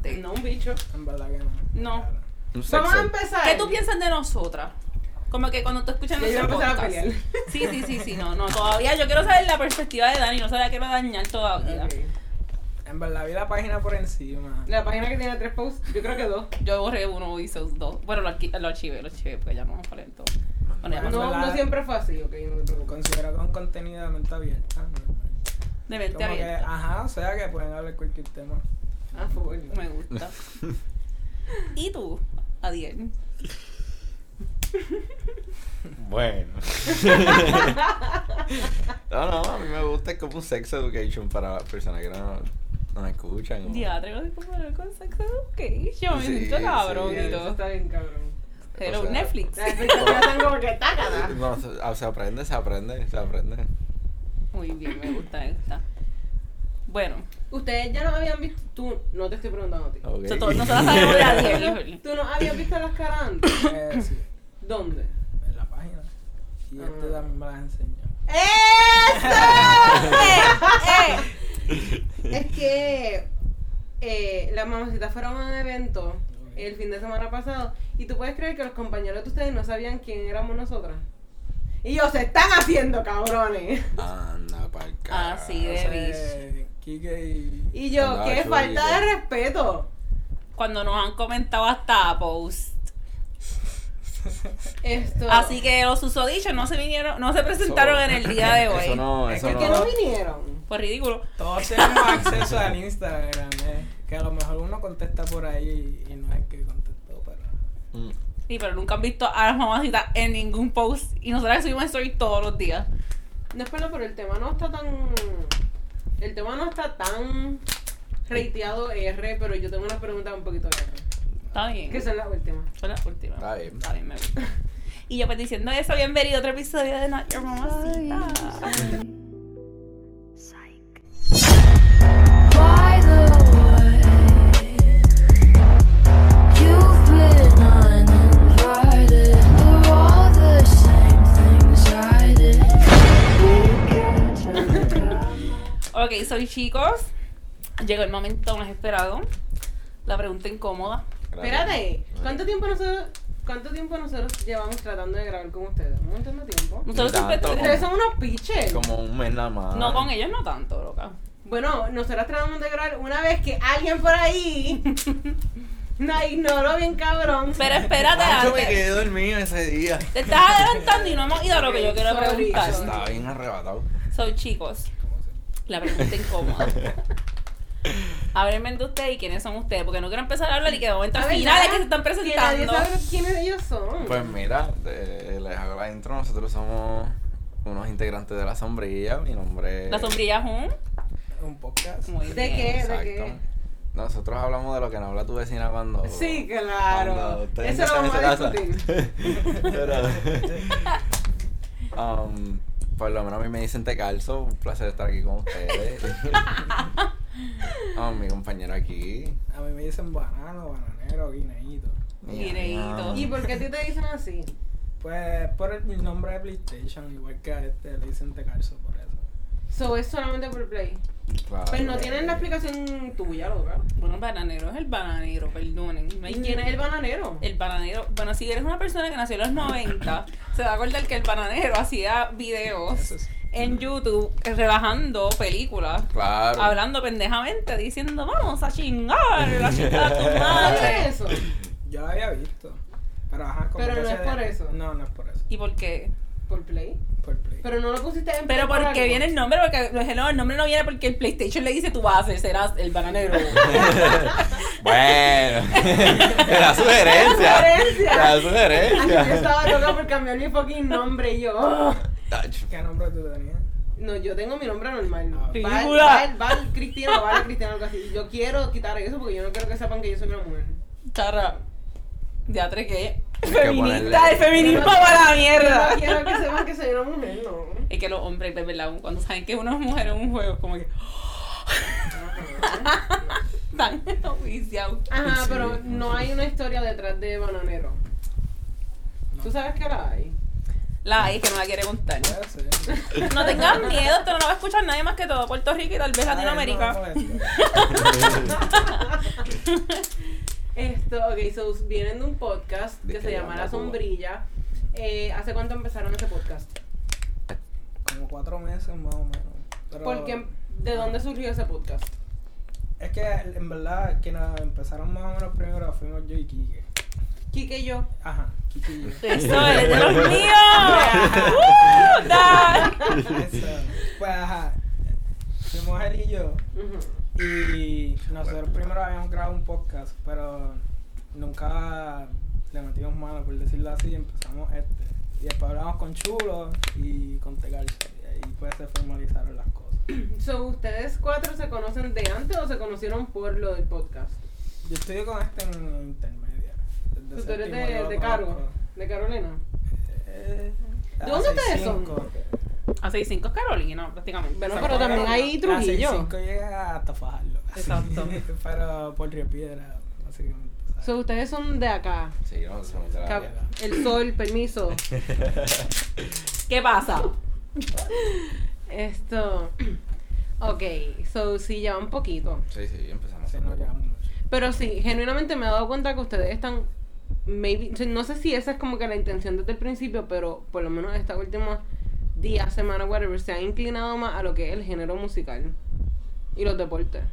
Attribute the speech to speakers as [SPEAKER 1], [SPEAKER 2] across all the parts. [SPEAKER 1] un bicho.
[SPEAKER 2] En verdad que no.
[SPEAKER 1] No.
[SPEAKER 3] Un sex
[SPEAKER 1] Vamos a
[SPEAKER 3] sell.
[SPEAKER 1] empezar.
[SPEAKER 4] ¿Qué tú piensas de nosotras? Como que cuando tú escuchas
[SPEAKER 1] Ya yo
[SPEAKER 4] nuestro
[SPEAKER 1] voy a empezar a
[SPEAKER 4] podcast.
[SPEAKER 1] pelear.
[SPEAKER 4] Sí, sí, sí, sí, no, no, todavía yo quiero saber la perspectiva de Dani, no se la quiero dañar todavía.
[SPEAKER 1] Ok.
[SPEAKER 2] En verdad vi la página por encima.
[SPEAKER 1] La página que tiene tres posts, yo creo que dos.
[SPEAKER 4] Yo borré uno y esos dos. Bueno, lo, archi- lo archivé, lo archivé, porque ya no vamos para entonces. Bueno, ya
[SPEAKER 2] Bueno,
[SPEAKER 4] pasó.
[SPEAKER 1] No,
[SPEAKER 2] la-
[SPEAKER 1] no siempre fue así, ok, no te preocupes.
[SPEAKER 2] Considero que es un contenido de mente abierta. ¿no?
[SPEAKER 4] De mente
[SPEAKER 2] Como que,
[SPEAKER 4] abierta.
[SPEAKER 2] ajá, o sea que pueden hablar cualquier tema.
[SPEAKER 1] Ah, fue bueno.
[SPEAKER 4] Me gusta. ¿Y tú, Adiel?
[SPEAKER 3] Bueno. no, no, a mí me gusta es como un sex education para las personas que no, no me escuchan. o-
[SPEAKER 4] Diadre, voy a comparar con Sex Education. Me
[SPEAKER 3] Sí,
[SPEAKER 4] siento cabrón
[SPEAKER 1] Ya,
[SPEAKER 4] y
[SPEAKER 1] eso
[SPEAKER 4] todo.
[SPEAKER 1] está bien, cabrón.
[SPEAKER 4] Pero
[SPEAKER 3] O sea,
[SPEAKER 4] Netflix.
[SPEAKER 1] La expectativa tengo que tácala.
[SPEAKER 3] No, se, ah, se aprende, se aprende, se aprende.
[SPEAKER 4] Muy bien, me gusta, me gusta. Bueno,
[SPEAKER 1] Ustedes ya no habían visto. Tú, no te estoy preguntando a ti.
[SPEAKER 3] Ok.
[SPEAKER 4] nosotros nosotras sabemos de
[SPEAKER 1] Tú,
[SPEAKER 4] Adiel.
[SPEAKER 1] tú no habías visto las caras antes.
[SPEAKER 2] Eh, sí,
[SPEAKER 1] ¿Dónde?
[SPEAKER 2] en la página. Y este
[SPEAKER 1] Ah.
[SPEAKER 2] también me las enseñó.
[SPEAKER 4] ¡Eso!
[SPEAKER 1] Es que eh, las mamacitas fueron a un evento el fin de semana pasado y tú puedes creer que los compañeros de ustedes no sabían quién éramos nosotras. Y ellos se están haciendo cabrones.
[SPEAKER 3] Anda pa'l
[SPEAKER 4] Ah, sí,
[SPEAKER 3] carajo.
[SPEAKER 4] de-
[SPEAKER 2] Entonces, Kike y.
[SPEAKER 1] Y yo,
[SPEAKER 3] Andaba
[SPEAKER 1] qué
[SPEAKER 3] chulo,
[SPEAKER 1] falta
[SPEAKER 3] ya.
[SPEAKER 1] de respeto.
[SPEAKER 4] Cuando nos han comentado hasta post.
[SPEAKER 1] Esto.
[SPEAKER 4] Así que los susodichos no se vinieron, no se presentaron
[SPEAKER 3] Eso-
[SPEAKER 4] en el día de hoy.
[SPEAKER 3] Eso no,
[SPEAKER 2] Es
[SPEAKER 3] eso
[SPEAKER 1] ¿Por
[SPEAKER 3] no.
[SPEAKER 1] qué no vinieron?
[SPEAKER 4] Fue ridículo.
[SPEAKER 2] Todos tenemos acceso al Instagram, eh, que a lo mejor uno contesta por ahí y no es que contestó, pero.
[SPEAKER 3] Mm.
[SPEAKER 4] Sí, pero nunca han visto a las mamacitas en ningún post. Y nosotras subimos story todos los días.
[SPEAKER 1] No es pena, pero el tema no está tan. El tema no está tan reiteado R, pero yo tengo una pregunta un poquito R.
[SPEAKER 4] Está bien.
[SPEAKER 1] Que son las últimas.
[SPEAKER 4] Fue la última.
[SPEAKER 3] Está bien.
[SPEAKER 4] Está bien, me gusta. Y yo pues diciendo eso, bienvenido a otro episodio de Not Your Mamacita.
[SPEAKER 5] By the way, you've been uninvited. They're all the same things I did.
[SPEAKER 4] Ok, soy chicos. Llegó el momento más esperado. La pregunta incómoda.
[SPEAKER 1] Espérate, ¿cuánto tiempo nosotros, cuánto tiempo nosotros llevamos tratando de grabar con ustedes? Un montón de tiempo.
[SPEAKER 4] Nosotros siempre
[SPEAKER 3] Tanto.
[SPEAKER 1] Ustedes son unos piches.
[SPEAKER 3] Como un mes nada más.
[SPEAKER 4] No con ellos, no tanto, loca.
[SPEAKER 1] Bueno, nosotros tratamos de grabar una vez que alguien por ahí nos ignoró bien cabrón.
[SPEAKER 4] Pero espérate
[SPEAKER 3] Yo me quedé
[SPEAKER 4] antes.
[SPEAKER 3] dormido ese día.
[SPEAKER 4] Te estás adelantando y no hemos ido a lo que yo quiero
[SPEAKER 1] Sorry,
[SPEAKER 4] preguntar.
[SPEAKER 1] sorry.
[SPEAKER 3] Estaba bien arrebatado.
[SPEAKER 4] Soy chicos. La pregunta incómoda. Háblenme de ustedes y quiénes son ustedes, porque no quiero empezar a hablar y que de momento
[SPEAKER 1] A
[SPEAKER 4] al
[SPEAKER 1] ver,
[SPEAKER 4] final es
[SPEAKER 1] ya,
[SPEAKER 4] que se están
[SPEAKER 1] Ah, Que nadie
[SPEAKER 4] presentando.
[SPEAKER 1] sabe quiénes ellos son.
[SPEAKER 3] Pues mira, eh, les hago la intro. Nosotros somos unos integrantes de La Sombrilla. Mi nombre es...
[SPEAKER 4] La sombrilla es un.
[SPEAKER 2] Un podcast.
[SPEAKER 4] Muy
[SPEAKER 1] ¿De
[SPEAKER 4] bien.
[SPEAKER 1] qué?
[SPEAKER 3] Exacto.
[SPEAKER 1] ¿De qué?
[SPEAKER 3] Nosotros hablamos de lo que nos habla tu vecina cuando...
[SPEAKER 1] Sí,
[SPEAKER 3] cuando
[SPEAKER 1] claro.
[SPEAKER 3] ustedes
[SPEAKER 1] Eso lo
[SPEAKER 3] no
[SPEAKER 1] vamos a
[SPEAKER 3] están en
[SPEAKER 1] discutir.
[SPEAKER 3] su casa. Pero... um, por lo menos a mí me dicen te calzo. Un placer estar aquí con ustedes. Um, mi compañero aquí.
[SPEAKER 2] A mí me dicen banano, bananero, guineíto.
[SPEAKER 4] Guineíto.
[SPEAKER 1] ¿Y por qué a ti te dicen así?
[SPEAKER 2] Pues por el, mi nombre de PlayStation, igual que a este le dicen Tecarso por eso.
[SPEAKER 1] So es solamente por play.
[SPEAKER 3] Claro.
[SPEAKER 1] Pues no tienen la explicación tuya, loca.
[SPEAKER 4] Bueno, bananero es el bananero, perdonen. No hay
[SPEAKER 1] ¿Y quién es el bananero?
[SPEAKER 4] El bananero, bueno, si eres una persona que nació en los 90, se va a acordar que el bananero hacía videos
[SPEAKER 2] Eso sí.
[SPEAKER 4] en YouTube eh, rebajando películas,
[SPEAKER 3] Claro.
[SPEAKER 4] hablando pendejamente, diciendo, vamos a chingar, a chingar a tu
[SPEAKER 1] Ah, ¿Sabes
[SPEAKER 4] madre.
[SPEAKER 1] eso?
[SPEAKER 2] Yo lo había visto. Pero ajá, como
[SPEAKER 1] Pero
[SPEAKER 2] que
[SPEAKER 1] no
[SPEAKER 2] se
[SPEAKER 1] es
[SPEAKER 2] de-
[SPEAKER 1] por eso.
[SPEAKER 2] No, no es por eso.
[SPEAKER 4] ¿Y por qué?
[SPEAKER 1] Por play.
[SPEAKER 2] Por Play.
[SPEAKER 1] Pero no lo pusiste en
[SPEAKER 4] Pero
[SPEAKER 1] play por
[SPEAKER 4] porque
[SPEAKER 1] algo.
[SPEAKER 4] viene el nombre, porque no, el nombre no viene porque el PlayStation le dice tú vas a ser, serás el bananero.
[SPEAKER 3] Bueno, la sugerencia.
[SPEAKER 1] Era sugerencia.
[SPEAKER 3] La
[SPEAKER 1] Ay, yo
[SPEAKER 3] sugerencia.
[SPEAKER 1] estaba loca por cambiar mi fucking nombre y yo. oh.
[SPEAKER 3] Tacho.
[SPEAKER 2] ¿Qué nombre tú tenías?
[SPEAKER 1] No, yo tengo mi nombre normal.
[SPEAKER 3] Ah.
[SPEAKER 1] No. Val,
[SPEAKER 4] Ridícula.
[SPEAKER 1] Val, Val Cristiano, Val Cristiano, algo así. Yo quiero quitar eso porque yo no quiero que sepan que yo soy una mujer.
[SPEAKER 4] Charra, de atre que
[SPEAKER 3] que
[SPEAKER 4] feminista,
[SPEAKER 3] ponerle-
[SPEAKER 4] el feminismo para la mierda.
[SPEAKER 1] Yo no quiero que sepan que soy una mujer, no.
[SPEAKER 4] Es que los hombres, de verdad, cuando saben que uno es mujer en un juego, como que tan oficial.
[SPEAKER 1] Ajá,
[SPEAKER 3] Sí.
[SPEAKER 1] pero no hay una historia detrás de Bananero.
[SPEAKER 2] No.
[SPEAKER 1] ¿Tú sabes que la hay?
[SPEAKER 4] La hay que no la quiere contar.
[SPEAKER 2] Puede ser.
[SPEAKER 4] No tengas miedo, esto no lo va a escuchar nadie más que todo Puerto Rico y tal vez
[SPEAKER 2] Ay, Ah, no,
[SPEAKER 4] Latinoamérica.
[SPEAKER 2] no, esto.
[SPEAKER 1] Esto, ok, so vienen de un podcast
[SPEAKER 3] De
[SPEAKER 1] que
[SPEAKER 3] que
[SPEAKER 1] se llama
[SPEAKER 3] llama
[SPEAKER 1] La
[SPEAKER 3] Cuba.
[SPEAKER 1] Sombrilla. Eh, ¿Hace cuánto empezaron ese podcast?
[SPEAKER 2] Como cuatro meses más o menos. Pero
[SPEAKER 1] Porque, ¿de dónde surgió ese podcast?
[SPEAKER 2] Es que en verdad quienes empezaron más o menos primero fuimos yo y Kike.
[SPEAKER 1] Kike y yo.
[SPEAKER 2] Ajá, Kike y yo.
[SPEAKER 4] Eso es de los ¡Uh! míos. ¡Woo! ¡Dale!
[SPEAKER 2] Eso. Pues ajá. Fuimos él y yo.
[SPEAKER 1] Ujú.
[SPEAKER 2] Y nosotros primero habíamos grabado un podcast, pero nunca le metimos mano, por decirlo así, y empezamos este. Y después hablamos con Chulo y con Tegalcho. Y ahí pues se formalizaron las cosas.
[SPEAKER 1] So, ¿ustedes cuatro se conocen de antes o se conocieron por lo del podcast?
[SPEAKER 2] Yo estudié con este en intermedia. desde
[SPEAKER 1] Tú eres
[SPEAKER 2] séptimo, yo
[SPEAKER 1] de,
[SPEAKER 2] lo
[SPEAKER 1] de Cargo,
[SPEAKER 2] conozco.
[SPEAKER 1] de Carolina.
[SPEAKER 2] Eh,
[SPEAKER 1] ¿De
[SPEAKER 2] a
[SPEAKER 1] dónde ustedes
[SPEAKER 2] 6'5".
[SPEAKER 1] son?
[SPEAKER 4] A 6'5 es Carolina, prácticamente.
[SPEAKER 1] Bueno,
[SPEAKER 2] Pero
[SPEAKER 1] pero también hay
[SPEAKER 2] A
[SPEAKER 1] Trujillo.
[SPEAKER 2] 6'5 llega hasta Fajardo. casi.
[SPEAKER 4] Exacto.
[SPEAKER 2] pero por Río Piedra, básicamente. ¿sabes?
[SPEAKER 1] So, ustedes son de acá.
[SPEAKER 3] Sí, no, se me
[SPEAKER 2] Ah,
[SPEAKER 3] está la
[SPEAKER 1] Cap-
[SPEAKER 3] mierda.
[SPEAKER 1] el sol, permiso.
[SPEAKER 4] ¿Qué pasa?
[SPEAKER 1] Esto. Ok, so sí, ya un poquito.
[SPEAKER 3] Sí, sí, empezamos.
[SPEAKER 2] Sí, no
[SPEAKER 3] hace poco.
[SPEAKER 2] llegamos mucho.
[SPEAKER 1] Pero sí, genuinamente me he dado cuenta que ustedes están. Maybe, o sea, no sé si esa es como que la intención desde el principio, pero por lo menos esta última día, semana, whatever, se han inclinado más a lo que es el género musical y los deportes.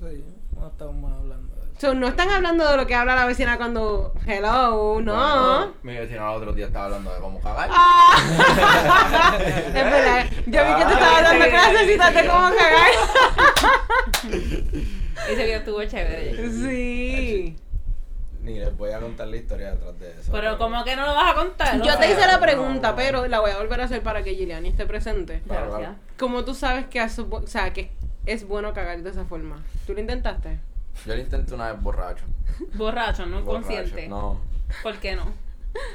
[SPEAKER 2] Sí, no estamos más hablando de eso.
[SPEAKER 1] So, no están hablando de lo que habla la vecina cuando. Hello, no.
[SPEAKER 3] Bueno, mi vecino el otro día estaba hablando de cómo cagar.
[SPEAKER 1] Ah. es verdad. Yo vi que te estaba
[SPEAKER 3] Ah.
[SPEAKER 1] dando clases y te cómo cagar.
[SPEAKER 4] Ese video estuvo chévere.
[SPEAKER 1] Sí.
[SPEAKER 3] Ni les voy a contar la historia detrás de eso.
[SPEAKER 4] Pero ¿cómo que no lo vas a contar?
[SPEAKER 1] Yo te hice la pregunta, pero la voy a volver a hacer para que Giuliani esté presente.
[SPEAKER 3] Claro,
[SPEAKER 4] Gracias.
[SPEAKER 1] ¿Cómo tú sabes que, es bu- o sea, que es bueno cagar de esa forma? ¿Tú lo intentaste?
[SPEAKER 3] Yo lo intenté una vez borracho.
[SPEAKER 4] Borracho, no
[SPEAKER 3] Borracho.
[SPEAKER 4] consciente.
[SPEAKER 3] No,
[SPEAKER 4] ¿Por qué no?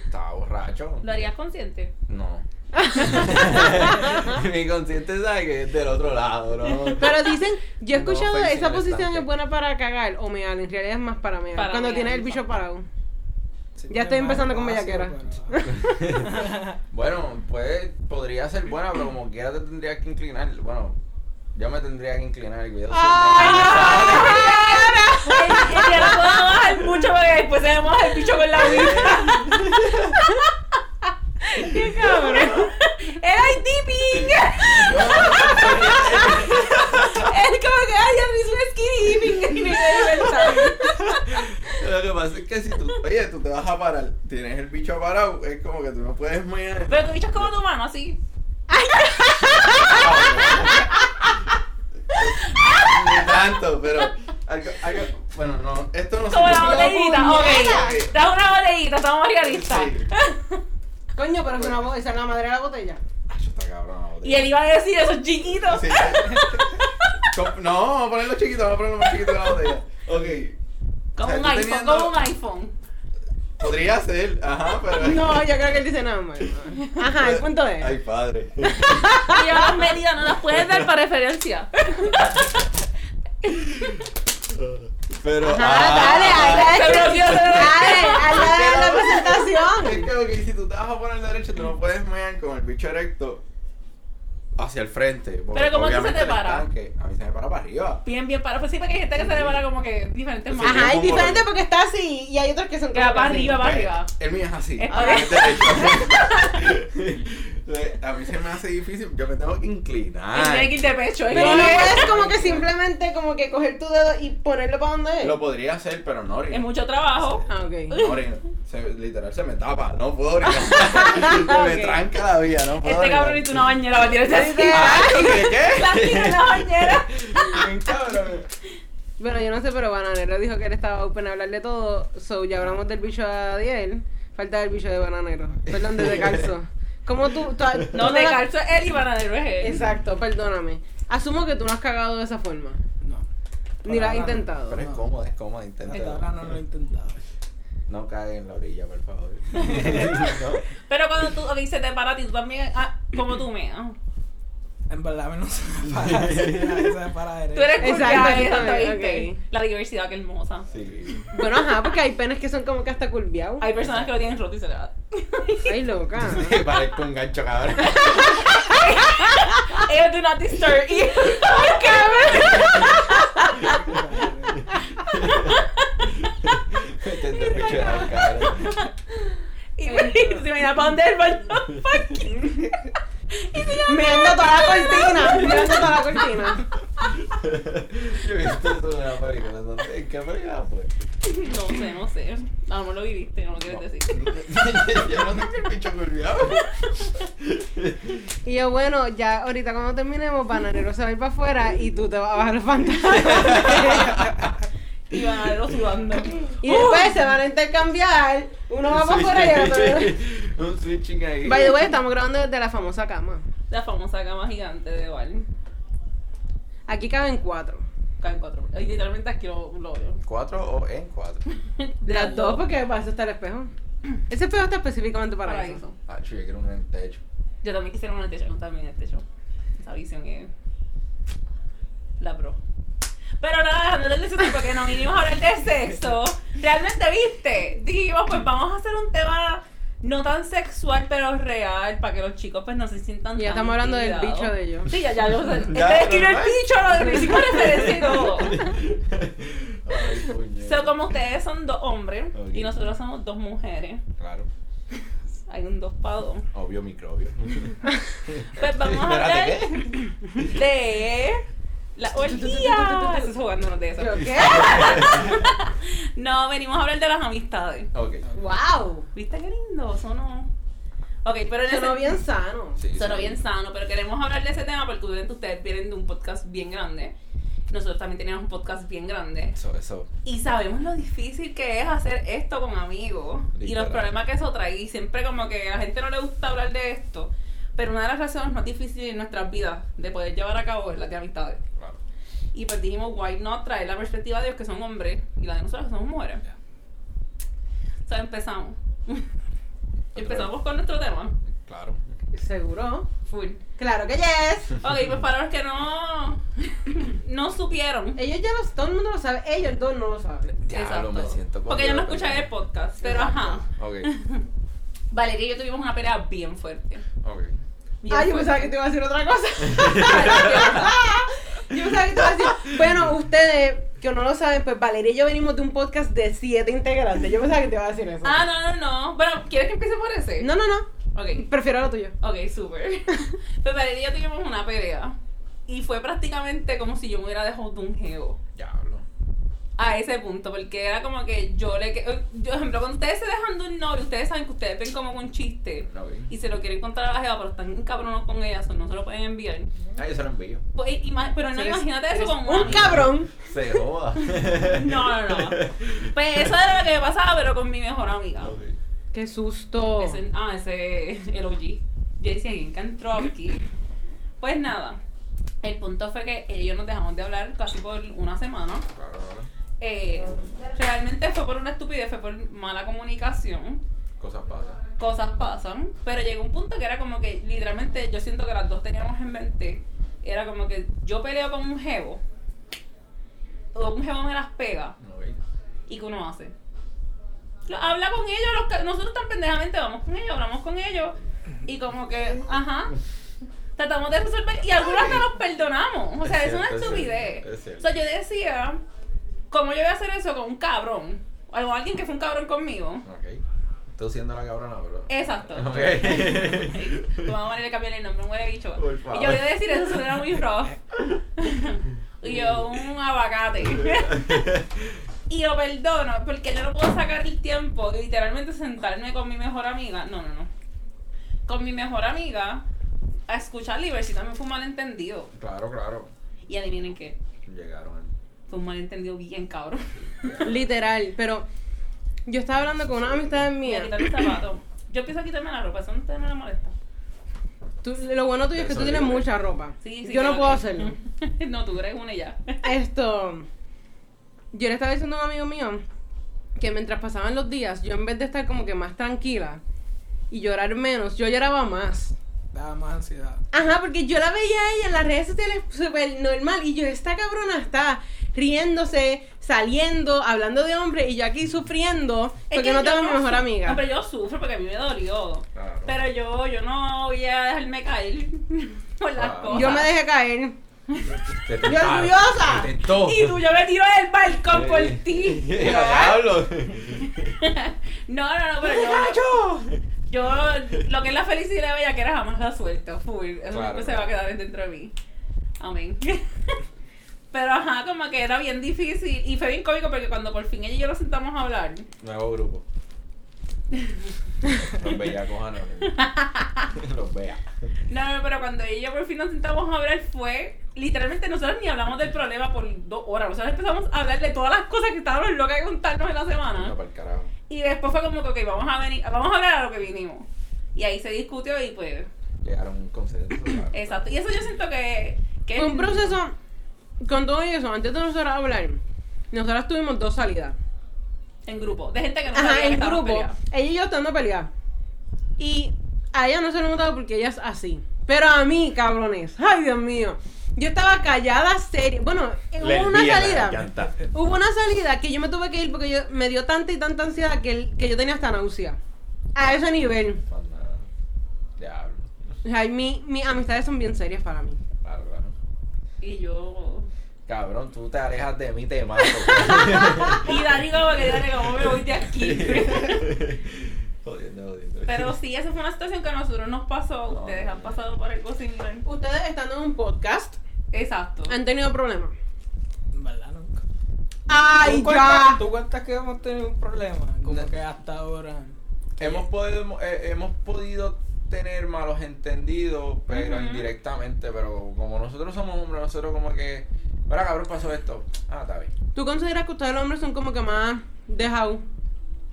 [SPEAKER 3] estaba borracho.
[SPEAKER 4] ¿Lo harías consciente?
[SPEAKER 3] No. Mi consciente sabe que es del otro lado, ¿no?
[SPEAKER 1] Pero dicen, yo he
[SPEAKER 3] No,
[SPEAKER 1] escuchado
[SPEAKER 3] fue el
[SPEAKER 1] esa
[SPEAKER 3] señor
[SPEAKER 1] posición
[SPEAKER 3] estante.
[SPEAKER 1] es buena para cagar o mear, en realidad es más para mear.
[SPEAKER 4] Para
[SPEAKER 1] cuando
[SPEAKER 4] mear,
[SPEAKER 1] tienes el bicho
[SPEAKER 4] exacto.
[SPEAKER 1] parado.
[SPEAKER 2] Sí,
[SPEAKER 1] Ya estoy
[SPEAKER 2] es más
[SPEAKER 1] empezando con
[SPEAKER 2] espacio,
[SPEAKER 1] bellaquera.
[SPEAKER 2] pero-
[SPEAKER 3] Bueno, pues podría ser buena, pero como quiera te tendría que inclinar. Bueno, yo me tendría que inclinar. Yo
[SPEAKER 4] Ah. Ay, Ya no puedo bajar mucho porque después se me moja el bicho con la vista. ¡Qué cabrón! ¡El ay dipping! Es como que ay, el mismo skinny dipping. Y me quedé pensando.
[SPEAKER 3] siempre- Lo que pasa es que si tú, oye, tú te vas a parar, tienes el bicho parado, es como que tú no puedes mear.
[SPEAKER 4] Pero tu bicho es como tu mano, así.
[SPEAKER 3] Ni tanto, pero. algo- algo- bueno, no, esto no se
[SPEAKER 4] Como la
[SPEAKER 3] puede-
[SPEAKER 4] botellita. Ok.
[SPEAKER 3] puñeta.
[SPEAKER 4] Da una botellita, estamos realistas.
[SPEAKER 3] Sí.
[SPEAKER 1] Coño, pero es una bo- esa es la madre de la botella.
[SPEAKER 3] Ah, yo está cabrón la botella.
[SPEAKER 4] Y él iba a decir esos chiquitos.
[SPEAKER 3] Sí. Com- No, vamos a ponerlo chiquito, vamos a ponerlo más chiquito que la botella. Ok.
[SPEAKER 4] Como
[SPEAKER 3] O sea,
[SPEAKER 4] un
[SPEAKER 3] tú
[SPEAKER 4] iPhone,
[SPEAKER 3] teniendo-
[SPEAKER 4] como un iPhone.
[SPEAKER 3] Podría ser, ajá, pero.
[SPEAKER 1] No, yo creo que él dice nada más. Ajá, el punto es.
[SPEAKER 3] Ay, padre.
[SPEAKER 4] Y yo las medidas no las puedes dar para referencia.
[SPEAKER 3] Pero. ah.
[SPEAKER 1] Ajá, dale, ahí
[SPEAKER 4] Se bloqueó, se bloqueó.
[SPEAKER 1] Dale, al lado de la
[SPEAKER 3] Es
[SPEAKER 1] presentación.
[SPEAKER 3] que ok, si tú te vas a poner derecho, tú no puedes mear con el bicho erecto hacia el frente. porque
[SPEAKER 4] Pero, ¿cómo tú se te
[SPEAKER 3] obviamente el
[SPEAKER 4] para?
[SPEAKER 3] estanque- a mí se me para para arriba.
[SPEAKER 4] Bien, bien para. Pues sí, porque hay gente que se le para como que diferentes
[SPEAKER 3] Sí.
[SPEAKER 4] manos.
[SPEAKER 1] Ajá, es diferente porque está así y hay otros que son
[SPEAKER 4] Que va para
[SPEAKER 1] así.
[SPEAKER 4] arriba, para arriba.
[SPEAKER 3] El mío es así.
[SPEAKER 4] Es
[SPEAKER 3] el
[SPEAKER 4] para-
[SPEAKER 3] mío es derecho. Le- a mí se me hace difícil, yo me tengo que
[SPEAKER 4] El
[SPEAKER 3] inclinar.
[SPEAKER 4] tiene que ir de pecho. ¿eh?
[SPEAKER 1] Ah. Pero no puedes como que simplemente como que coger tu dedo y ponerlo para donde es.
[SPEAKER 3] Lo podría hacer, pero no orino.
[SPEAKER 4] Es mucho trabajo.
[SPEAKER 1] Ah, ok.
[SPEAKER 3] No orino. Se- literal se me tapa, no puedo orinar. se me
[SPEAKER 1] Ok.
[SPEAKER 3] tranca la vida, no puedo
[SPEAKER 4] Este
[SPEAKER 3] orinar.
[SPEAKER 4] cabrón hizo una bañera para tirarse así.
[SPEAKER 3] Ah, ¿qué?
[SPEAKER 4] La tira en la bañera.
[SPEAKER 3] Bien cabrón.
[SPEAKER 1] Bueno, yo no sé, pero Bananero dijo que él estaba open a hablar de todo. So, ya hablamos del bicho de Adiel. Falta del bicho de Bananero. Perdón, de De Calzo. ¿Cómo tú? tú-
[SPEAKER 4] No,
[SPEAKER 1] tú
[SPEAKER 4] de
[SPEAKER 1] la-
[SPEAKER 4] calzo es él y bananero es él.
[SPEAKER 1] Exacto, perdóname. Asumo que tú no has cagado de esa forma.
[SPEAKER 2] No.
[SPEAKER 1] Ni la has
[SPEAKER 2] Para nada.
[SPEAKER 1] intentado.
[SPEAKER 3] Pero es cómodo, es cómodo,
[SPEAKER 2] Hasta ahora no lo he
[SPEAKER 3] inténtalo.
[SPEAKER 2] intentado.
[SPEAKER 3] No caguen en la orilla, por favor. No.
[SPEAKER 4] Pero cuando tú ok, se te para a ti, tú también, ah, como tú me. ah.
[SPEAKER 2] En verdad, a mí no se me para. así, a mí se me para derecho.
[SPEAKER 4] Tú eres
[SPEAKER 1] Exacto,
[SPEAKER 4] culpable,
[SPEAKER 1] sí,
[SPEAKER 4] exacto,
[SPEAKER 1] también,
[SPEAKER 4] ¿viste?
[SPEAKER 1] ok.
[SPEAKER 4] La diversidad, que hermosa.
[SPEAKER 3] Sí.
[SPEAKER 1] Bueno, ajá, porque hay penes que son como que hasta curviados.
[SPEAKER 4] Hay personas que lo tienen roto y se le va.
[SPEAKER 1] Ay, loca.
[SPEAKER 3] Parezco un gancho, cabrón.
[SPEAKER 4] Ellos do not disturb. Y-
[SPEAKER 2] Para derecho.
[SPEAKER 4] cortina para donde el baño.
[SPEAKER 1] Mirando toda la cortina. Mirando toda la cortina.
[SPEAKER 3] Yo he visto eso en la película. ¿no? ¿En qué película fue?
[SPEAKER 4] No sé, no sé. A lo mejor lo viviste, no lo quieres
[SPEAKER 3] No.
[SPEAKER 4] decir.
[SPEAKER 3] Yo no tengo el bicho golpeado.
[SPEAKER 1] Y yo, bueno, ya ahorita cuando terminemos, Bananero se va a ir para afuera y tú te vas a bajar los pantalones.
[SPEAKER 4] Y van a verlo sudando.
[SPEAKER 1] y después se van a intercambiar. Uno va para afuera y el otro.
[SPEAKER 3] Un switching ahí.
[SPEAKER 1] By the way, estamos grabando desde la famosa cama.
[SPEAKER 4] La famosa cama gigante de Val.
[SPEAKER 1] Aquí caben cuatro.
[SPEAKER 4] Caen cuatro. Ay, Literalmente aquí lo, lo veo.
[SPEAKER 3] ¿Cuatro o en cuatro?
[SPEAKER 1] Las dos, porque para eso está el espejo. Ese espejo está específicamente para,
[SPEAKER 4] Para
[SPEAKER 1] eso.
[SPEAKER 4] eso.
[SPEAKER 3] Ah, chico, yo quiero uno en el techo.
[SPEAKER 4] Yo también quisiera una en el techo, no, también en el techo. Esa visión es la pro. Pero nada, dejándoles de eso porque no vinimos a hablar de sexo. Realmente viste. Dijimos, pues vamos a hacer un tema no tan sexual, pero real, para que los chicos pues no se sientan
[SPEAKER 1] Y ya
[SPEAKER 4] tan
[SPEAKER 1] estamos hablando del
[SPEAKER 4] intimidados.
[SPEAKER 1] bicho de yo.
[SPEAKER 4] Sí, ya, ya, yo sé.
[SPEAKER 3] Ya,
[SPEAKER 4] Este es que no el
[SPEAKER 3] normal.
[SPEAKER 4] bicho, lo del principio referencia y todo.
[SPEAKER 3] Ay, puñet.
[SPEAKER 4] So, como ustedes son dos hombres
[SPEAKER 3] Ok.
[SPEAKER 4] y nosotros somos dos mujeres,
[SPEAKER 3] Claro,
[SPEAKER 4] hay un dos para dos.
[SPEAKER 3] obvio microbio.
[SPEAKER 4] Pues vamos a hablar
[SPEAKER 3] Espérate,
[SPEAKER 4] de la orgía. Estás jugándonos de eso.
[SPEAKER 1] ¿Yo qué?
[SPEAKER 4] No, venimos a hablar de las amistades.
[SPEAKER 3] Ok.
[SPEAKER 1] ¡Wow!
[SPEAKER 4] ¿Viste qué lindo? Sonó. Ok, pero en
[SPEAKER 1] Sonó
[SPEAKER 4] ese-
[SPEAKER 1] bien sano.
[SPEAKER 3] Sí,
[SPEAKER 4] sonó
[SPEAKER 3] sí.
[SPEAKER 4] bien sano, pero queremos hablar de ese tema porque obviamente ustedes vienen de un podcast bien grande. Nosotros también teníamos un podcast bien grande.
[SPEAKER 3] Eso, eso.
[SPEAKER 4] Y sabemos lo difícil que es hacer esto con amigos y los
[SPEAKER 3] Literal.
[SPEAKER 4] problemas que eso trae. Y siempre como que a la gente no le gusta hablar de esto. Pero una de las razones más difíciles en nuestras vidas de poder llevar a cabo es la de amistades.
[SPEAKER 3] Claro.
[SPEAKER 4] Y pues dijimos, why not traer la perspectiva de los que son hombres y la de nosotros que somos mujeres.
[SPEAKER 3] Ya.
[SPEAKER 4] O sea, empezamos. empezamos con nuestro tema.
[SPEAKER 3] Claro.
[SPEAKER 1] Seguro.
[SPEAKER 4] Full.
[SPEAKER 1] Claro que yes.
[SPEAKER 4] Ok, pues para los que no, no supieron.
[SPEAKER 1] Ellos ya los, todo el mundo lo sabe, ellos dos no lo saben.
[SPEAKER 3] Ya lo me siento como
[SPEAKER 4] Porque yo no
[SPEAKER 3] de-
[SPEAKER 4] escuché el podcast, pero
[SPEAKER 3] Exacto.
[SPEAKER 4] ajá.
[SPEAKER 3] Ok,
[SPEAKER 4] Valeria y yo tuvimos una pelea bien fuerte.
[SPEAKER 3] ok.
[SPEAKER 4] Bien
[SPEAKER 1] Ah, yo
[SPEAKER 4] fuerte.
[SPEAKER 1] pensaba que te iba a decir otra cosa. yo pensaba que te iba a decir. Bueno, ustedes que no lo saben, pues Valeria y yo venimos de un podcast de siete integrantes. Yo pensaba que te iba a decir eso.
[SPEAKER 4] Ah, no, no, no. Bueno, ¿quieres que empiece por ese?
[SPEAKER 1] No, no, no.
[SPEAKER 4] Ok,
[SPEAKER 1] Prefiero lo tuyo.
[SPEAKER 4] ok, súper. Pues Valeria y yo tuvimos una pelea. Y fue prácticamente como si yo me hubiera dejado de un geo.
[SPEAKER 3] Ya hablo.
[SPEAKER 4] a ese punto, porque era como que yo le. que- eh, Yo, por ejemplo, cuando ustedes se dejan de un novio, ustedes saben que ustedes ven como un chiste
[SPEAKER 3] Ok.
[SPEAKER 4] y se lo quieren contar a la jeva, pero están cabronos con ella, o no se lo pueden enviar.
[SPEAKER 3] Ah, yo se lo envío.
[SPEAKER 4] Pues, y- y más- pero no,
[SPEAKER 1] Eres-
[SPEAKER 4] imagínate eso
[SPEAKER 1] eres
[SPEAKER 4] con
[SPEAKER 1] un
[SPEAKER 4] amigo.
[SPEAKER 1] cabrón.
[SPEAKER 3] Se joda.
[SPEAKER 4] No, no, no. Pues eso era lo que me pasaba, pero con mi mejor amiga.
[SPEAKER 3] Ok.
[SPEAKER 1] Qué susto.
[SPEAKER 4] Ese- ah, ese el OG. Yo decía, ¿quién que entró aquí? Pues nada, el punto fue que ellos nos dejamos de hablar casi por una semana.
[SPEAKER 3] Claro, claro.
[SPEAKER 4] Eh, realmente fue por una estupidez, fue por mala comunicación.
[SPEAKER 3] Cosas pasan.
[SPEAKER 4] cosas pasan, pero llegó un punto que era como que literalmente yo siento que las dos teníamos en mente, era como que yo peleo con un jevo, o un jevo me las pega,
[SPEAKER 3] Ok.
[SPEAKER 4] y que uno hace. Lo- habla con ellos, los ca- nosotros tan pendejamente vamos con ellos, hablamos con ellos, y como que, ajá, tratamos de resolver, y algunos hasta los perdonamos, o sea, es,
[SPEAKER 3] Es
[SPEAKER 4] una
[SPEAKER 3] cierto, es cierto,
[SPEAKER 4] estupidez.
[SPEAKER 3] es
[SPEAKER 4] o
[SPEAKER 3] cierto.
[SPEAKER 4] sea, yo decía, ¿cómo yo voy a hacer eso con un cabrón? O con alguien que fue un cabrón conmigo.
[SPEAKER 3] Ok. Tú siendo la cabrona, pero.
[SPEAKER 4] Exacto.
[SPEAKER 3] Ok.
[SPEAKER 4] Tu mamá le cambió el nombre, muere bicho.
[SPEAKER 3] Por
[SPEAKER 4] Y
[SPEAKER 3] favor.
[SPEAKER 4] yo voy a decir eso, suena muy rough. y yo, un abacate. y lo perdono, porque yo no puedo sacar el tiempo de literalmente sentarme con mi mejor amiga. No, no, no. Con mi mejor amiga a escuchar y ver si también fue un malentendido.
[SPEAKER 3] Claro, claro.
[SPEAKER 4] Y adivinen qué.
[SPEAKER 3] Llegaron.
[SPEAKER 4] Fue un malentendido bien cabrón.
[SPEAKER 1] Literal, pero yo estaba hablando con una amistad
[SPEAKER 4] Me voy a
[SPEAKER 1] mía.
[SPEAKER 4] quitar el zapato. Yo empiezo a quitarme la ropa, eso no te me la molesta.
[SPEAKER 1] Tú- lo bueno tuyo es que tú
[SPEAKER 3] Eso
[SPEAKER 1] tienes
[SPEAKER 3] digo.
[SPEAKER 1] mucha ropa.
[SPEAKER 4] Sí, sí,
[SPEAKER 1] yo no
[SPEAKER 4] claro
[SPEAKER 1] puedo
[SPEAKER 4] que-
[SPEAKER 1] hacerlo.
[SPEAKER 4] no, tú eres una y ya.
[SPEAKER 1] Esto, yo le estaba diciendo a un amigo mío que mientras pasaban los días, yo en vez de estar como que más tranquila y llorar menos, yo lloraba más.
[SPEAKER 2] Daba más ansiedad.
[SPEAKER 1] Ajá, porque yo la veía a ella en las redes sociales súper normal y yo, esta cabrona está riéndose, saliendo, hablando de hombre y yo aquí sufriendo
[SPEAKER 4] Es
[SPEAKER 1] porque
[SPEAKER 4] que
[SPEAKER 1] no
[SPEAKER 4] yo
[SPEAKER 1] tengo mi mejor
[SPEAKER 4] su-
[SPEAKER 1] amiga.
[SPEAKER 4] No, pero yo sufro porque a mí me dolió.
[SPEAKER 3] Claro.
[SPEAKER 4] Pero yo, yo no voy a dejarme caer por las
[SPEAKER 3] Ah.
[SPEAKER 4] cosas.
[SPEAKER 1] Yo me dejé caer.
[SPEAKER 3] Te
[SPEAKER 1] ¡Yo
[SPEAKER 3] tentaron,
[SPEAKER 1] orgullosa!
[SPEAKER 3] te tentó.
[SPEAKER 4] Y tú, yo me tiro del balcón por ti.
[SPEAKER 3] Ya hablo.
[SPEAKER 4] No, no, no, pero yo,
[SPEAKER 1] ¡Cacho!
[SPEAKER 4] yo Yo, lo que es la felicidad y la bella que era jamás la suelto, full. Eso
[SPEAKER 3] Claro,
[SPEAKER 4] siempre se
[SPEAKER 3] claro.
[SPEAKER 4] va a quedar dentro de mí. Amén. Pero ajá, como que era bien difícil. Y fue bien cómico porque cuando por fin ella y yo nos sentamos a hablar,
[SPEAKER 3] Nuevo grupo. Los bellacos anónimos. Los bella.
[SPEAKER 4] No, no, pero cuando ella y yo por fin nos sentamos a hablar fue, literalmente nosotros ni hablamos del problema por dos horas, nosotros empezamos a hablar de todas las cosas que estábamos locas de contarnos en la semana.
[SPEAKER 3] No, para el carajo.
[SPEAKER 4] Y después fue como que, ok, vamos a, venir, vamos a hablar a lo que vinimos. Y ahí se discutió y pues,
[SPEAKER 3] Llegaron a un consenso. claro.
[SPEAKER 4] exacto. Y eso yo siento que... que
[SPEAKER 1] Un proceso, con todo eso, antes de nosotros hablar, nosotras tuvimos dos salidas.
[SPEAKER 4] En grupo, de gente que no sabía
[SPEAKER 1] Ajá,
[SPEAKER 4] que
[SPEAKER 1] en
[SPEAKER 4] estábamos
[SPEAKER 1] grupo.
[SPEAKER 4] peleadas.
[SPEAKER 1] Ella y yo estando peleadas. Y a ella no se lo he notado porque ella es así. Pero a mí, cabrones. Ay, Dios mío. Yo estaba callada, seria. Bueno,
[SPEAKER 3] Pues
[SPEAKER 1] eh, hubo una
[SPEAKER 3] Lesbiana,
[SPEAKER 1] salida.
[SPEAKER 3] ya está.
[SPEAKER 1] Hubo una salida que yo me tuve que ir porque yo, me dio tanta y tanta ansiedad que, el- que yo tenía hasta náusea. A ese nivel.
[SPEAKER 3] Para nada. Diablo.
[SPEAKER 1] O sea, mi- mis amistades son bien serias para mí.
[SPEAKER 3] Claro, claro.
[SPEAKER 4] Y yo...
[SPEAKER 3] Cabrón, tú te alejas de mí, te mato.
[SPEAKER 4] Y Dani como que, Dani, ¿cómo me voy de aquí?
[SPEAKER 3] jodiendo, jodiendo.
[SPEAKER 4] Pero sí, esa fue una situación que a nosotros nos pasó.
[SPEAKER 3] No,
[SPEAKER 4] Ustedes han
[SPEAKER 3] no.
[SPEAKER 4] pasado por algo similar.
[SPEAKER 1] Ustedes estando en un podcast
[SPEAKER 4] Exacto.
[SPEAKER 1] han tenido problemas.
[SPEAKER 2] En verdad nunca.
[SPEAKER 1] ¡Ay,
[SPEAKER 2] ¿Tú cuentas,
[SPEAKER 1] ya!
[SPEAKER 2] ¿Tú cuentas que hemos tenido un problema? Como que hasta ahora.
[SPEAKER 3] Hemos podido, eh, hemos podido tener malos entendidos, pero
[SPEAKER 4] Ujú.
[SPEAKER 3] indirectamente, pero como nosotros somos hombres, nosotros como que, mira cabrón, pasó esto. Ah, está bien.
[SPEAKER 1] ¿Tú consideras que ustedes los hombres son como que más dejados?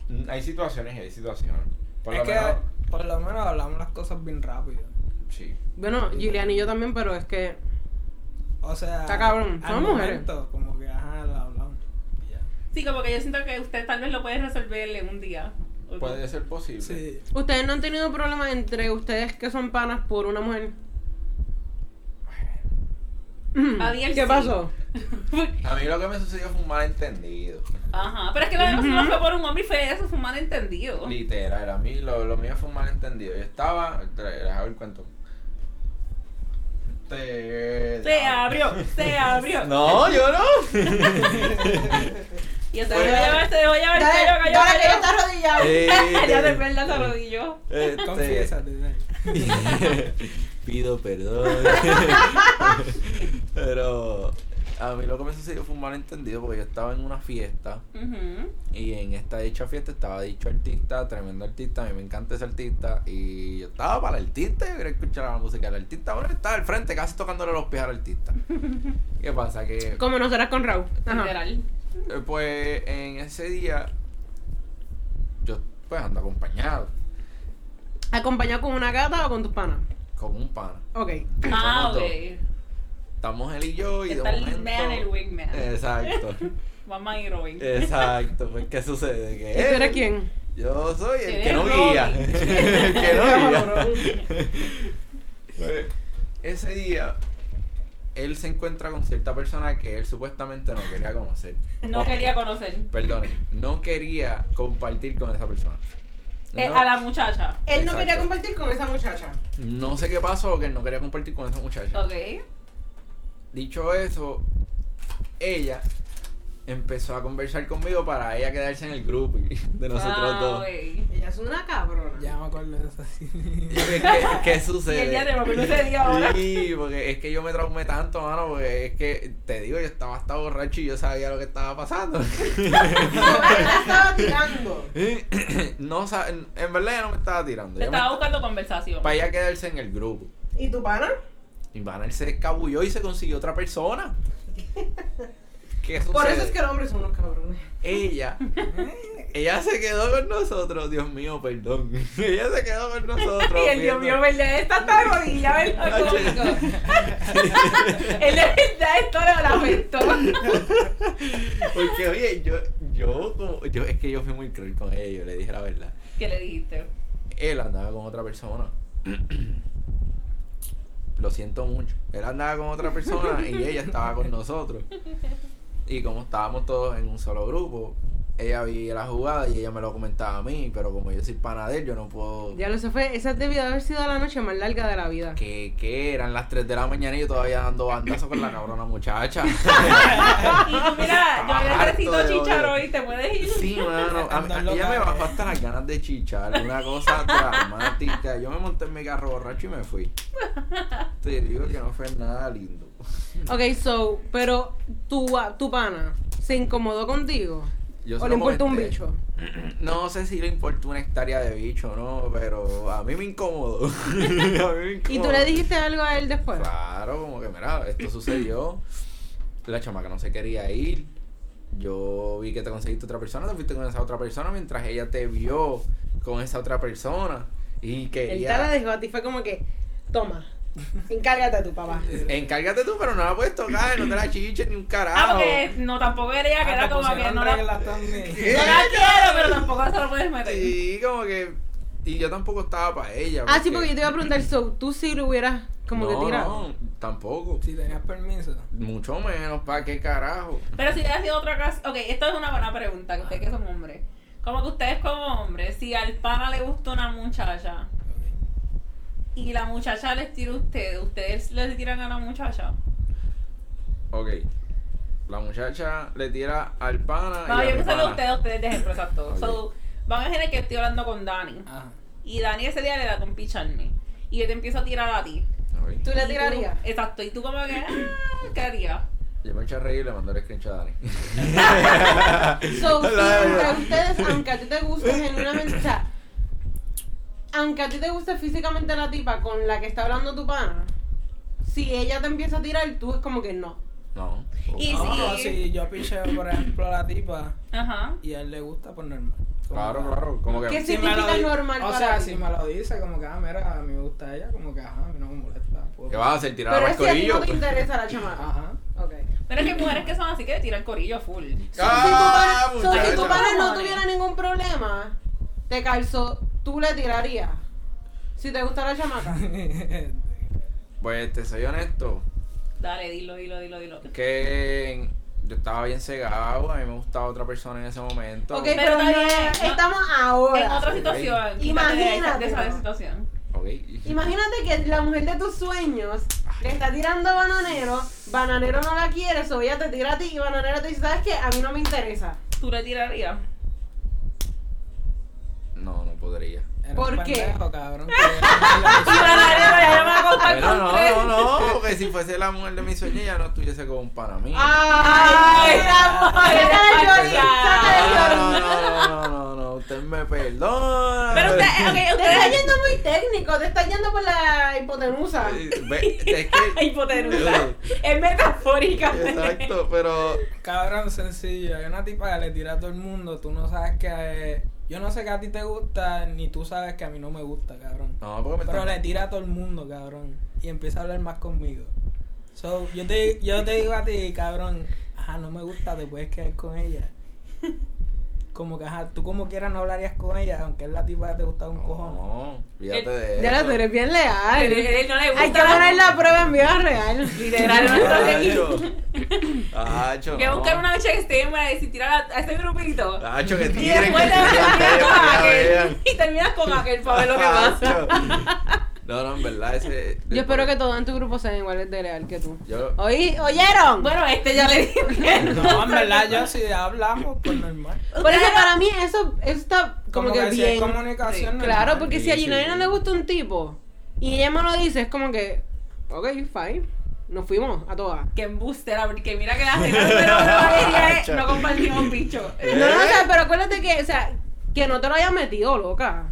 [SPEAKER 3] Mm, Hay situaciones y hay situaciones. Por
[SPEAKER 2] es
[SPEAKER 3] lo
[SPEAKER 2] que
[SPEAKER 3] menos,
[SPEAKER 2] por lo menos hablamos las cosas bien rápido.
[SPEAKER 3] sí.
[SPEAKER 1] Bueno, Gillian y yo también, pero es que
[SPEAKER 2] O sea,
[SPEAKER 1] Está cabrón,
[SPEAKER 2] al
[SPEAKER 1] somos mujeres.
[SPEAKER 2] momento, como que ajá, lo hablamos. y ya.
[SPEAKER 4] Sí, como que yo siento que usted tal vez lo puede resolverle un día. ¿O
[SPEAKER 3] Puede
[SPEAKER 4] no?
[SPEAKER 3] ser posible.
[SPEAKER 2] Sí.
[SPEAKER 1] ustedes no han tenido problemas entre ustedes que son panas por una mujer.
[SPEAKER 4] Adiel,
[SPEAKER 1] Mm. ¿Qué
[SPEAKER 4] sí.
[SPEAKER 1] pasó?
[SPEAKER 3] A mí lo que me sucedió fue un malentendido.
[SPEAKER 4] Ajá. Pero es que la vez no fue por un hombre y fue eso, fue un malentendido.
[SPEAKER 3] Literal, a mí lo, lo mío fue un malentendido. Yo estaba, déjame el cuento. Te,
[SPEAKER 4] Se abrió, se abrió.
[SPEAKER 3] No, yo no.
[SPEAKER 4] Y se dejó
[SPEAKER 3] Fue-
[SPEAKER 4] llevar, se dejó llevar, se cayó, cayó, cayó.
[SPEAKER 1] dale, que ella está arrodillada.
[SPEAKER 3] Este,
[SPEAKER 4] Ya de verdad se arrodilló.
[SPEAKER 3] este,
[SPEAKER 2] Confiésate. Dani.
[SPEAKER 3] Pido perdón. Pero a mí lo que me sucedió fue un malentendido porque yo estaba en una fiesta
[SPEAKER 4] Ujú.
[SPEAKER 3] y en esta dicha fiesta estaba dicho artista, tremendo artista, a mí me encanta ese artista y yo estaba para el artista, yo quería escuchar la música del artista, bueno, estaba al frente casi tocándole los pies al artista. ¿Qué pasa? Que
[SPEAKER 1] Como nosotras con Raúl. Ajá.
[SPEAKER 4] Literal.
[SPEAKER 3] eh, pues en ese día yo pues ando acompañado
[SPEAKER 1] ¿Acompañado con una gata o con tus panas?
[SPEAKER 3] con un pana.
[SPEAKER 1] Ok.
[SPEAKER 4] Ah,
[SPEAKER 3] Somos dos.
[SPEAKER 4] ok.
[SPEAKER 3] Estamos él y yo y
[SPEAKER 4] Que
[SPEAKER 3] de
[SPEAKER 4] Está el
[SPEAKER 3] momento- Eh.
[SPEAKER 4] man, el wingman.
[SPEAKER 3] Exacto,
[SPEAKER 4] Mamá y Robin.
[SPEAKER 3] exacto. Pues, ¿qué sucede? Que
[SPEAKER 1] ¿Y tú
[SPEAKER 3] él-
[SPEAKER 1] eres quién?
[SPEAKER 3] Yo soy el
[SPEAKER 4] Eres
[SPEAKER 3] que no
[SPEAKER 4] Robin.
[SPEAKER 3] guía. el que no guía. Pues, Ese día, él se encuentra con cierta persona que él supuestamente no quería conocer.
[SPEAKER 4] No quería conocer.
[SPEAKER 3] Perdón, no quería compartir con esa persona.
[SPEAKER 4] Eh,
[SPEAKER 3] No-
[SPEAKER 4] a la muchacha.
[SPEAKER 1] Él no quería
[SPEAKER 3] Exacto.
[SPEAKER 1] compartir con esa muchacha.
[SPEAKER 3] No sé qué pasó, que él no quería compartir con esa muchacha.
[SPEAKER 4] Ok.
[SPEAKER 3] Dicho eso, ella empezó a conversar conmigo para ella quedarse en el grupo y- de nosotros
[SPEAKER 4] Ah,
[SPEAKER 3] dos.
[SPEAKER 4] ok.
[SPEAKER 1] Ella es una cabrona.
[SPEAKER 2] Ya me acuerdo de eso. sí.
[SPEAKER 3] ¿Qué, qué, qué
[SPEAKER 4] Y el día de
[SPEAKER 3] sucede?
[SPEAKER 4] me acuerdo ese día ahora.
[SPEAKER 3] Sí, porque es que yo me traumé tanto, mano, porque es que te digo, yo estaba hasta borracho y yo sabía lo que estaba pasando.
[SPEAKER 1] Ella estaba tirando.
[SPEAKER 3] no sa- en verdad ella no me estaba tirando.
[SPEAKER 4] Te
[SPEAKER 3] ella me
[SPEAKER 4] estaba
[SPEAKER 3] esta-
[SPEAKER 4] buscando conversación.
[SPEAKER 3] para ella quedarse en el grupo.
[SPEAKER 1] ¿Y tu pana?
[SPEAKER 3] Y van él se escabulló y se consiguió otra persona. ¿Qué
[SPEAKER 1] Por
[SPEAKER 3] sucede?
[SPEAKER 1] eso es que los hombres son unos cabrones.
[SPEAKER 3] ella, ella se quedó con nosotros, Dios mío, perdón. Ella se quedó con nosotros.
[SPEAKER 4] Y el Dios mío,
[SPEAKER 3] viendo-
[SPEAKER 4] ¿verdad? Esta está de rodilla, ¿verdad? Cómico. Él de verdad esto lo lamento.
[SPEAKER 3] Porque oye, yo, yo, como- yo, es que yo fui muy cruel con ella, yo le dije la verdad.
[SPEAKER 4] ¿Qué le dijiste?
[SPEAKER 3] Él andaba con otra persona. Lo siento mucho. Él andaba con otra persona y ella estaba con nosotros. Y como estábamos todos en un solo grupo, ella veía la jugada y ella me lo comentaba a mí, pero como yo soy pana de él, yo no puedo...
[SPEAKER 1] Ya lo se fue. Esa debió haber sido la noche más larga de la vida.
[SPEAKER 3] Que, que eran las 3 de la mañana y yo todavía dando bandazo con la cabrona muchacha.
[SPEAKER 4] Y tú, mira, yo había
[SPEAKER 3] Harto
[SPEAKER 4] necesito
[SPEAKER 3] de
[SPEAKER 4] chicharo
[SPEAKER 3] odio.
[SPEAKER 4] y te puedes ir.
[SPEAKER 3] Sí, mano. A, a- ella me bajó hasta las ganas de chichar. Una cosa dramática. Yo me monté en mi carro borracho y me fui. Te digo que no fue nada lindo.
[SPEAKER 1] Ok, so, pero tu, tu pana se incomodó contigo.
[SPEAKER 3] Yo
[SPEAKER 1] o
[SPEAKER 3] se
[SPEAKER 1] le
[SPEAKER 3] lo
[SPEAKER 1] importa un
[SPEAKER 3] comenté.
[SPEAKER 1] bicho.
[SPEAKER 3] No sé si le importó una hectárea de bicho o no, pero a mí me incomodó. A mí me
[SPEAKER 1] ¿Y tú
[SPEAKER 3] incomodó.
[SPEAKER 1] le dijiste algo a él después?
[SPEAKER 3] Claro, como que mira, esto sucedió. La chamaca no se quería ir. Yo vi que te conseguiste otra persona, te fuiste con esa otra persona mientras ella te vio con esa otra persona. Y
[SPEAKER 1] El
[SPEAKER 3] quería.
[SPEAKER 1] tala dejó a ti, fue como que, toma, encárgate tú, papá.
[SPEAKER 3] Encárgate tú, pero no la puedes tocar, no te la chiches ni un
[SPEAKER 4] Ah,
[SPEAKER 3] carajo. Ah,
[SPEAKER 4] porque no, tampoco quería que
[SPEAKER 2] Ah,
[SPEAKER 4] era como que no la, no la
[SPEAKER 2] también.
[SPEAKER 4] quiero, pero tampoco se la puedes meter.
[SPEAKER 3] Sí, como que. Y yo tampoco estaba para ella.
[SPEAKER 1] Ah, sí, porque yo te iba a preguntar, so, tú sí lo hubieras como
[SPEAKER 3] no,
[SPEAKER 1] que tirado.
[SPEAKER 3] No, tampoco.
[SPEAKER 2] Si tenías permiso.
[SPEAKER 3] Mucho menos, ¿para qué carajo?
[SPEAKER 4] Pero si hubiera sido otra casa. Ok, esto es una buena pregunta, que ustedes que son hombres. Como que ustedes como hombres, si al pana le gusta una muchacha y la muchacha les tira a ustedes, ¿ustedes les tiran a la muchacha?
[SPEAKER 3] Ok. La muchacha le tira al pana.
[SPEAKER 1] Ah,
[SPEAKER 4] No,
[SPEAKER 3] Ah, y a
[SPEAKER 4] yo
[SPEAKER 3] mi
[SPEAKER 4] pienso que
[SPEAKER 3] pana.
[SPEAKER 4] ustedes, ustedes de ejemplo, exacto.
[SPEAKER 3] Ok.
[SPEAKER 4] So, van a imaginar que estoy hablando con Dani.
[SPEAKER 2] Ajá.
[SPEAKER 4] Y Dani ese día le da con picharme. Y yo te empiezo a tirar a ti.
[SPEAKER 3] Ok.
[SPEAKER 1] ¿Tú le
[SPEAKER 4] Y
[SPEAKER 1] tirarías?
[SPEAKER 4] Exacto. Y tú como que, ah, ¿qué harías?
[SPEAKER 3] Yo me eché a reír y le mandé el screenshot a Dani.
[SPEAKER 1] So,
[SPEAKER 3] La-
[SPEAKER 1] sí,
[SPEAKER 3] la-
[SPEAKER 1] entre ustedes, aunque a ti te guste genuinamente, o sea, aunque a ti te guste físicamente la tipa con la que está hablando tu pana, si ella te empieza a tirar, tú es como que no.
[SPEAKER 3] No.
[SPEAKER 4] Y
[SPEAKER 2] No,
[SPEAKER 4] sí.
[SPEAKER 2] no, si Ah, yo picheo, por ejemplo, a la tipa
[SPEAKER 4] Ajá.
[SPEAKER 2] y a él le gusta, pues normal. Como
[SPEAKER 3] Claro,
[SPEAKER 2] que-
[SPEAKER 3] claro. Como que.
[SPEAKER 1] ¿Qué
[SPEAKER 2] Si me
[SPEAKER 1] significa
[SPEAKER 2] di-
[SPEAKER 1] normal
[SPEAKER 2] O
[SPEAKER 1] para
[SPEAKER 2] sea,
[SPEAKER 1] ti?
[SPEAKER 2] si me lo dice, como que, ah, mira, a mí me gusta ella, como que, ajá, a mí no me molesta. puedo-
[SPEAKER 3] ¿Qué vas a hacer? ¿Tirar
[SPEAKER 1] Pero
[SPEAKER 3] al
[SPEAKER 1] es que a ti
[SPEAKER 3] corillo?
[SPEAKER 1] no te interesa la chamada.
[SPEAKER 2] Ajá.
[SPEAKER 1] Ah, Ok.
[SPEAKER 4] Pero es que hay mujeres que son así que le tiran corillo full.
[SPEAKER 3] Ah,
[SPEAKER 1] So, si tu
[SPEAKER 3] muchacha.
[SPEAKER 1] pana no
[SPEAKER 4] Cojones.
[SPEAKER 1] tuviera ningún problema, te calzó, tú le tirarías. Si te gusta la chamaca.
[SPEAKER 3] Pues te soy honesto.
[SPEAKER 4] Dale, dilo, dilo, dilo, dilo.
[SPEAKER 3] Que yo estaba bien cegado. A mí me gustaba otra persona en ese momento.
[SPEAKER 1] Ok,
[SPEAKER 4] Pero
[SPEAKER 1] pero
[SPEAKER 4] está
[SPEAKER 1] no,
[SPEAKER 4] bien, ¿no?
[SPEAKER 1] estamos
[SPEAKER 4] En
[SPEAKER 1] ahora.
[SPEAKER 4] otra situación.
[SPEAKER 1] Imagínate.
[SPEAKER 4] quítate de esa- De esa situación.
[SPEAKER 3] Ok.
[SPEAKER 1] Imagínate que la mujer de tus sueños le está tirando a Bananero, Bananero no la quiere, so ella te tira a ti y Bananero te dice, ¿sabes qué? A mí no me interesa.
[SPEAKER 4] ¿Tú le tirarías?
[SPEAKER 3] No, no podría.
[SPEAKER 2] Era
[SPEAKER 1] ¿Por
[SPEAKER 2] un
[SPEAKER 1] qué?
[SPEAKER 2] pendejo, cabrón.
[SPEAKER 4] Y para la ya me va a contar
[SPEAKER 3] Pero
[SPEAKER 4] con
[SPEAKER 3] no,
[SPEAKER 4] tres.
[SPEAKER 3] no, no. Porque si fuese la mujer de mi sueño, ya no estuviese con un pana mío.
[SPEAKER 1] Ah, ¡Ay, la
[SPEAKER 4] ay,
[SPEAKER 1] mujer! ¡Saca
[SPEAKER 4] ay,
[SPEAKER 1] de Johnny! ¡Saca de
[SPEAKER 3] No,
[SPEAKER 1] Johnny!
[SPEAKER 3] no, no, no, no, no. Usted me perdona.
[SPEAKER 4] Pero usted, ok,
[SPEAKER 1] Te está
[SPEAKER 4] ustedes.
[SPEAKER 1] yendo muy técnico, te está yendo por la hipotenusa.
[SPEAKER 3] Eh, ve- Es que.
[SPEAKER 4] Hipotenusa. Es metafórica.
[SPEAKER 3] Exacto, pero.
[SPEAKER 2] Cabrón, sencillo. Hay una tipa que le tira a todo el mundo. Tú no sabes que. Yo no sé que a ti te gusta, ni tú sabes que a mí no me gusta, cabrón.
[SPEAKER 3] No, porque me
[SPEAKER 1] Pues
[SPEAKER 3] está-
[SPEAKER 2] Pero le tira a todo el mundo, cabrón. Y empieza a hablar más conmigo. So, yo te, yo te digo a ti, cabrón, ajá, no me gusta, te puedes quedar con ella. Como que, ajá, tú como quieras no hablarías con ella, aunque es la tipa que te gusta un cojón.
[SPEAKER 3] No, fíjate de eso.
[SPEAKER 1] Ya la tú eres bien leal.
[SPEAKER 4] Él no le gusta.
[SPEAKER 1] Hay que poner la prueba en vida real.
[SPEAKER 4] Literal, no está aquí.
[SPEAKER 3] Tacho. Tacho,
[SPEAKER 4] Que
[SPEAKER 3] no.
[SPEAKER 4] buscar una noche que esté en buena y si tirar a, a este grupito.
[SPEAKER 3] Tacho, que
[SPEAKER 4] Y
[SPEAKER 3] tiren, Ah, que
[SPEAKER 4] después
[SPEAKER 3] tiren,
[SPEAKER 4] terminas
[SPEAKER 3] que
[SPEAKER 4] con aquel. Y terminas con
[SPEAKER 3] vean.
[SPEAKER 4] aquel para ver lo que
[SPEAKER 3] Ah,
[SPEAKER 4] pasa.
[SPEAKER 3] Tacho. No, no, en verdad, ese.
[SPEAKER 1] Yo espero que todos en tu grupo sean iguales de leal que tú.
[SPEAKER 3] Yo.
[SPEAKER 1] ¿Oí? ¿Oyeron?
[SPEAKER 4] Bueno, este ya le digo que no.
[SPEAKER 2] No, en verdad, yo si hablamos, pues normal.
[SPEAKER 1] Por eso para mí eso, eso está como, que,
[SPEAKER 2] si
[SPEAKER 1] bien.
[SPEAKER 2] es comunicación, normal.
[SPEAKER 1] Claro, porque si a
[SPEAKER 3] Sí, sí.
[SPEAKER 1] Gina le gusta un tipo y ella me lo dice, es como que, ok, fine, nos fuimos a todas.
[SPEAKER 4] Que embustera, porque mira que la regla número uno de Valeria es,
[SPEAKER 3] Chacho.
[SPEAKER 4] no compartimos bicho.
[SPEAKER 1] No, no, o sea, pero acuérdate que, o sea, que no te lo hayas metido, loca.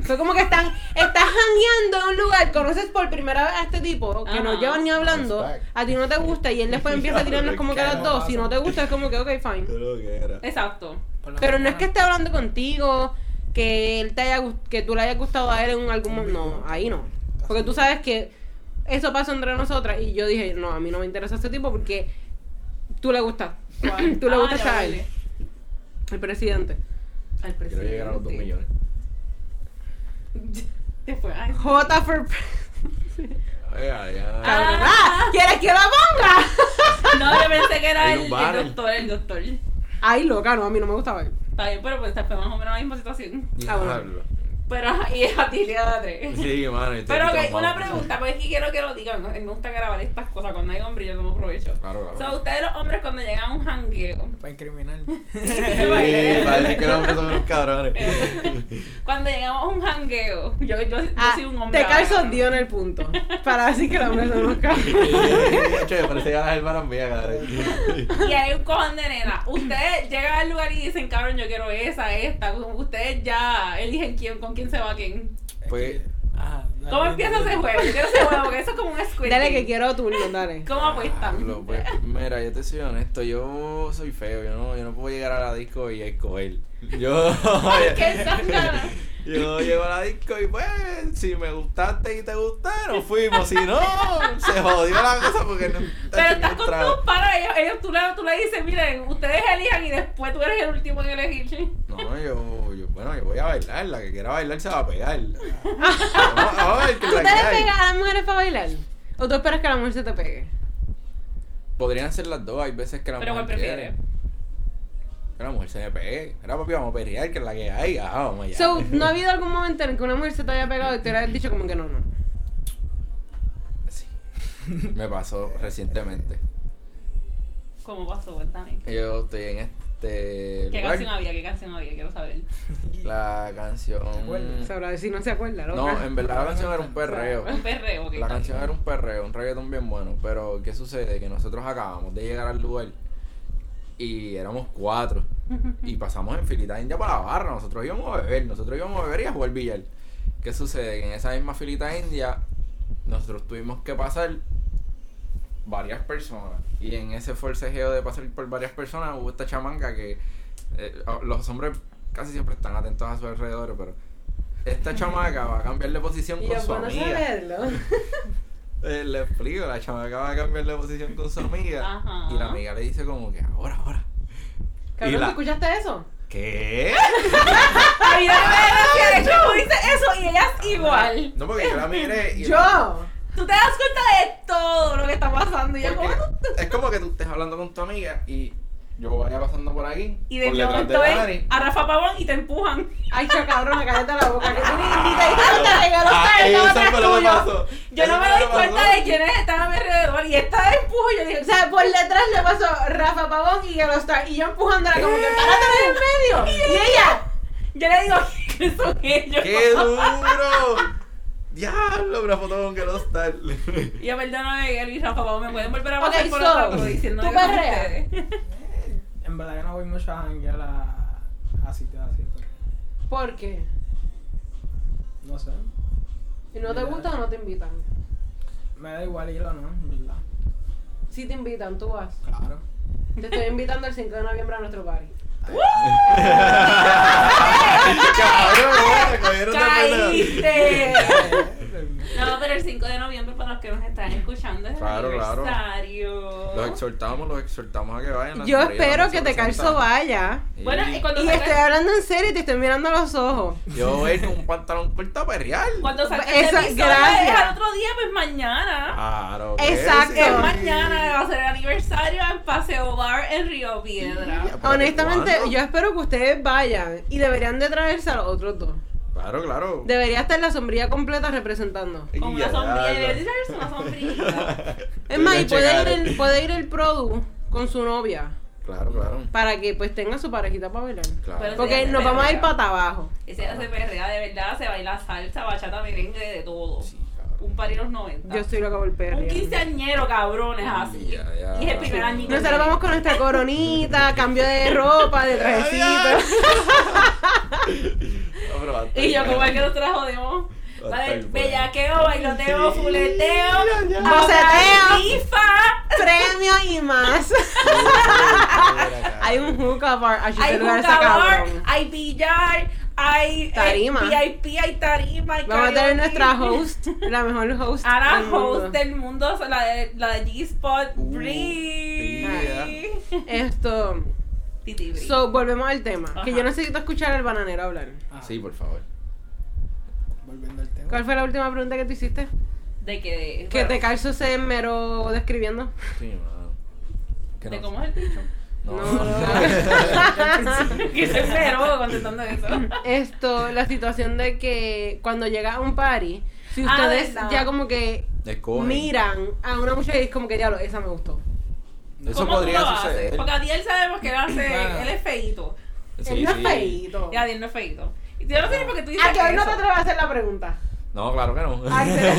[SPEAKER 1] Fue como que están, estás jangueando en un lugar, conoces por primera vez a este tipo, que no
[SPEAKER 4] Ajá.
[SPEAKER 1] llevan ni hablando,
[SPEAKER 3] Respect.
[SPEAKER 1] a ti no te gusta y él después empieza a tirarnos como que a los
[SPEAKER 2] Claro,
[SPEAKER 1] dos, si no te gusta es como que, ok, fine.
[SPEAKER 3] Yo lo que era.
[SPEAKER 4] Exacto.
[SPEAKER 2] Por lo
[SPEAKER 1] Pero no
[SPEAKER 2] menos.
[SPEAKER 1] es que esté hablando contigo, que él te haya gust- que tú le hayas gustado a él en algún momento. No, ahí no. Porque tú sabes que eso pasa entre nosotras y yo dije, no, a mí no me interesa ese tipo porque tú le gustas. tú le
[SPEAKER 4] Ah,
[SPEAKER 1] gustas
[SPEAKER 4] ya
[SPEAKER 1] a él,
[SPEAKER 4] vale.
[SPEAKER 1] el presidente.
[SPEAKER 4] Al
[SPEAKER 3] Quiero
[SPEAKER 4] presidente.
[SPEAKER 3] llegar a los dos millones.
[SPEAKER 4] Después, ay.
[SPEAKER 1] J for pre-
[SPEAKER 3] Ay, ay, ay.
[SPEAKER 4] Ah.
[SPEAKER 1] Ah, ¿Quieres que la ponga?
[SPEAKER 4] No, yo pensé que era
[SPEAKER 3] Hay
[SPEAKER 4] el,
[SPEAKER 3] un
[SPEAKER 4] el
[SPEAKER 3] bar.
[SPEAKER 4] doctor, el doctor.
[SPEAKER 1] Ay, loca, no, a mí no me gustaba.
[SPEAKER 4] Está bien, pero pues está fue más o menos la misma situación.
[SPEAKER 1] Ah, bueno.
[SPEAKER 3] Diablo.
[SPEAKER 4] Pero, ajá, y es habilidad de tres.
[SPEAKER 3] Sí, mano. y te-
[SPEAKER 4] Pero
[SPEAKER 3] te
[SPEAKER 4] ok,
[SPEAKER 3] tomamos.
[SPEAKER 4] una pregunta, porque es que quiero que lo digan. Me gusta grabar estas cosas. Cuando hay hombre, yo tomo provecho.
[SPEAKER 3] Claro,
[SPEAKER 4] O
[SPEAKER 3] claro.
[SPEAKER 4] sea, ustedes los hombres cuando llegan a un jangueo,
[SPEAKER 2] Para incriminar.
[SPEAKER 3] Sí,
[SPEAKER 4] baile.
[SPEAKER 3] parece que los hombres son unos cabrones.
[SPEAKER 4] cuando llegamos a un jangueo, yo, yo, yo
[SPEAKER 1] Ah,
[SPEAKER 4] soy un hombre.
[SPEAKER 1] te calzo
[SPEAKER 4] ahora, ¿no?
[SPEAKER 1] Dios en el punto. Para decir que la mujer no nos
[SPEAKER 3] Che, parece que las hermanas mías, cabrón.
[SPEAKER 4] Y hay un cojón de nena. Ustedes llegan al lugar y dicen, cabrón, yo quiero esa, esta. Como que Ustedes ya eligen quién, con quién se va quién.
[SPEAKER 3] Pues,
[SPEAKER 2] Ajá, dale,
[SPEAKER 4] ¿Cómo empieza
[SPEAKER 2] dale.
[SPEAKER 4] ese juego? Yo quiero ese juego, porque eso es como un squid.
[SPEAKER 1] Dale que
[SPEAKER 4] game.
[SPEAKER 1] quiero turno, dale.
[SPEAKER 4] ¿Cómo apuestan?
[SPEAKER 3] Diablo, pues, mira, yo te soy honesto, yo soy feo, yo no, yo no puedo llegar a la disco y escoger. Yo,
[SPEAKER 4] qué zángano.
[SPEAKER 3] yo llego a la disco y pues, si me gustaste y te gusté, nos fuimos, si no, se jodió la cosa porque no
[SPEAKER 4] Pero estás con
[SPEAKER 3] encontraba.
[SPEAKER 4] tus panas, ellos, ellos tú, le, tú le dices, miren, ustedes elijan y después tú eres el último en elegir.
[SPEAKER 3] No, yo, yo, bueno, yo voy a bailar, la que quiera bailar se va a pegar. Vamos a ver, que
[SPEAKER 1] ¿Tú
[SPEAKER 3] la
[SPEAKER 1] te le
[SPEAKER 3] que hay.
[SPEAKER 1] pegas a las mujeres para bailar? ¿O tú esperas que la mujer se te pegue?
[SPEAKER 3] Podrían ser las dos, hay veces que la
[SPEAKER 4] Pero
[SPEAKER 3] mujer
[SPEAKER 4] ¿cuál prefieres?
[SPEAKER 3] quiere. Que la mujer se me pegue. Era papi, vamos a perrear, que es la que hay. Ah, vamos allá.
[SPEAKER 1] So, ¿no ha habido algún momento en el que una mujer se te haya pegado y te hubieras dicho como que no, no?
[SPEAKER 3] Sí. Me pasó recientemente.
[SPEAKER 4] ¿Cómo pasó? Cuéntame.
[SPEAKER 3] Yo estoy en este
[SPEAKER 4] ¿Qué
[SPEAKER 3] lugar.
[SPEAKER 4] canción había? ¿Qué canción había? Quiero saber.
[SPEAKER 3] La canción.
[SPEAKER 2] acuerdas?
[SPEAKER 1] Sabrá decir, Mm. no se acuerda, loca.
[SPEAKER 3] No, en verdad la canción era un perreo.
[SPEAKER 4] Un perreo. ok.
[SPEAKER 3] La canción era un perreo, un reggaetón bien bueno. Pero, ¿qué sucede? Que nosotros acabamos de llegar al lugar y éramos cuatro. Y pasamos en filita india para la barra. Nosotros íbamos a beber, nosotros íbamos a beber y a jugar billar. ¿Qué sucede? Que en esa misma filita india, nosotros tuvimos que pasar varias personas. Y en ese forcejeo de pasar por varias personas, hubo esta chamanca que eh, los hombres casi siempre están atentos a su alrededor, pero. Esta chamaca va a cambiar de posición
[SPEAKER 1] Y
[SPEAKER 3] con
[SPEAKER 1] yo "Pues
[SPEAKER 3] su
[SPEAKER 1] puedo
[SPEAKER 3] amiga.
[SPEAKER 1] saberlo.
[SPEAKER 3] Eh, le explico, la chamaca va a cambiar de posición con su amiga.
[SPEAKER 4] Ajá.
[SPEAKER 3] Y la amiga le dice como que ahora, ahora.
[SPEAKER 1] Cabrón,
[SPEAKER 3] la-
[SPEAKER 1] ¿tú escuchaste eso?
[SPEAKER 3] ¿Qué?
[SPEAKER 4] ¡Ay, mira qué desgraciada! Es que tú dices eso y ella es igual.
[SPEAKER 3] No, porque yo la miré y...
[SPEAKER 1] ¡Yo!
[SPEAKER 4] Tú te das cuenta de todo lo que está pasando. Y yo,
[SPEAKER 3] porque
[SPEAKER 4] ¿cómo tú?
[SPEAKER 3] es como que tú estés hablando con tu amiga y yo vaya pasando por aquí.
[SPEAKER 4] Y de
[SPEAKER 3] por detrás
[SPEAKER 4] momento
[SPEAKER 3] de
[SPEAKER 4] ves
[SPEAKER 3] Dani.
[SPEAKER 4] a Rafa Pavón y te empujan.
[SPEAKER 1] Ay, cho, cabrón, me cállate la boca, que tú ni ni te dijiste, te regaló
[SPEAKER 3] Ah,
[SPEAKER 1] tal,
[SPEAKER 3] eso fue
[SPEAKER 1] estaba atrás
[SPEAKER 3] lo que
[SPEAKER 1] tuyo.
[SPEAKER 3] pasó.
[SPEAKER 4] Yo
[SPEAKER 3] Eso
[SPEAKER 4] no me
[SPEAKER 3] fue
[SPEAKER 4] doy
[SPEAKER 3] lo que
[SPEAKER 4] cuenta
[SPEAKER 3] pasó.
[SPEAKER 4] de quiénes están a mi alrededor. Y esta de empujo, yo digo,
[SPEAKER 1] O sea, por detrás le pasó Rafa Pavón y Yellowstar y yo empujándola como que párate en el medio. Y ella,
[SPEAKER 4] Yo le digo, ¿qué son ellos?
[SPEAKER 3] ¡Qué duro! ¡Diablo! Una foto con que no está.
[SPEAKER 4] eh, Y yo, perdóname, Elvis, Rafa Pavón, me pueden volver a
[SPEAKER 1] Ok,
[SPEAKER 4] pasar por
[SPEAKER 1] so,
[SPEAKER 4] otro lado diciendo
[SPEAKER 1] ¿tú
[SPEAKER 4] que son
[SPEAKER 1] perreas?
[SPEAKER 4] ustedes.
[SPEAKER 2] En verdad yo no voy mucho a janguear a, a sitios así, pero
[SPEAKER 1] ¿por qué?
[SPEAKER 2] no sé.
[SPEAKER 1] ¿Y no te gusta o no te invitan?
[SPEAKER 2] Me da igual ir o no, en verdad.
[SPEAKER 1] Si te invitan, tú vas.
[SPEAKER 2] Claro.
[SPEAKER 1] Te estoy invitando el 5 de noviembre a nuestro party.
[SPEAKER 3] ¡Cabrón! ¡Te cogieron de pendejo.
[SPEAKER 4] ¡Caíste!
[SPEAKER 2] Eh,
[SPEAKER 4] No, pero el 5 de noviembre, para los que nos están escuchando, es
[SPEAKER 3] Claro,
[SPEAKER 4] el
[SPEAKER 3] claro.
[SPEAKER 4] aniversario.
[SPEAKER 3] Los exhortamos, los exhortamos a que vayan. la
[SPEAKER 1] Yo
[SPEAKER 3] sombrilla
[SPEAKER 1] espero
[SPEAKER 3] no se
[SPEAKER 1] que te
[SPEAKER 3] presenta.
[SPEAKER 1] calzo vaya.
[SPEAKER 4] Bueno, y cuando
[SPEAKER 1] Y este estoy
[SPEAKER 4] salgas,
[SPEAKER 1] hablando en serio y te estoy mirando a los ojos.
[SPEAKER 3] Yo voy con un pantalón corto a perrear.
[SPEAKER 4] cuando salgas
[SPEAKER 1] Esa-
[SPEAKER 4] de episodio,
[SPEAKER 1] gracias.
[SPEAKER 4] es al otro día, pues mañana.
[SPEAKER 3] Claro.
[SPEAKER 1] Exacto.
[SPEAKER 3] que
[SPEAKER 4] Es
[SPEAKER 1] sí.
[SPEAKER 4] mañana, va a ser el aniversario en Paseo Bar en Río Piedra.
[SPEAKER 3] ¿Para
[SPEAKER 1] Honestamente,
[SPEAKER 3] cuándo?
[SPEAKER 1] yo espero que ustedes vayan y deberían de traerse a los otros dos.
[SPEAKER 3] Claro, claro.
[SPEAKER 1] Debería estar la sombrilla completa representando.
[SPEAKER 4] Con
[SPEAKER 3] Ya,
[SPEAKER 4] una sombrilla,
[SPEAKER 3] ya.
[SPEAKER 4] deberías traerse una sombrilla.
[SPEAKER 1] Es más,
[SPEAKER 3] Deben
[SPEAKER 1] y
[SPEAKER 3] checar.
[SPEAKER 1] puede ir, el, puede ir el Produ con su novia
[SPEAKER 3] Claro, claro.
[SPEAKER 1] para que pues tenga su parejita para bailar.
[SPEAKER 3] Claro.
[SPEAKER 4] Pero-
[SPEAKER 1] Porque nos vamos a ir para abajo.
[SPEAKER 4] Ese hace perrea, de verdad, se baila salsa, bachata, merengue, de todo.
[SPEAKER 3] Sí, cabrón.
[SPEAKER 4] Un par de los 90.
[SPEAKER 1] Yo estoy loca por el perro.
[SPEAKER 4] Un quinceañero, cabrones, así.
[SPEAKER 3] Ya, ya.
[SPEAKER 4] Y es el primer
[SPEAKER 3] Sí.
[SPEAKER 4] año.
[SPEAKER 1] Nosotros vamos con nuestra coronita, cambio de ropa, de trajecito.
[SPEAKER 3] No, pero va a estar
[SPEAKER 4] Y yo, como es
[SPEAKER 3] bueno.
[SPEAKER 4] que nosotras jodemos.
[SPEAKER 3] Va a
[SPEAKER 4] Vale,
[SPEAKER 3] estar
[SPEAKER 4] bellaqueo, bailoteo,
[SPEAKER 3] Sí,
[SPEAKER 4] fuleteo,
[SPEAKER 3] ya, ya.
[SPEAKER 4] abrazar,
[SPEAKER 1] Boceteo.
[SPEAKER 4] rifa.
[SPEAKER 1] Premio y más. Hay un hookah bar. Ay,
[SPEAKER 4] Hay
[SPEAKER 1] este lugar está
[SPEAKER 4] jugador,
[SPEAKER 1] cabrón.
[SPEAKER 4] hay billar, hay eh,
[SPEAKER 1] Tarima.
[SPEAKER 4] VIP, hay tarima. hay
[SPEAKER 1] Vamos a tener
[SPEAKER 4] karaoke.
[SPEAKER 1] nuestra host, la mejor host.
[SPEAKER 4] A la
[SPEAKER 1] del mundo.
[SPEAKER 4] host del mundo, o sea, la de, la de G-Spot,
[SPEAKER 3] Uh,
[SPEAKER 4] Bree.
[SPEAKER 3] yeah.
[SPEAKER 1] Esto.
[SPEAKER 4] Titi Bree.
[SPEAKER 1] So, volvemos al tema. Que
[SPEAKER 4] Ajá.
[SPEAKER 1] yo necesito escuchar al bananero hablar.
[SPEAKER 2] ah,
[SPEAKER 3] Sí, por favor.
[SPEAKER 2] Volviendo al tema.
[SPEAKER 1] ¿Cuál fue la última pregunta que tú hiciste?
[SPEAKER 4] de que.
[SPEAKER 1] Que
[SPEAKER 4] bueno,
[SPEAKER 1] te calzo se mero describiendo.
[SPEAKER 3] Sí, mano. Que
[SPEAKER 4] ¿De
[SPEAKER 3] no-
[SPEAKER 4] cómo es el bicho?
[SPEAKER 1] No,
[SPEAKER 4] que se esperó contestando eso.
[SPEAKER 1] Esto, la situación de que cuando llega a un party, si
[SPEAKER 4] Ah,
[SPEAKER 1] ustedes
[SPEAKER 4] ¿verdad?
[SPEAKER 1] ya como que
[SPEAKER 3] Escogen.
[SPEAKER 1] miran a una muchacha y es como que diablo, esa me gustó.
[SPEAKER 3] Eso
[SPEAKER 4] ¿Cómo tú
[SPEAKER 3] podría
[SPEAKER 4] lo haces?
[SPEAKER 3] suceder.
[SPEAKER 4] Porque Adiel sabemos que él hace,
[SPEAKER 2] Bueno.
[SPEAKER 4] él es feíto.
[SPEAKER 3] Sí,
[SPEAKER 1] es
[SPEAKER 3] sí.
[SPEAKER 1] feíto.
[SPEAKER 4] Y Adiel no es feíto. Y yo no sé ni por qué tú dices
[SPEAKER 1] ¿A Ah, que hoy no
[SPEAKER 4] eso.
[SPEAKER 1] te atreves a hacer la pregunta?
[SPEAKER 3] No, claro que no.
[SPEAKER 1] ¡Ay, se- ¡Ay,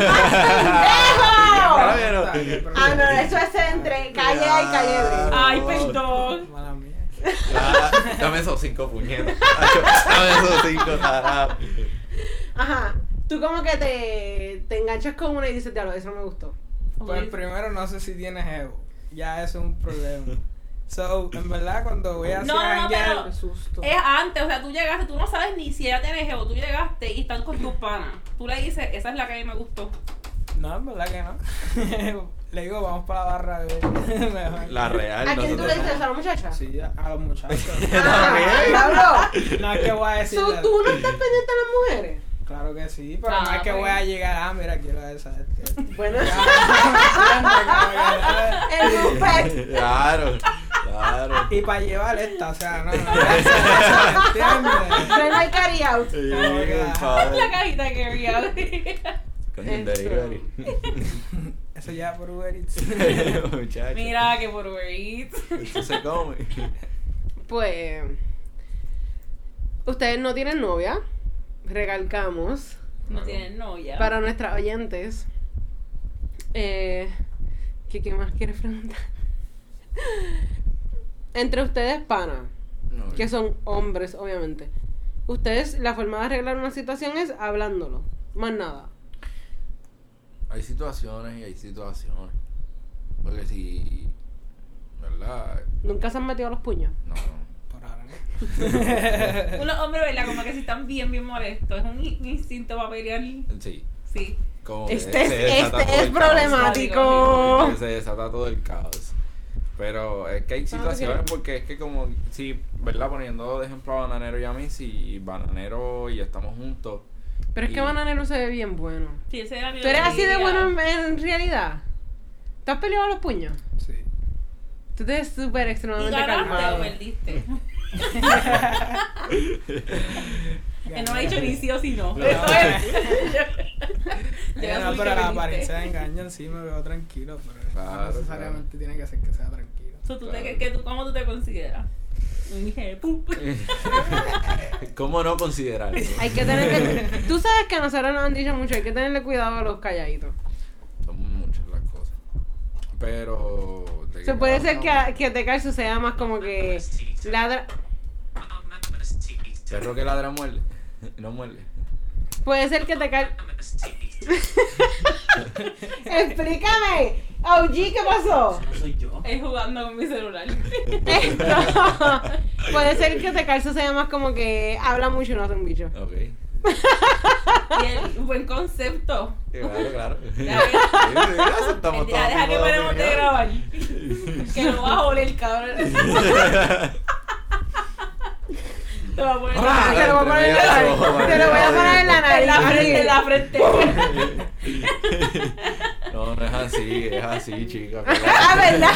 [SPEAKER 1] pendejo!
[SPEAKER 3] Claro
[SPEAKER 2] Está
[SPEAKER 3] que
[SPEAKER 2] bien,
[SPEAKER 3] no.
[SPEAKER 2] pero-
[SPEAKER 1] Ah, no, eso es entre calle y calle.
[SPEAKER 4] Ay, pues, perdón.
[SPEAKER 2] Mala mía.
[SPEAKER 3] Ya, Dame esos cinco puñetas. Dame esos cinco. tarado.
[SPEAKER 1] Ajá. Tú como que te, te enganchas con una y dices, diablo, eso me gustó.
[SPEAKER 2] Pues primero no sé si tiene jevo. Ya eso es un problema. So, en verdad cuando voy a hacer
[SPEAKER 4] No, no, no,
[SPEAKER 2] janguear-
[SPEAKER 4] pero- eh.
[SPEAKER 1] Qué susto.
[SPEAKER 4] Es antes, o sea, tú llegaste, tú no sabes ni si ella tiene jevo, tú llegaste y están con tus panas. Tú le dices, esa es la que a mí me gustó.
[SPEAKER 2] No, en verdad que no. le digo, vamos para la barra a ver. Mejor.
[SPEAKER 3] La real.
[SPEAKER 1] ¿A quién tú
[SPEAKER 3] nosotros-
[SPEAKER 1] le dices eso a la muchacha?
[SPEAKER 2] Sí, a- a los muchachos.
[SPEAKER 1] Ah, diablo.
[SPEAKER 2] no es que voy a decir.
[SPEAKER 1] So, ¿Tú no estás pendiente a las mujeres?
[SPEAKER 2] Claro que sí, pero no
[SPEAKER 4] Ah,
[SPEAKER 2] es que
[SPEAKER 4] pues.
[SPEAKER 2] voy a llegar. Ah, mira, quiero a esa. este".
[SPEAKER 1] Bueno,
[SPEAKER 2] Ya,
[SPEAKER 1] el buffet.
[SPEAKER 3] Claro, claro.
[SPEAKER 2] y para llevar esta, o sea, no, no, ¿entiendes?
[SPEAKER 1] Ven al carry out.
[SPEAKER 3] Sí,
[SPEAKER 2] Oiga.
[SPEAKER 3] padre.
[SPEAKER 4] La cajita de carry out.
[SPEAKER 3] Coño, el delivery.
[SPEAKER 2] Eso ya por Uber Eats.
[SPEAKER 3] Muchacho.
[SPEAKER 4] Mira que por Uber Eats.
[SPEAKER 3] Esto se come.
[SPEAKER 1] Pues. Ustedes no tienen novia. Recalcamos.
[SPEAKER 4] No tienen novia.
[SPEAKER 1] Para nuestras oyentes. Eh, ¿qué, qué más quieres preguntar? Entre ustedes, pana.
[SPEAKER 3] No,
[SPEAKER 1] Que son hombres, obviamente. Ustedes, la forma de arreglar una situación es hablándolo. Más nada.
[SPEAKER 3] Hay situaciones y hay situaciones. Porque si. ¿Verdad?
[SPEAKER 1] Nunca se han metido los puños.
[SPEAKER 3] No.
[SPEAKER 2] Por ahora, ¿no?
[SPEAKER 4] Unos hombres, ¿verdad? Como que si están bien, bien molestos. Es un in- instinto para pelear.
[SPEAKER 3] Sí.
[SPEAKER 4] Sí.
[SPEAKER 3] Como que
[SPEAKER 1] Este es,
[SPEAKER 3] se desata todo
[SPEAKER 1] este es
[SPEAKER 3] el caos.
[SPEAKER 1] problemático.
[SPEAKER 3] Se desata todo el caos. Pero es que hay situaciones porque es que como si, ¿verdad? Poniendo de ejemplo a Bananero y a mí, si Bananero y yo estamos juntos,
[SPEAKER 1] Pero es que
[SPEAKER 3] Y-
[SPEAKER 1] Bananero se ve bien bueno.
[SPEAKER 4] Sí, ese era mi
[SPEAKER 1] ¿Tú eres así de
[SPEAKER 4] día.
[SPEAKER 1] bueno en, en realidad? ¿Tú has peleado a los puños?
[SPEAKER 2] Sí.
[SPEAKER 1] Tú te ves súper
[SPEAKER 4] ¿Y
[SPEAKER 1] extremadamente
[SPEAKER 4] ganaste o
[SPEAKER 1] calmado.
[SPEAKER 4] perdiste? Él no me ha dicho ni sí o si no.
[SPEAKER 3] No.
[SPEAKER 4] Eso es.
[SPEAKER 2] Eh,
[SPEAKER 4] Yo
[SPEAKER 2] no,
[SPEAKER 4] soy que
[SPEAKER 2] pero la
[SPEAKER 4] perdiste.
[SPEAKER 2] apariencia de engaño sí me veo tranquilo, pero
[SPEAKER 3] Claro,
[SPEAKER 2] no necesariamente tiene que ser que sea tranquilo.
[SPEAKER 4] So, ¿tú te- que- que tú- ¿Cómo tú te consideras? Un jepu.
[SPEAKER 3] ¿cómo no considerarlo?
[SPEAKER 1] Hay que tener que... Tú sabes que a nosotros nos han dicho mucho, hay que tenerle cuidado a los calladitos.
[SPEAKER 3] Son muchas las cosas. Pero... de
[SPEAKER 1] Se
[SPEAKER 3] que
[SPEAKER 1] puede
[SPEAKER 3] cada
[SPEAKER 1] ser que,
[SPEAKER 3] uno-
[SPEAKER 1] a- que te calzo sea más como que... Ladra...
[SPEAKER 3] Perro que ladra muerde. No muerde.
[SPEAKER 1] Puede ser que te cal... ¡Explícame! OG, ¿qué pasó?
[SPEAKER 6] No soy yo.
[SPEAKER 4] Es jugando con mi celular.
[SPEAKER 1] Esto. Puede ser que te calzo sea más como que habla mucho y no hace un bicho.
[SPEAKER 3] Ok.
[SPEAKER 4] Bien, buen concepto.
[SPEAKER 3] Claro, claro.
[SPEAKER 4] Ya,
[SPEAKER 3] Sí, sí, aceptamos
[SPEAKER 4] Ya,
[SPEAKER 3] todo
[SPEAKER 4] deja
[SPEAKER 3] tipo
[SPEAKER 4] que
[SPEAKER 3] de
[SPEAKER 4] paremos de
[SPEAKER 3] opinión.
[SPEAKER 4] grabar. Que no vas a oler, cabrón. Te voy a poner
[SPEAKER 1] Ah, te lo voy a poner en la nariz. Te lo voy a poner en la
[SPEAKER 4] en la frente, en la
[SPEAKER 1] nariz.
[SPEAKER 4] frente.
[SPEAKER 3] No, no es así, es así, chica.
[SPEAKER 1] Ah, ¿verdad?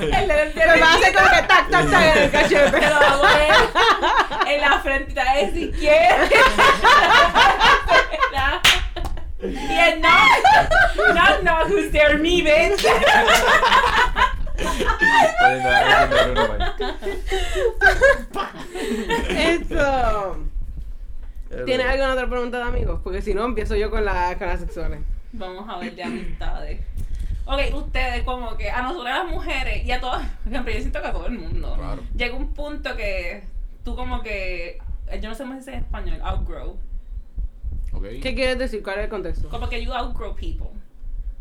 [SPEAKER 4] El dedo entero
[SPEAKER 1] Pero me hace como que tac, tac, tac en
[SPEAKER 4] Te
[SPEAKER 1] el cachete.
[SPEAKER 4] lo voy a poner en la frente. Te voy a decir quién. Y el no. No, no, who's there, me, bitch.
[SPEAKER 3] Pero no, es que no, no, no.
[SPEAKER 1] Esto.
[SPEAKER 3] Pero-
[SPEAKER 1] ¿Tienes alguna otra pregunta de amigos? Porque si no, empiezo yo con, la, con las sexuales.
[SPEAKER 4] Vamos a ver de amistades. Ok, ustedes como que a nosotras las mujeres y a todas, por ejemplo, yo siento que a todo el mundo.
[SPEAKER 3] Claro.
[SPEAKER 4] Llega un punto que tú como que, yo no sé cómo se dice en español, outgrow.
[SPEAKER 3] Ok.
[SPEAKER 1] ¿Qué quieres decir? ¿Cuál es el contexto?
[SPEAKER 4] Como que you outgrow people.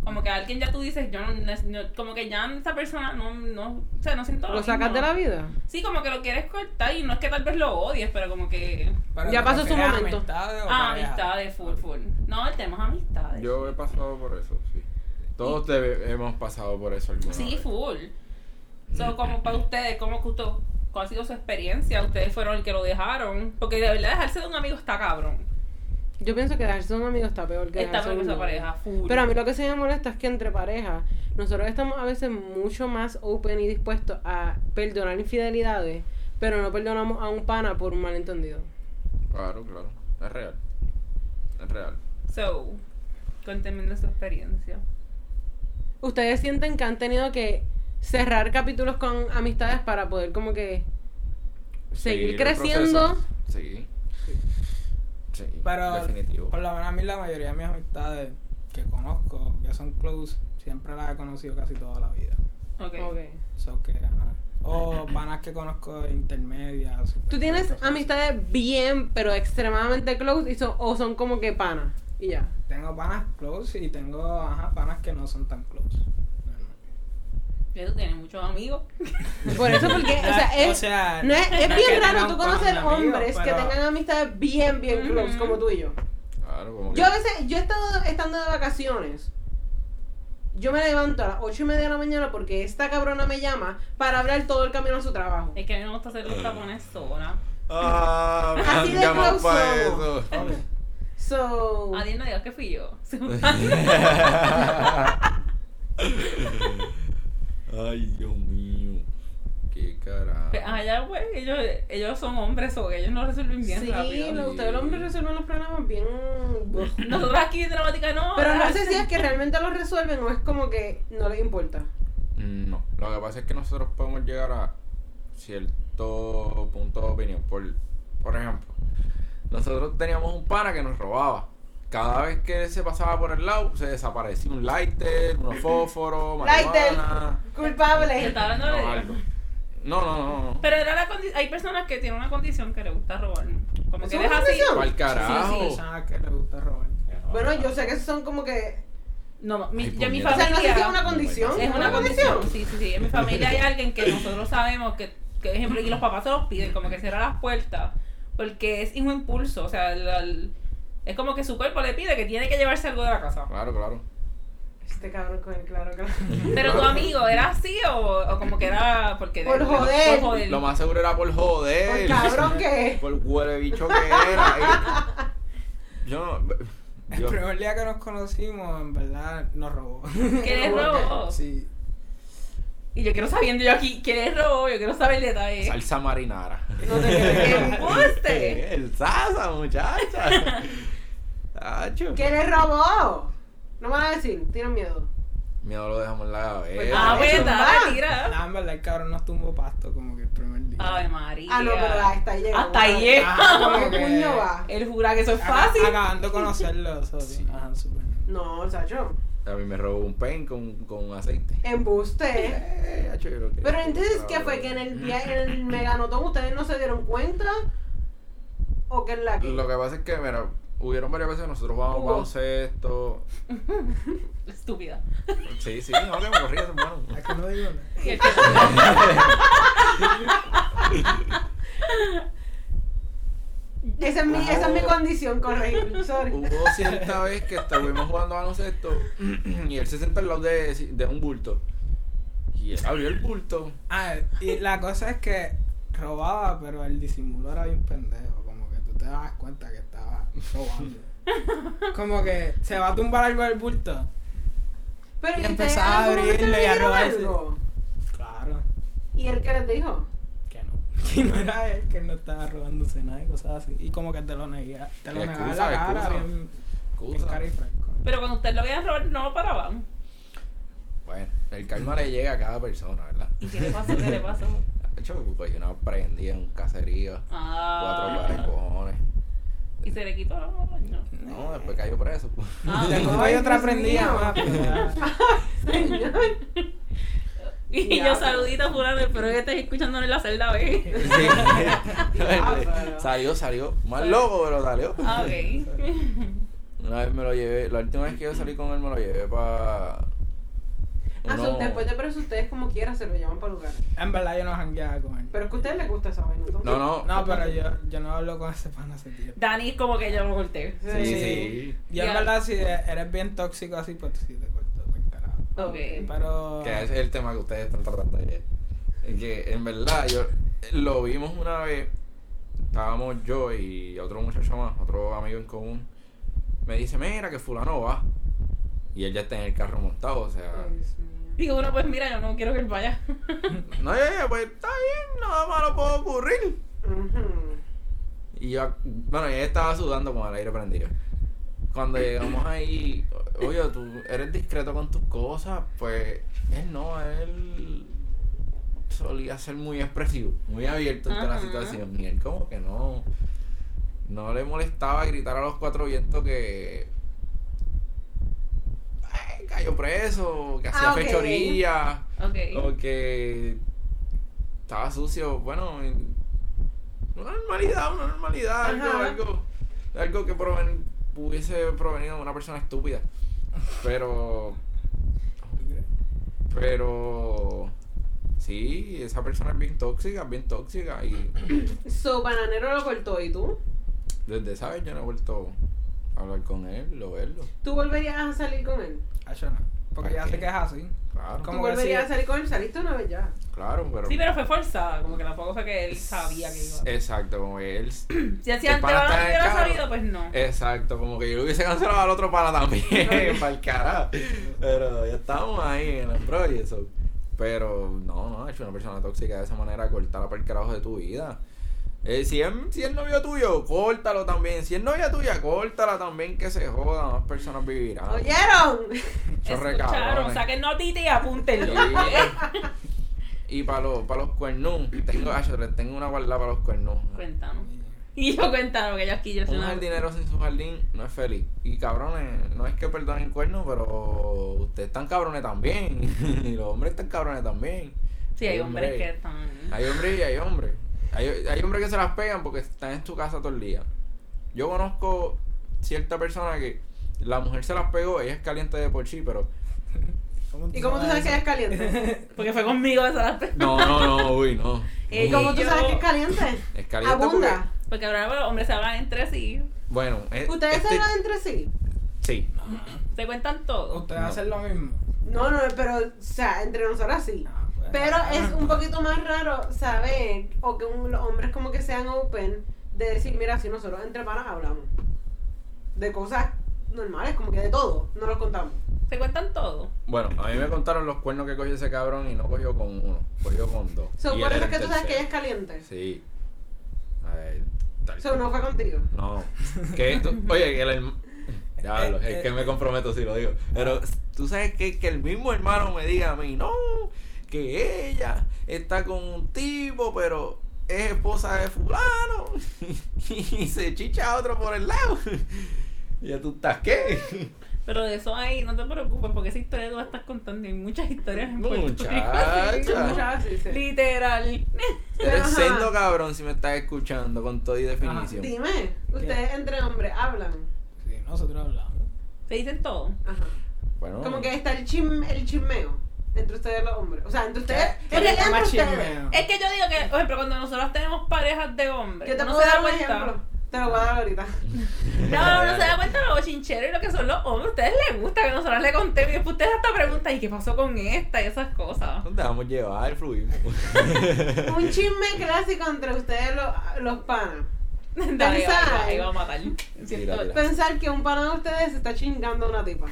[SPEAKER 4] Como que alguien ya tú dices, yo no, no- no- como que ya esa persona no, no, o sea, no siento
[SPEAKER 1] ¿Lo sacas de la
[SPEAKER 4] vida?
[SPEAKER 1] vida?
[SPEAKER 4] Sí, como que lo quieres cortar y no es que tal vez lo odies, pero como que,
[SPEAKER 2] Pero
[SPEAKER 1] Ya
[SPEAKER 2] ¿te
[SPEAKER 1] pasó su
[SPEAKER 2] refieres a
[SPEAKER 1] momento.
[SPEAKER 2] amistades o
[SPEAKER 4] ah,
[SPEAKER 2] pareja?
[SPEAKER 4] amistades, full, full. No, el tema es amistades.
[SPEAKER 3] Yo he pasado por eso, sí. Todos te- hemos pasado por eso alguna
[SPEAKER 4] Sí,
[SPEAKER 3] vez.
[SPEAKER 4] full. So, como para ustedes, ¿cómo que usted- ¿cuál ha sido su experiencia? ¿Ustedes fueron el que lo dejaron? Porque de verdad dejarse de un amigo está cabrón.
[SPEAKER 1] Yo pienso que dejarse un amigo está peor que
[SPEAKER 4] Está
[SPEAKER 1] dejarse
[SPEAKER 4] peor que
[SPEAKER 1] un
[SPEAKER 4] esa
[SPEAKER 1] novio.
[SPEAKER 4] pareja, full.
[SPEAKER 1] Pero a mí lo que sí me molesta es que entre parejas, nosotros estamos a veces mucho más open y dispuestos a perdonar infidelidades, pero no perdonamos a un pana por un malentendido.
[SPEAKER 3] Claro, claro. Es real. Es real.
[SPEAKER 4] So, cuéntenme su experiencia.
[SPEAKER 1] ¿Ustedes sienten que han tenido que cerrar capítulos con amistades para poder como que seguir
[SPEAKER 3] el
[SPEAKER 1] creciendo?
[SPEAKER 3] proceso. Sí. Sí.
[SPEAKER 2] Pero
[SPEAKER 3] definitivo.
[SPEAKER 2] por lo menos a mí la mayoría de mis amistades que conozco, que son close, siempre las he conocido casi toda la vida.
[SPEAKER 4] Ok.
[SPEAKER 1] Ok.
[SPEAKER 2] So que, ajá. O vanas que conozco intermedias. super-
[SPEAKER 1] Tú tienes
[SPEAKER 2] cosas así.
[SPEAKER 1] amistades bien, pero extremadamente close y son, o son como que panas y ya.
[SPEAKER 2] Tengo panas close y tengo ajá, panas que no son tan close.
[SPEAKER 4] Ya tú tienes muchos amigos.
[SPEAKER 1] Por eso, porque, o sea, es,
[SPEAKER 2] O sea,
[SPEAKER 1] no es, es
[SPEAKER 2] no es que
[SPEAKER 1] bien raro
[SPEAKER 2] tengan
[SPEAKER 1] tú conocer
[SPEAKER 2] panas, amigos,
[SPEAKER 1] hombres que
[SPEAKER 2] pero-
[SPEAKER 1] tengan amistades bien, bien close,
[SPEAKER 4] Ujú.
[SPEAKER 1] como tú y yo.
[SPEAKER 3] Claro, como que-
[SPEAKER 1] Yo a veces, yo he estado estando de vacaciones. Yo me levanto a las ocho y media de la mañana porque esta cabrona me llama para hablar todo el camino a su trabajo.
[SPEAKER 4] Es que a mí me gusta hacer los tapones sola.
[SPEAKER 3] Ah, me
[SPEAKER 1] Así de
[SPEAKER 3] han llamado
[SPEAKER 1] close
[SPEAKER 3] para
[SPEAKER 1] somos.
[SPEAKER 3] eso.
[SPEAKER 1] So,
[SPEAKER 4] A Dios no digas que fui yo.
[SPEAKER 3] Ay, Dios mío. Qué
[SPEAKER 1] Ah.
[SPEAKER 3] carajo.
[SPEAKER 4] Allá, pues, ellos, ellos son hombres o ellos no resuelven bien
[SPEAKER 1] sí,
[SPEAKER 4] rápido.
[SPEAKER 1] lo- ustedes los hombres resuelven los problemas bien...
[SPEAKER 4] Nosotros aquí en dramática no.
[SPEAKER 1] Pero no
[SPEAKER 4] ahora
[SPEAKER 1] sé si
[SPEAKER 4] hacen-
[SPEAKER 1] es que realmente lo resuelven o es como que no les importa.
[SPEAKER 3] Mm, No, lo que pasa es que nosotros podemos llegar a cierto punto de opinión. Por, por ejemplo, nosotros teníamos un pana que nos robaba. Cada vez que él se pasaba por el lado, se desaparecía un lighter, unos fósforos,
[SPEAKER 1] Lighter.
[SPEAKER 3] marihuana.
[SPEAKER 4] Se
[SPEAKER 1] Culpable.
[SPEAKER 4] está hablando de-
[SPEAKER 3] No, algo. No, no, no, no.
[SPEAKER 4] Pero era la condi- hay personas que tienen una condición que les gusta robar. Como
[SPEAKER 1] ¿Es
[SPEAKER 4] que
[SPEAKER 1] una
[SPEAKER 4] deja así.
[SPEAKER 1] condición?
[SPEAKER 3] ¿Cuál carajo?
[SPEAKER 4] Sí, sí.
[SPEAKER 2] personas que le gusta robar.
[SPEAKER 1] Bueno, yo sé que esos son como que...
[SPEAKER 4] No, mi,
[SPEAKER 3] Ay,
[SPEAKER 4] yo, mi
[SPEAKER 3] puñeta.
[SPEAKER 1] O sea,
[SPEAKER 4] familia.
[SPEAKER 1] no sé si es una condición.
[SPEAKER 4] Es una condición. Sí, sí, sí. En mi familia hay alguien que nosotros sabemos que, que ejemplo, y los papás se los piden, como que cierra las puertas. Porque es un impulso. O sea, el- el- es como que su cuerpo le pide que tiene que llevarse algo de la casa.
[SPEAKER 3] Claro, claro.
[SPEAKER 1] Este cabrón con el claro, claro.
[SPEAKER 4] Pero tu amigo, ¿era así o, o como que era porque
[SPEAKER 1] Por joder.
[SPEAKER 4] por joder?
[SPEAKER 3] Lo más seguro era por joder.
[SPEAKER 1] Por cabrón que es.
[SPEAKER 3] Por huele bicho que era. y- Yo no.
[SPEAKER 2] El
[SPEAKER 3] yo-
[SPEAKER 2] primer día que nos conocimos, en verdad, nos robó.
[SPEAKER 4] ¿Quién es robo?
[SPEAKER 2] Sí.
[SPEAKER 4] Y yo quiero sabiendo yo aquí quién es robo, yo quiero saber detalles.
[SPEAKER 3] Salsa marinara.
[SPEAKER 1] No te creo.
[SPEAKER 4] ¡Embuste!
[SPEAKER 3] El salsa, muchacha. Tacho.
[SPEAKER 1] ¿Quién les robó? No me van a decir, tienen miedo.
[SPEAKER 3] Miedo lo dejamos en la
[SPEAKER 1] Pues,
[SPEAKER 3] gaveta.
[SPEAKER 4] Ah,
[SPEAKER 1] Eso
[SPEAKER 4] bueno,
[SPEAKER 1] es
[SPEAKER 4] dale,
[SPEAKER 1] más.
[SPEAKER 4] tira.
[SPEAKER 2] Nada, en verdad, el cabrón nos tumbó pasto como que el primer día.
[SPEAKER 4] Ay, María.
[SPEAKER 1] Ah, no, pero hasta ahí llegó.
[SPEAKER 4] Hasta ahí llegó.
[SPEAKER 2] Ah,
[SPEAKER 1] ¿Cómo
[SPEAKER 2] ok.
[SPEAKER 1] puño va?
[SPEAKER 4] Él jura que eso es
[SPEAKER 2] Acá-
[SPEAKER 4] fácil.
[SPEAKER 2] Acabando de conocerlo. so, Ajá, súper.
[SPEAKER 1] No, Sacho.
[SPEAKER 3] A mí me robó un pen con, con aceite.
[SPEAKER 1] Embuste.
[SPEAKER 3] Eh, tacho, yo lo quería
[SPEAKER 1] Pero entonces,
[SPEAKER 3] comprar.
[SPEAKER 1] ¿qué fue? ¿Que en el, via- en el meganotón ustedes no se dieron cuenta? ¿O que en la que?
[SPEAKER 3] Lo que pasa es que, mira, hubieron varias veces que nosotros jugábamos
[SPEAKER 1] Hubo.
[SPEAKER 3] baloncesto.
[SPEAKER 4] Estúpida.
[SPEAKER 3] Sí, sí, no, que me corría, hermano.
[SPEAKER 2] Aquí no digo nada.
[SPEAKER 4] Y el que-
[SPEAKER 1] Esa es mi, esa es mi condición, corregir. Sorry.
[SPEAKER 3] Hubo cierta vez que estuvimos jugando baloncesto y él se sentó al lado de, de un bulto. Y él abrió el bulto.
[SPEAKER 2] Ah, y la cosa es que robaba, pero el disimulo era bien pendejo. Como que tú te dabas cuenta que estaba robando. Como que se va a tumbar algo del bulto.
[SPEAKER 1] Pero
[SPEAKER 2] Y
[SPEAKER 1] ¿y ustedes
[SPEAKER 2] empezaba
[SPEAKER 1] en algún
[SPEAKER 2] a
[SPEAKER 1] momento
[SPEAKER 2] abrirle
[SPEAKER 1] le
[SPEAKER 2] y a
[SPEAKER 1] dijeron
[SPEAKER 2] robarse.
[SPEAKER 1] algo?
[SPEAKER 2] Claro,
[SPEAKER 1] ¿Y él qué les dijo?
[SPEAKER 2] que no. Y no era él que él no estaba robándose nada y cosas así. Y como que te lo negaba. Te lo negaba en la
[SPEAKER 3] Excusa,
[SPEAKER 2] cara,
[SPEAKER 3] excusa.
[SPEAKER 2] bien, bien
[SPEAKER 3] Cosa.
[SPEAKER 2] cara y fresco.
[SPEAKER 4] Pero cuando ustedes lo vean robar, no lo paraban.
[SPEAKER 3] Bueno, el karma le llega a cada persona, ¿verdad?
[SPEAKER 4] ¿Y qué le pasó? ¿Qué le pasó?
[SPEAKER 3] De hecho, pues yo no prendí en un caserío. Cuatro
[SPEAKER 4] Ah.
[SPEAKER 3] parecones.
[SPEAKER 4] ¿Y se le quitó Ah, la mano? No.
[SPEAKER 3] No, después cayó preso.
[SPEAKER 4] Ah.
[SPEAKER 2] Después hay otra
[SPEAKER 1] Dios
[SPEAKER 2] prendida
[SPEAKER 1] mío.
[SPEAKER 2] más, pero ya-
[SPEAKER 1] Señor.
[SPEAKER 4] Y yo saludito fulano, espero que estés escuchando en la celda B.
[SPEAKER 3] Sí.
[SPEAKER 1] Diablo.
[SPEAKER 3] salió, salió. Más loco, pero salió.
[SPEAKER 4] Ah, ok.
[SPEAKER 3] Una vez me lo llevé, la última vez que yo salí con él me lo llevé para.
[SPEAKER 1] Ah, so, después de preso, ustedes como quieran se lo llaman para lugares.
[SPEAKER 2] En verdad yo no jangueaba con él.
[SPEAKER 1] Pero es que a ustedes les gusta esa vaina. entonces.
[SPEAKER 3] No, no.
[SPEAKER 2] No, pero yo, yo no hablo con ese pan hace tiempo.
[SPEAKER 4] Dani es como que yo lo corté.
[SPEAKER 1] Sí.
[SPEAKER 3] Sí, sí.
[SPEAKER 2] Y en
[SPEAKER 4] Ya.
[SPEAKER 2] verdad si eres bien tóxico así, pues sí te corto por carajo.
[SPEAKER 4] Ok.
[SPEAKER 2] Pero...
[SPEAKER 3] Que ese es el tema que ustedes están tratando ayer. Es que en verdad, yo lo vimos una vez. Estábamos yo y otro muchacho más, otro amigo en común. me dice, mira que fulano va. Y él ya está en el carro montado, o sea...
[SPEAKER 1] Dios mío.
[SPEAKER 4] Digo, bueno, pues mira, yo no quiero que él vaya.
[SPEAKER 3] No, ya, ya, pues está bien, nada malo puede ocurrir.
[SPEAKER 1] Ujú.
[SPEAKER 3] Y yo, bueno, ella estaba sudando con el aire prendido. Cuando llegamos ahí, oye, tú eres discreto con tus cosas, pues él no, él solía ser muy expresivo, muy abierto ante la
[SPEAKER 4] Ajá.
[SPEAKER 3] situación. Y él como que no, no le molestaba gritar a los cuatro vientos que "Ay, cayó preso, que hacía
[SPEAKER 1] Ah, ok.
[SPEAKER 3] fechoría
[SPEAKER 4] Ok.
[SPEAKER 3] o que estaba sucio, bueno, en- una normalidad, una normalidad, algo,
[SPEAKER 1] Ajá.
[SPEAKER 3] algo, algo que proven- pudiese provenir de una persona estúpida. Pero, pero, sí, esa persona es bien tóxica, bien tóxica y
[SPEAKER 1] So, Bananero lo cortó, ¿y tú?
[SPEAKER 3] desde esa vez yo no he vuelto a hablar con él, o verlo,
[SPEAKER 1] ¿Tú volverías a salir con él?
[SPEAKER 2] Hacho, ah, no. Porque
[SPEAKER 3] ¿Para
[SPEAKER 2] ya sé
[SPEAKER 3] qué?
[SPEAKER 2] que es así.
[SPEAKER 3] claro,
[SPEAKER 1] ¿Tú
[SPEAKER 2] ¿Cómo que
[SPEAKER 1] volverías
[SPEAKER 2] sí?
[SPEAKER 1] a salir con él? Saliste una vez ya.
[SPEAKER 3] claro, pero,
[SPEAKER 4] Sí, pero fue forzada, como que tampoco fue que él sabía que iba.
[SPEAKER 3] exacto, como que él
[SPEAKER 4] Si
[SPEAKER 3] el
[SPEAKER 4] hacía antes
[SPEAKER 3] pana
[SPEAKER 4] no
[SPEAKER 3] está en el
[SPEAKER 4] hubiera
[SPEAKER 3] carro.
[SPEAKER 4] sabido, pues no.
[SPEAKER 3] Exacto, como que yo le hubiese cancelado al otro para también, para el carajo. Pero ya estamos ahí en el pro y eso. Pero no, no, es una persona tóxica de esa manera, cortarla para el carajo de tu vida. Eh, si, es, si es novio tuyo, córtalo también. Si es novia tuya, córtala también, que se joda, más personas vivirán.
[SPEAKER 1] ¿Oyeron?
[SPEAKER 3] Esos
[SPEAKER 4] Escucharon,
[SPEAKER 3] recabrones.
[SPEAKER 4] saquen notita y apúntenlo.
[SPEAKER 3] Y, para los, para los cuernos, tengo, ah, yo les tengo una guardada para los cuernos.
[SPEAKER 4] Cuéntanos. Y yo cuéntanos, que yo aquí yo soy
[SPEAKER 3] Un
[SPEAKER 4] una...
[SPEAKER 3] jardinero sin su jardín no es feliz. Y cabrones, no es que perdonen cuernos, pero ustedes están cabrones también. y los hombres están cabrones también.
[SPEAKER 4] Sí, hay hombres que
[SPEAKER 3] hombres-
[SPEAKER 4] están...
[SPEAKER 3] Hay hombres y hay hombres. Hay, hay hombres que se las pegan porque están en tu casa todo el día. Yo conozco cierta persona que la mujer se las pegó, ella es caliente de por sí, pero.
[SPEAKER 1] ¿Y cómo tú sabes que ella es caliente?
[SPEAKER 4] Porque fue conmigo esa
[SPEAKER 3] No, no, no, uy, no.
[SPEAKER 4] Eh,
[SPEAKER 1] ¿Y cómo tú
[SPEAKER 4] Yo-
[SPEAKER 1] sabes que es caliente?
[SPEAKER 3] Es caliente
[SPEAKER 1] Abunda.
[SPEAKER 4] Porque ahora los hombres se hablan entre sí,
[SPEAKER 3] porque- Bueno, es-
[SPEAKER 1] ¿Ustedes se
[SPEAKER 3] este-
[SPEAKER 1] hablan entre sí?
[SPEAKER 3] Sí.
[SPEAKER 4] se cuentan todo.
[SPEAKER 2] Ustedes
[SPEAKER 3] No.
[SPEAKER 2] hacen lo mismo.
[SPEAKER 1] No, no, pero, o sea, entre nosotras sí.
[SPEAKER 2] Ah, pues.
[SPEAKER 1] Pero es un poquito más raro saber, o que un- los hombres como que sean open, de decir, mira, si nosotros entre panas hablamos. De cosas normales, como que de todo, no lo contamos.
[SPEAKER 4] Se cuentan todo.
[SPEAKER 3] Bueno, a mí me contaron los cuernos que cogió ese cabrón y no cogió con uno, cogió con dos.
[SPEAKER 1] So,
[SPEAKER 3] Y
[SPEAKER 1] por
[SPEAKER 3] él era
[SPEAKER 1] eso es que
[SPEAKER 3] el
[SPEAKER 1] tú sabes que
[SPEAKER 3] tercero.
[SPEAKER 1] ella es caliente.
[SPEAKER 3] Sí. A ver. tal-
[SPEAKER 1] Eso no fue contigo.
[SPEAKER 3] No. Que esto- Oye, el hermano. Diablo,
[SPEAKER 2] Eh,
[SPEAKER 3] es que
[SPEAKER 2] eh.
[SPEAKER 3] me comprometo si lo digo. Pero tú sabes que, que el mismo hermano me diga a mí, no, que ella está con un tipo, pero es esposa de fulano. y se chicha a otro por el lado. Y ya tú estás qué.
[SPEAKER 4] Pero de eso ahí, no te preocupes, porque esa historia tú la estás contando y hay muchas historias en Puerto Rico,
[SPEAKER 3] Muchacha.
[SPEAKER 4] así, como-
[SPEAKER 1] Ah,
[SPEAKER 4] Literal.
[SPEAKER 3] Eres
[SPEAKER 1] Ajá.
[SPEAKER 3] sendo cabrón si me estás escuchando con todo y definición.
[SPEAKER 1] Dime, ustedes entre hombres hablan.
[SPEAKER 2] Sí, nosotros hablamos.
[SPEAKER 4] Se dicen todo.
[SPEAKER 1] Ajá.
[SPEAKER 3] Bueno,
[SPEAKER 1] Como que está el, chim, el chismeo entre ustedes los hombres. O sea, entre ustedes.
[SPEAKER 2] ¿Qué?
[SPEAKER 1] En
[SPEAKER 2] ¿Qué
[SPEAKER 1] realidad,
[SPEAKER 2] más
[SPEAKER 1] entre ustedes.
[SPEAKER 2] chismeo?
[SPEAKER 4] Es que yo digo que, por ejemplo, cuando nosotros tenemos parejas de hombres,
[SPEAKER 1] Yo te
[SPEAKER 4] uno
[SPEAKER 1] puedo
[SPEAKER 4] se da
[SPEAKER 1] dar un
[SPEAKER 4] cuenta.
[SPEAKER 1] ejemplo. Te lo voy a dar ahorita.
[SPEAKER 4] No, uno se da cuenta de lo bochinchero y lo que son los hombres. A ustedes les gusta que nosotros le contemos y después ustedes hasta preguntan, ¿y qué pasó con esta? Y esas cosas.
[SPEAKER 3] Nos dejamos llevar, fluimos.
[SPEAKER 1] Un chisme clásico entre ustedes los, los panas.
[SPEAKER 4] Dale, dale, dale, ahí va a matar.
[SPEAKER 3] Tira, tira.
[SPEAKER 1] Pensar que un pana de ustedes se está chingando a una tipa.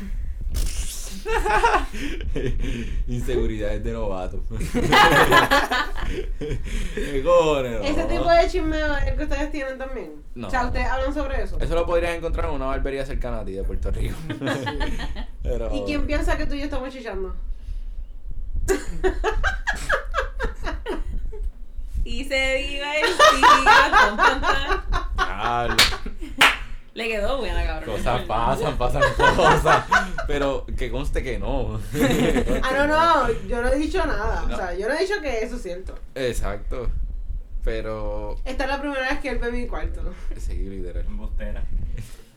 [SPEAKER 3] Inseguridades de novato. Qué cojones, no.
[SPEAKER 1] Ese tipo de chismeo es el que ustedes tienen también.
[SPEAKER 3] No.
[SPEAKER 1] O sea, ustedes hablan sobre eso.
[SPEAKER 3] Eso lo podrías encontrar en una barbería cercana a ti de Puerto Rico. Pero-
[SPEAKER 1] ¿Y quién piensa que tú y yo estamos chillando?
[SPEAKER 4] Y se divertía.
[SPEAKER 3] Diablo,
[SPEAKER 4] Le quedó buena, cabrón.
[SPEAKER 3] Cosas pasan, pasan cosas. Pero que conste que no.
[SPEAKER 1] Ah, no, no, yo no he dicho nada. O sea, yo no he dicho que eso es cierto.
[SPEAKER 3] Exacto. Pero. pues,
[SPEAKER 1] Esta es la primera vez que él ve mi cuarto.
[SPEAKER 3] Sí, literal.
[SPEAKER 6] Embustera.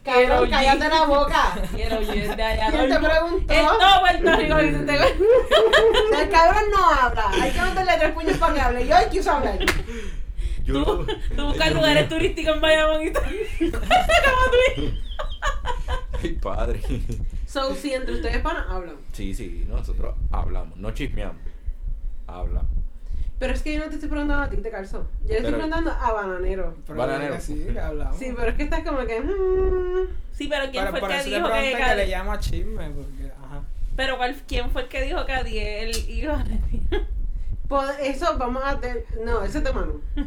[SPEAKER 1] Cabrón,
[SPEAKER 4] Pero,
[SPEAKER 1] cállate
[SPEAKER 4] G.
[SPEAKER 1] la boca.
[SPEAKER 4] Quiero ir de allá.
[SPEAKER 1] ¿Quién
[SPEAKER 4] todo
[SPEAKER 1] te
[SPEAKER 4] el mu-
[SPEAKER 1] preguntó?
[SPEAKER 4] En todo Puerto Rico dice, te-
[SPEAKER 1] O sea, el cabrón no habla. Hay que meterle tres puños para que hable. Y hoy quiso hablar.
[SPEAKER 3] Yo
[SPEAKER 4] Tú, tú buscas lugares turísticos en Bayamón y todo.
[SPEAKER 3] Ay, padre.
[SPEAKER 1] So, si entre ustedes panas hablan.
[SPEAKER 3] Sí, sí, nosotros hablamos, no chismeamos. Hablamos.
[SPEAKER 1] Pero es que yo no te estoy preguntando a ti, te calzo. Yo le estoy
[SPEAKER 3] Pero-
[SPEAKER 1] preguntando a Bananero.
[SPEAKER 2] Pero
[SPEAKER 3] Bananero.
[SPEAKER 2] que sí, que hablamos.
[SPEAKER 1] Sí, pero es que estás como que. mm,
[SPEAKER 4] Sí, pero ¿quién
[SPEAKER 2] Pero
[SPEAKER 4] fue
[SPEAKER 2] por
[SPEAKER 4] el
[SPEAKER 2] eso
[SPEAKER 4] que
[SPEAKER 2] te
[SPEAKER 4] dijo que,
[SPEAKER 2] pregunté que le llama chisme, porque, ajá.
[SPEAKER 4] Pero cuál, ¿quién fue el que dijo que Adiel iba a
[SPEAKER 1] pod- Pues, Eso vamos a. te- No, ese tema no.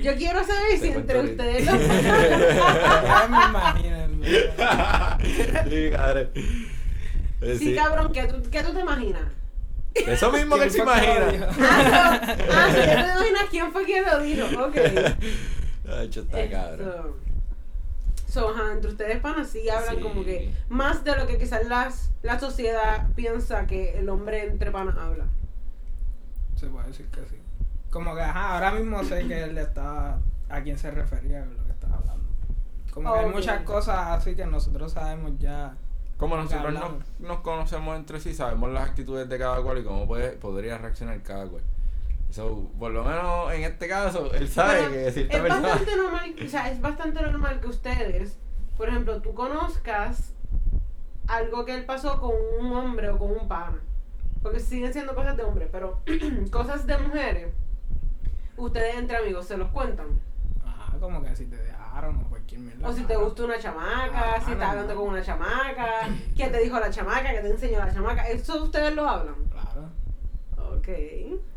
[SPEAKER 1] Yo quiero saber si
[SPEAKER 3] Te cuento
[SPEAKER 1] entre
[SPEAKER 3] ahorita.
[SPEAKER 1] ustedes los.
[SPEAKER 2] Ya me imagino. en verdad.
[SPEAKER 3] sí, cabrón. Eh,
[SPEAKER 1] Sí, cabrón, ¿qué tú, qué tú te imaginas?
[SPEAKER 3] Eso mismo que él se
[SPEAKER 2] ¿Quién fue que lo dijo?
[SPEAKER 3] imagina.
[SPEAKER 1] Ah, no. ah, sí, ¿qué te imaginas quién fue quien lo dijo? Ok.
[SPEAKER 3] Ay, yo está cabrón.
[SPEAKER 1] Eso. So, ajá, entre ustedes panas sí hablan
[SPEAKER 3] Sí.
[SPEAKER 1] como que más de lo que quizás las, la sociedad piensa que el hombre entre panas habla.
[SPEAKER 2] Se puede decir que sí. Como que, ajá, ahora mismo sé que él estaba. a quién se refería con lo que estaba hablando. Como que
[SPEAKER 1] Ok.
[SPEAKER 2] hay muchas cosas así que nosotros sabemos ya.
[SPEAKER 3] Como nosotros
[SPEAKER 2] Hablamos.
[SPEAKER 3] nos, nos conocemos entre sí, sabemos las actitudes de cada cual y cómo puede, podría reaccionar cada cual. So, por lo menos en este caso, él sabe
[SPEAKER 1] Bueno,
[SPEAKER 3] que cierta
[SPEAKER 1] es
[SPEAKER 3] persona.
[SPEAKER 1] bastante normal, o sea, es bastante normal que ustedes, por ejemplo, tú conozcas algo que él pasó con un hombre o con un pana. Porque siguen siendo cosas de hombre, pero cosas de mujeres, ustedes entre amigos se los cuentan.
[SPEAKER 2] Ajá, como que si te dejaron o cualquier mierda.
[SPEAKER 1] O si te
[SPEAKER 2] Ajá.
[SPEAKER 1] gusta una
[SPEAKER 2] Ah,
[SPEAKER 1] chamaca, si estás
[SPEAKER 2] no,
[SPEAKER 1] hablando
[SPEAKER 2] no.
[SPEAKER 1] con una chamaca, qué te dijo la chamaca, qué te enseñó la chamaca, eso ustedes lo hablan.
[SPEAKER 2] Claro.
[SPEAKER 1] Ok.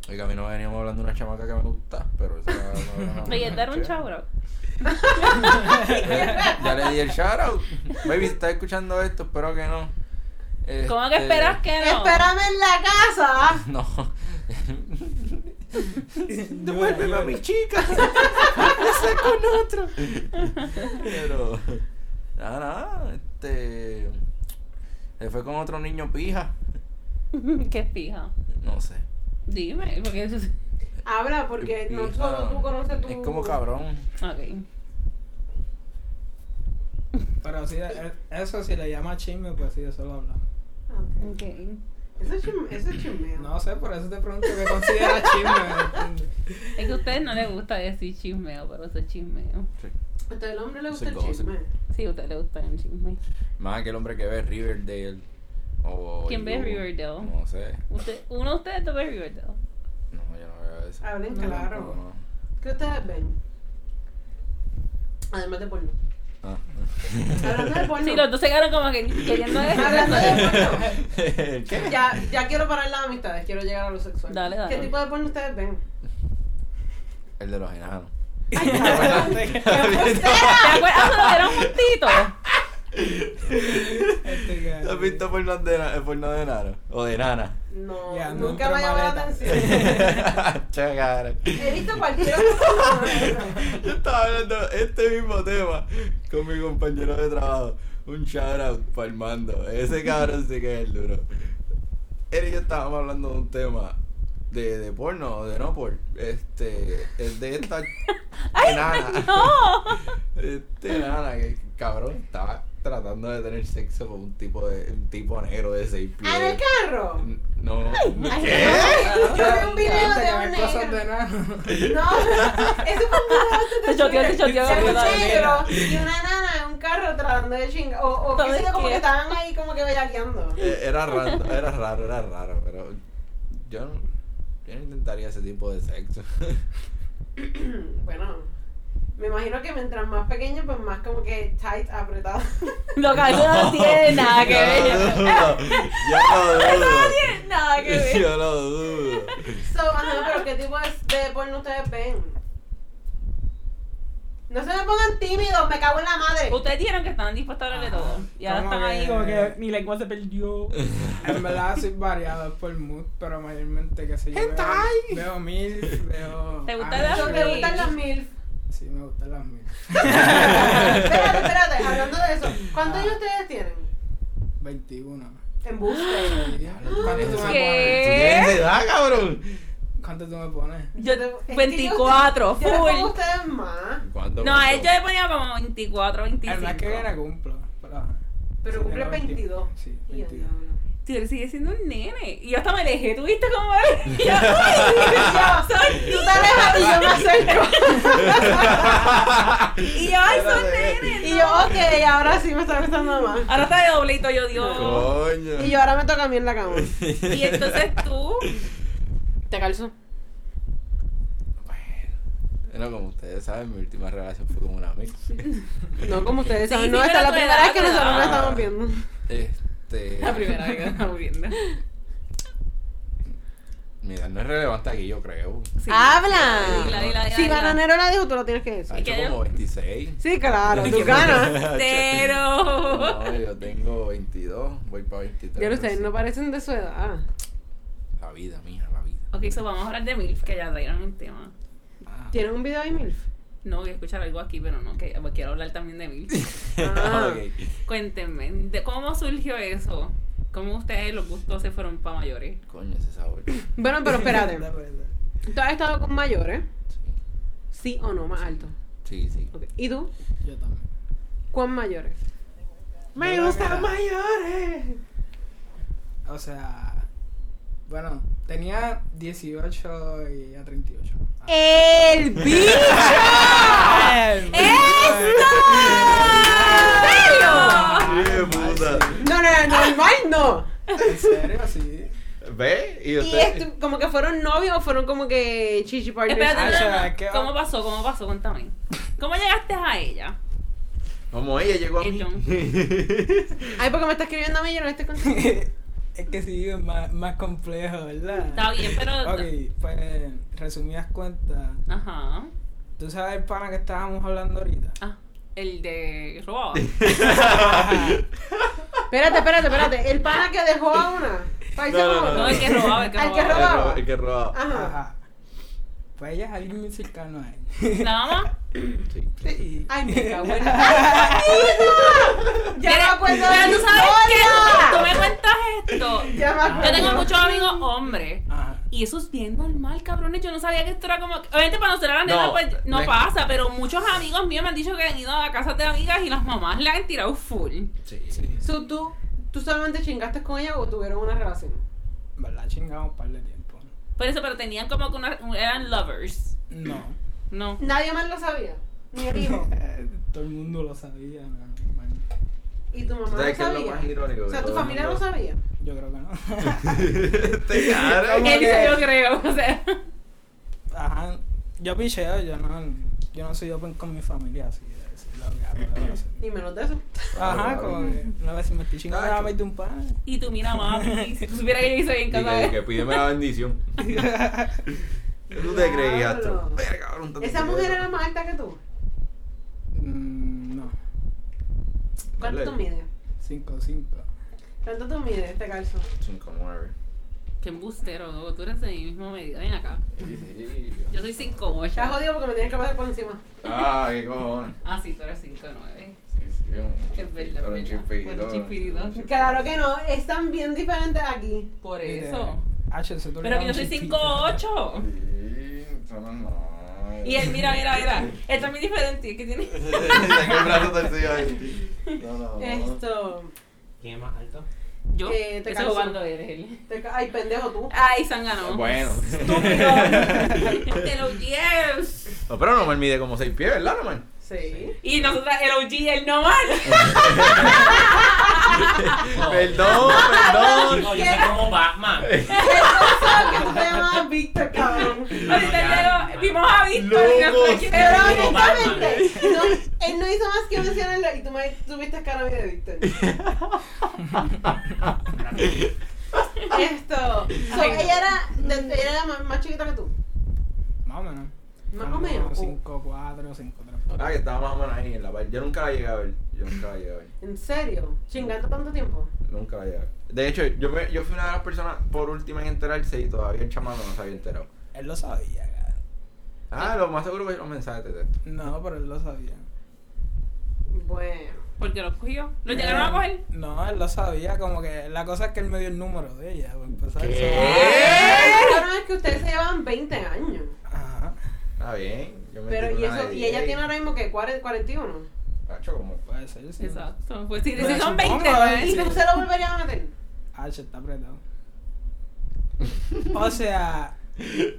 [SPEAKER 3] Oiga, a mí no veníamos hablando de una chamaca que me gusta, pero esa no,
[SPEAKER 4] Oye, dar un chau,
[SPEAKER 3] Ya le di el shout out. Baby, si estás escuchando esto, espero que no.
[SPEAKER 4] ¿Cómo que
[SPEAKER 3] Este,
[SPEAKER 4] esperas que no?
[SPEAKER 1] Espérame en la casa.
[SPEAKER 3] No.
[SPEAKER 2] Devuélveme a mi
[SPEAKER 3] chica. Ese con otro. Pero. Nada, nada. Este. Se fue con otro niño pija.
[SPEAKER 4] Qué pija.
[SPEAKER 3] No sé.
[SPEAKER 4] Dime, porque eso es...
[SPEAKER 1] Habla porque no
[SPEAKER 3] Pija.
[SPEAKER 1] solo tú conoces tu
[SPEAKER 3] Es como cabrón.
[SPEAKER 4] Ok.
[SPEAKER 2] Pero si eh, eso si le llama chisme, pues sí, eso lo hablamos.
[SPEAKER 1] Ok.
[SPEAKER 4] Ok.
[SPEAKER 1] Eso es chim- eso es chismeo.
[SPEAKER 2] No sé, por eso te pregunto qué considera chisme. ¿entiendes?
[SPEAKER 4] Es que a ustedes no les gusta decir chismeo, pero eso es chismeo.
[SPEAKER 1] Entonces el hombre le gusta
[SPEAKER 3] Sí,
[SPEAKER 1] el
[SPEAKER 3] gossip.
[SPEAKER 1] chisme.
[SPEAKER 4] Sí, a ustedes les gusta el chisme.
[SPEAKER 3] Más que el hombre que ve Riverdale. O
[SPEAKER 4] ¿Quién ve
[SPEAKER 3] You.
[SPEAKER 4] Riverdale?
[SPEAKER 3] No sé.
[SPEAKER 4] Usted, uno de ustedes no ve Riverdale.
[SPEAKER 3] No, yo no veo eso.
[SPEAKER 1] Hablen
[SPEAKER 2] No,
[SPEAKER 1] Ah, claro.
[SPEAKER 3] No, no.
[SPEAKER 1] ¿Qué ustedes ven? Además de porno.
[SPEAKER 3] Ah.
[SPEAKER 1] Hablando de porno.
[SPEAKER 4] Sí, los dos se quedaron como que queriendo decir.
[SPEAKER 1] Hablando de porno.
[SPEAKER 3] ¿Qué?
[SPEAKER 1] Ya, ya quiero parar las amistades, quiero llegar a lo sexual.
[SPEAKER 4] Dale, dale.
[SPEAKER 1] ¿Qué tipo de porno ustedes ven?
[SPEAKER 3] El de los enanos.
[SPEAKER 4] ¿Te acuerdas cuando lo vieron juntitos?
[SPEAKER 2] Este que-
[SPEAKER 3] ¿Has visto porno de, na- porno de enano? ¿O de nana?
[SPEAKER 1] No,
[SPEAKER 2] Ya, no
[SPEAKER 1] nunca
[SPEAKER 2] entra
[SPEAKER 1] me ha llamado la
[SPEAKER 2] maleta.
[SPEAKER 1] atención.
[SPEAKER 3] Chacara.
[SPEAKER 1] He visto cualquier cosa.
[SPEAKER 3] Yo estaba hablando este mismo tema con mi compañero de trabajo. Un shout out para el mando. Ese cabrón sí que es el duro. Él y yo estábamos hablando de un tema de, de porno o de no por. Este. Es de esta. enana.
[SPEAKER 4] ¡No!
[SPEAKER 3] Este nana que cabrón estaba tratando de tener sexo con un tipo de un tipo negro de seis pies.
[SPEAKER 1] Ah, ¿En el carro?
[SPEAKER 3] No.
[SPEAKER 1] Yo vi un video
[SPEAKER 2] Gente
[SPEAKER 1] de
[SPEAKER 2] que
[SPEAKER 1] un
[SPEAKER 2] ve cosas de
[SPEAKER 1] negro.
[SPEAKER 2] nano.
[SPEAKER 1] No, ese fue
[SPEAKER 4] Te
[SPEAKER 1] un
[SPEAKER 4] choteó,
[SPEAKER 1] video de
[SPEAKER 4] te choteó.
[SPEAKER 1] de un
[SPEAKER 2] Dale,
[SPEAKER 1] negro
[SPEAKER 2] nena.
[SPEAKER 1] y una nana en un carro tratando de chingar. O, o qué sé
[SPEAKER 4] ¿Sabes
[SPEAKER 1] yo, como
[SPEAKER 4] qué?
[SPEAKER 1] que estaban ahí como que bellaqueando.
[SPEAKER 3] Eh, Era raro, era raro, era raro, pero yo no, yo no intentaría ese tipo de sexo.
[SPEAKER 1] Bueno, me imagino que mientras más pequeño, pues más como que tight, apretado.
[SPEAKER 4] Lo que eso no tiene nada que ver.
[SPEAKER 3] Yo lo dudo.
[SPEAKER 4] Eso no tiene nada que ver.
[SPEAKER 3] Yo lo dudo.
[SPEAKER 1] So, ajá, pero ¿qué tipo de, de porno ustedes ven? No se me pongan tímidos, me cago en la madre.
[SPEAKER 4] Ustedes dijeron que estaban dispuestos a hablar de todo. Y ahora
[SPEAKER 2] ¿Cómo
[SPEAKER 4] están ahí
[SPEAKER 2] que-
[SPEAKER 4] como que mi lengua se perdió.
[SPEAKER 2] En verdad soy variado por mood, pero mayormente que se yo. Veo,
[SPEAKER 3] Hentai.
[SPEAKER 2] veo mil, veo.
[SPEAKER 4] ¿Te gustan
[SPEAKER 2] anime.
[SPEAKER 4] las
[SPEAKER 1] So, ¿Te gustan las mil?
[SPEAKER 2] Sí, me gustan las mil.
[SPEAKER 1] espérate, espérate, hablando de eso, ¿cuántos años ustedes tienen?
[SPEAKER 2] 21.
[SPEAKER 1] En busca.
[SPEAKER 3] Diablo,
[SPEAKER 2] ¿Cuánto tú me
[SPEAKER 4] ¿Qué?
[SPEAKER 2] pones?
[SPEAKER 3] ¿Tú tienes edad, cabrón?
[SPEAKER 2] ¿Cuánto tú me pones?
[SPEAKER 4] Yo,
[SPEAKER 1] Es que yo-
[SPEAKER 4] 24,
[SPEAKER 1] yo les pongo a
[SPEAKER 4] full.
[SPEAKER 1] ustedes más.
[SPEAKER 3] ¿Cuánto?
[SPEAKER 4] No, a él
[SPEAKER 3] cuánto?
[SPEAKER 4] yo le ponía como 24,
[SPEAKER 2] El mes que
[SPEAKER 4] 25.
[SPEAKER 2] viene cumplo. Pero,
[SPEAKER 1] Pero
[SPEAKER 2] Sí,
[SPEAKER 1] cumple
[SPEAKER 2] tengo
[SPEAKER 1] 22.
[SPEAKER 2] Sí,
[SPEAKER 1] Y yo,
[SPEAKER 2] 22.
[SPEAKER 1] diablo.
[SPEAKER 4] Tú eres sigue siendo un nene. Y yo hasta me alejé, ¿tú viste cómo era? Y yo, ¡ay! Yo, soy
[SPEAKER 1] Tú te alejas y yo me acerco.
[SPEAKER 4] Y yo, ¡ay, soy
[SPEAKER 3] Espérate.
[SPEAKER 4] nene!
[SPEAKER 1] Y yo, ok, ahora sí me está gustando más.
[SPEAKER 4] Ahora está de doblito, yo digo.
[SPEAKER 3] Coño.
[SPEAKER 1] Y yo, ahora me toca a mí en la cama.
[SPEAKER 4] Y entonces tú.
[SPEAKER 1] ¿Te calzo?
[SPEAKER 3] Bueno, como ustedes saben, mi última relación fue con una amiga.
[SPEAKER 1] No, como ustedes
[SPEAKER 4] Sí,
[SPEAKER 1] saben,
[SPEAKER 4] sí,
[SPEAKER 1] no, esta es
[SPEAKER 4] pero
[SPEAKER 1] la
[SPEAKER 4] tu
[SPEAKER 1] primera
[SPEAKER 4] edad,
[SPEAKER 1] vez que
[SPEAKER 4] tu
[SPEAKER 1] nosotros la
[SPEAKER 3] edad.
[SPEAKER 1] estamos viendo.
[SPEAKER 3] Este.
[SPEAKER 4] La primera vez que estamos viendo.
[SPEAKER 3] Mira, no es relevante aquí, yo creo.
[SPEAKER 4] Sí.
[SPEAKER 1] ¡Habla!
[SPEAKER 4] Dila, dila, dila,
[SPEAKER 1] si
[SPEAKER 4] dila.
[SPEAKER 1] Bananero la dijo, tú lo tienes que decir.
[SPEAKER 3] Ha hecho
[SPEAKER 4] qué?
[SPEAKER 3] como 26.
[SPEAKER 1] Sí, Ah, claro, tú ganas.
[SPEAKER 4] Cero.
[SPEAKER 3] No, yo tengo 22, voy para 23.
[SPEAKER 1] Ya ustedes
[SPEAKER 3] sí.
[SPEAKER 1] no parecen de su edad.
[SPEAKER 3] La vida, mija, la vida.
[SPEAKER 4] Ok, so vamos a hablar de MILF, que ya dieron el tema.
[SPEAKER 3] Ah.
[SPEAKER 1] ¿Tienen un video de MILF?
[SPEAKER 4] No voy a escuchar algo aquí, pero no, que pues, quiero hablar también de MILF.
[SPEAKER 1] Ah.
[SPEAKER 3] Ok.
[SPEAKER 4] Cuéntenme, ¿de ¿cómo surgió eso? ¿Cómo ustedes los gustos se fueron para mayores?
[SPEAKER 3] Coño, ese sabor.
[SPEAKER 1] Bueno, pero espérate. ¿Tú has estado con mayores? ¿Sí o no? Más alto.
[SPEAKER 3] Sí, sí.
[SPEAKER 1] Ok. ¿Y tú?
[SPEAKER 2] Yo también.
[SPEAKER 1] ¿Cuán mayores?
[SPEAKER 2] Yo creo que-
[SPEAKER 1] mayores!
[SPEAKER 2] O sea, bueno, tenía 18 y a 38. Ah.
[SPEAKER 1] Eh, ¡El bicho! eh.
[SPEAKER 4] ¡Esto!
[SPEAKER 2] Ah,
[SPEAKER 3] ¡Qué
[SPEAKER 2] mal,
[SPEAKER 3] puta!
[SPEAKER 1] No, no, no, normal no.
[SPEAKER 2] sí. ¿En serio? Sí.
[SPEAKER 3] ¿Ve? Y
[SPEAKER 1] ¿Y
[SPEAKER 3] usted.
[SPEAKER 1] esto, como que fueron novios o fueron como que chichi partners?
[SPEAKER 4] Espérate,
[SPEAKER 2] Ah,
[SPEAKER 4] no,
[SPEAKER 2] o
[SPEAKER 4] no,
[SPEAKER 2] sea,
[SPEAKER 4] no.
[SPEAKER 2] que-
[SPEAKER 4] ¿cómo pasó? ¿Cómo pasó? Cuéntame. ¿Cómo llegaste a ella?
[SPEAKER 3] Como ella llegó a mí.
[SPEAKER 4] El John.
[SPEAKER 1] Ay, porque me está escribiendo a mí, yo no estoy contando.
[SPEAKER 2] es que sí, es más, más complejo, ¿verdad?
[SPEAKER 4] Está bien, pero-
[SPEAKER 2] Ok, pues, resumidas cuentas,
[SPEAKER 4] Ajá.
[SPEAKER 2] ¿tú sabes el pana que estábamos hablando ahorita?
[SPEAKER 4] Ah, el de robaba.
[SPEAKER 1] Espérate, espérate, espérate. El pana que dejó a una. Para irse
[SPEAKER 3] No, no,
[SPEAKER 1] con
[SPEAKER 3] no,
[SPEAKER 1] otra.
[SPEAKER 4] No, el que robaba, el que
[SPEAKER 1] Al que
[SPEAKER 4] robaba.
[SPEAKER 1] robaba.
[SPEAKER 3] El que robaba.
[SPEAKER 1] Ajá.
[SPEAKER 2] Ajá. Pues ella es alguien muy cercano a él.
[SPEAKER 4] ¿La mamá?
[SPEAKER 3] Sí.
[SPEAKER 2] Sí.
[SPEAKER 1] Ay, me cago en ¡Ay, mira! Ya me
[SPEAKER 4] Mira,
[SPEAKER 1] acuerdo de
[SPEAKER 4] Pero
[SPEAKER 1] mi
[SPEAKER 4] tú sabes
[SPEAKER 1] historia.
[SPEAKER 4] que tú me cuentas esto.
[SPEAKER 1] Ya me
[SPEAKER 4] Yo
[SPEAKER 1] acuerdo.
[SPEAKER 4] tengo muchos amigos hombres.
[SPEAKER 2] Ajá.
[SPEAKER 4] Y eso es bien normal, cabrones. Yo no sabía que esto era como. Obviamente, para nosotros la nena,
[SPEAKER 3] No,
[SPEAKER 4] pues no
[SPEAKER 3] me-
[SPEAKER 4] pasa. Pero muchos amigos míos me han dicho que han ido a casas de amigas y las mamás le han tirado full.
[SPEAKER 3] Sí. Este
[SPEAKER 1] So, ¿tú, ¿Tú solamente chingaste con ella o tuvieron una relación?
[SPEAKER 2] En verdad chingamos un par de tiempo.
[SPEAKER 4] Por eso, pero tenían como que una. Eran lovers.
[SPEAKER 2] No.
[SPEAKER 4] No.
[SPEAKER 1] Nadie más lo sabía. Ni el hijo.
[SPEAKER 2] Todo el mundo lo sabía, mi hermano.
[SPEAKER 1] Y tu mamá
[SPEAKER 3] ¿Tú
[SPEAKER 1] no
[SPEAKER 3] sabes qué es lo
[SPEAKER 1] sabía.
[SPEAKER 3] más irónico?
[SPEAKER 1] O sea,
[SPEAKER 3] Que
[SPEAKER 1] tu
[SPEAKER 3] todo el
[SPEAKER 1] familia no
[SPEAKER 3] mundo-
[SPEAKER 1] sabía.
[SPEAKER 2] Yo creo que no.
[SPEAKER 3] Te cara.
[SPEAKER 2] Como
[SPEAKER 4] Él
[SPEAKER 2] que-
[SPEAKER 4] dice, yo creo. O sea.
[SPEAKER 2] Ajá. Yo picheo, yo no, yo no soy open con mi familia, así de decir lo que hago, lo que hago.
[SPEAKER 1] Ni menos de eso.
[SPEAKER 2] Ajá, como que una vez me estoy chingando la de un pan.
[SPEAKER 4] Y tú, mira, mami. Si tú supieras que yo hice bien
[SPEAKER 3] Y
[SPEAKER 4] casada.
[SPEAKER 3] que, que pídeme la bendición. ¿Qué tú te creías,
[SPEAKER 1] Diablo.
[SPEAKER 3] tú? Verga, cabrón, tanto
[SPEAKER 1] Esa
[SPEAKER 3] que
[SPEAKER 1] mujer
[SPEAKER 3] eso.
[SPEAKER 1] era más alta que tú.
[SPEAKER 2] Mm, no,
[SPEAKER 1] ¿Cuánto
[SPEAKER 3] Dale.
[SPEAKER 1] tú mides?
[SPEAKER 2] 5 5.
[SPEAKER 1] ¿Cuánto tú mides este calzo?
[SPEAKER 3] 5'9".
[SPEAKER 4] Qué embustero, Gogo, tú eres de mi mismo medida, ven acá.
[SPEAKER 3] Sí.
[SPEAKER 4] Yo soy
[SPEAKER 1] Estás
[SPEAKER 4] 5'8.
[SPEAKER 1] jodido porque me tienes que pasar por encima.
[SPEAKER 3] Ah, qué cojones.
[SPEAKER 4] Ah, sí, tú eres 5'9.
[SPEAKER 3] Sí, sí, un-
[SPEAKER 4] Es verdad,
[SPEAKER 3] era un
[SPEAKER 4] verdad.
[SPEAKER 3] chispirito,
[SPEAKER 4] Bueno, chispirito.
[SPEAKER 3] un
[SPEAKER 1] Claro que no, están bien diferentes aquí.
[SPEAKER 4] Por eso.
[SPEAKER 2] H, se Ah, tú le
[SPEAKER 4] Pero que yo
[SPEAKER 2] das
[SPEAKER 4] soy
[SPEAKER 2] un chispito.
[SPEAKER 4] 5'8.
[SPEAKER 3] Sí, eso no es nada.
[SPEAKER 4] Y él, mira, mira, mira. Él también es diferente, es que tiene.
[SPEAKER 3] Saqué el brazo torcido ahí. No, no, no.
[SPEAKER 1] Esto.
[SPEAKER 6] ¿Quién es más alto?
[SPEAKER 4] Yo,
[SPEAKER 1] Eh, te
[SPEAKER 4] estoy
[SPEAKER 1] calzo.
[SPEAKER 4] jugando eres él. Ah,
[SPEAKER 1] te ca- Ay, pendejo tú.
[SPEAKER 4] Ay, Sangano.
[SPEAKER 3] Bueno.
[SPEAKER 4] Estúpido. el OG es.
[SPEAKER 3] No, pero Nomar mide como 6 pies, ¿verdad, Nomar?
[SPEAKER 1] Sí.
[SPEAKER 4] Y nosotros, el OG y el no mal.
[SPEAKER 3] Perdón, perdón.
[SPEAKER 6] Chico, yo soy como Batman.
[SPEAKER 1] ¿Sabes que tú te llamabas Víctor, cabrón?
[SPEAKER 4] Ahorita luego vimos a Víctor y
[SPEAKER 3] Loco,
[SPEAKER 4] después
[SPEAKER 3] sí.
[SPEAKER 1] Pero
[SPEAKER 6] Digo,
[SPEAKER 1] honestamente, no, él no hizo más que mencionarlo y tú me tuviste cara de Víctor. Esto. So,
[SPEAKER 4] Ay, no.
[SPEAKER 1] ella era, de- ella era más, más chiquita que tú.
[SPEAKER 2] Más o menos. Ah,
[SPEAKER 1] Más o menos. oh.
[SPEAKER 2] 5 4, 5 3.
[SPEAKER 3] Ah, que estaba más o menos ahí en la par. Yo nunca la llegué a ver. Yo nunca la llegué a ver.
[SPEAKER 1] ¿En serio? ¿Chingando tanto tiempo?
[SPEAKER 3] Nunca la llegué a ver. De hecho, yo, me- yo fui una de las personas por última en enterarse y todavía el chamano no se había enterado.
[SPEAKER 2] Él lo sabía, cara.
[SPEAKER 3] Ah, lo más seguro que los mensajes de texto.
[SPEAKER 2] No, pero él lo sabía.
[SPEAKER 1] Bueno.
[SPEAKER 4] Porque los cogió. ¿Los llegaron a coger?
[SPEAKER 2] No, él lo sabía, como que la cosa es que él me dio el número de ella. pues, para empezar.
[SPEAKER 3] ¿Qué?
[SPEAKER 1] Claro, es que ustedes se llevan 20 años.
[SPEAKER 2] Ajá.
[SPEAKER 3] Está bien. Yo me
[SPEAKER 1] Pero,
[SPEAKER 3] tiré
[SPEAKER 1] y,
[SPEAKER 3] una
[SPEAKER 1] eso,
[SPEAKER 3] de
[SPEAKER 1] y ella
[SPEAKER 3] diez.
[SPEAKER 1] tiene ahora mismo que 41.
[SPEAKER 3] Hacho, como
[SPEAKER 2] Puede ser, sí.
[SPEAKER 4] Exacto. Pues si,
[SPEAKER 2] Pero
[SPEAKER 4] si son
[SPEAKER 2] supongo,
[SPEAKER 4] 20,
[SPEAKER 2] ¿eh?
[SPEAKER 1] ¿Y
[SPEAKER 4] pues.
[SPEAKER 1] tú se
[SPEAKER 2] Ah,
[SPEAKER 1] lo volverías a meter?
[SPEAKER 2] H está apretado. o sea,
[SPEAKER 4] Es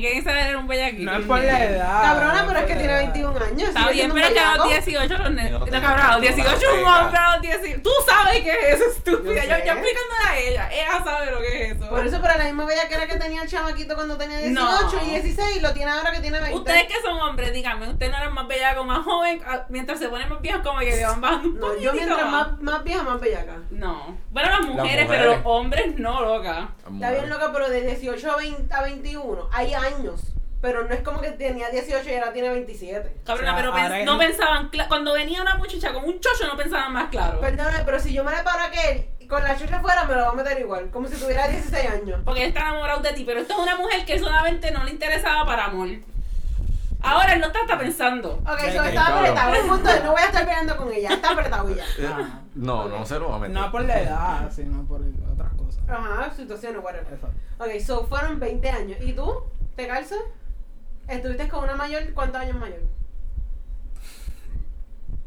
[SPEAKER 4] que Instagram era un bellaquín.
[SPEAKER 2] No es por la edad.
[SPEAKER 1] Cabrona,
[SPEAKER 2] no
[SPEAKER 1] pero es que
[SPEAKER 2] por
[SPEAKER 1] tiene
[SPEAKER 2] la edad.
[SPEAKER 1] 21 años.
[SPEAKER 4] Ah, Está
[SPEAKER 1] sigue
[SPEAKER 4] bien,
[SPEAKER 1] siendo
[SPEAKER 4] pero es que a los
[SPEAKER 1] bellaco.
[SPEAKER 4] 18 los
[SPEAKER 3] No,
[SPEAKER 4] nenes.
[SPEAKER 3] no,
[SPEAKER 4] No, cabrón, a los
[SPEAKER 3] no,
[SPEAKER 4] 18 un
[SPEAKER 3] no,
[SPEAKER 4] hombre, a los 18. Tú sabes qué es eso, estúpida.
[SPEAKER 1] Yo
[SPEAKER 4] Yo,
[SPEAKER 1] sé.
[SPEAKER 4] yo explicándole a ella. Ella sabe lo que es eso.
[SPEAKER 1] Por eso, pero la misma bellaquera que tenía el chamaquito cuando tenía 18
[SPEAKER 4] No.
[SPEAKER 1] y 16, lo tiene ahora que tiene 20.
[SPEAKER 4] Ustedes que son hombres, díganme, ustedes no eran más bellacos, más joven, Ah, mientras se ponen más viejos, como que le van bajando un
[SPEAKER 1] No,
[SPEAKER 4] poquitito
[SPEAKER 1] yo mientras
[SPEAKER 4] más.
[SPEAKER 1] más, más vieja, más bellaca.
[SPEAKER 4] No. Bueno, las mujeres,
[SPEAKER 3] mujeres.
[SPEAKER 4] pero los hombres no, loca.
[SPEAKER 1] Está bien loca, pero de 18 a, 20 a 21 hay años. Pero no es como que tenía 18 y ahora tiene 27.
[SPEAKER 4] Cabrona,
[SPEAKER 2] O sea,
[SPEAKER 4] pero pens-
[SPEAKER 2] ahora es-
[SPEAKER 4] no pensaban, cla- cuando venía una muchacha con un chocho no pensaban más claro.
[SPEAKER 1] Perdóname, pero si yo me le paro a aquel y con la chucha fuera me lo va a meter igual. Como si tuviera 16 años.
[SPEAKER 4] Porque él está enamorado de ti, pero esta es una mujer que solamente no le interesaba para amor. Ahora él no está, está pensando.
[SPEAKER 1] Ok,
[SPEAKER 2] Sí,
[SPEAKER 1] yo
[SPEAKER 2] sí,
[SPEAKER 1] estaba
[SPEAKER 3] cabrón.
[SPEAKER 1] apretado. El punto es, no voy a estar peleando con ella. Está apretado y ya.
[SPEAKER 2] Ah.
[SPEAKER 3] Eh, No, no se lo va a meter.
[SPEAKER 2] No por la edad, sino por otras cosas.
[SPEAKER 1] Ajá, situaciones, whatever.
[SPEAKER 2] Exacto.
[SPEAKER 1] Ok, so fueron 20 años. ¿Y tú? ¿Te calzas? ¿Estuviste con una mayor? ¿Cuántos años mayor?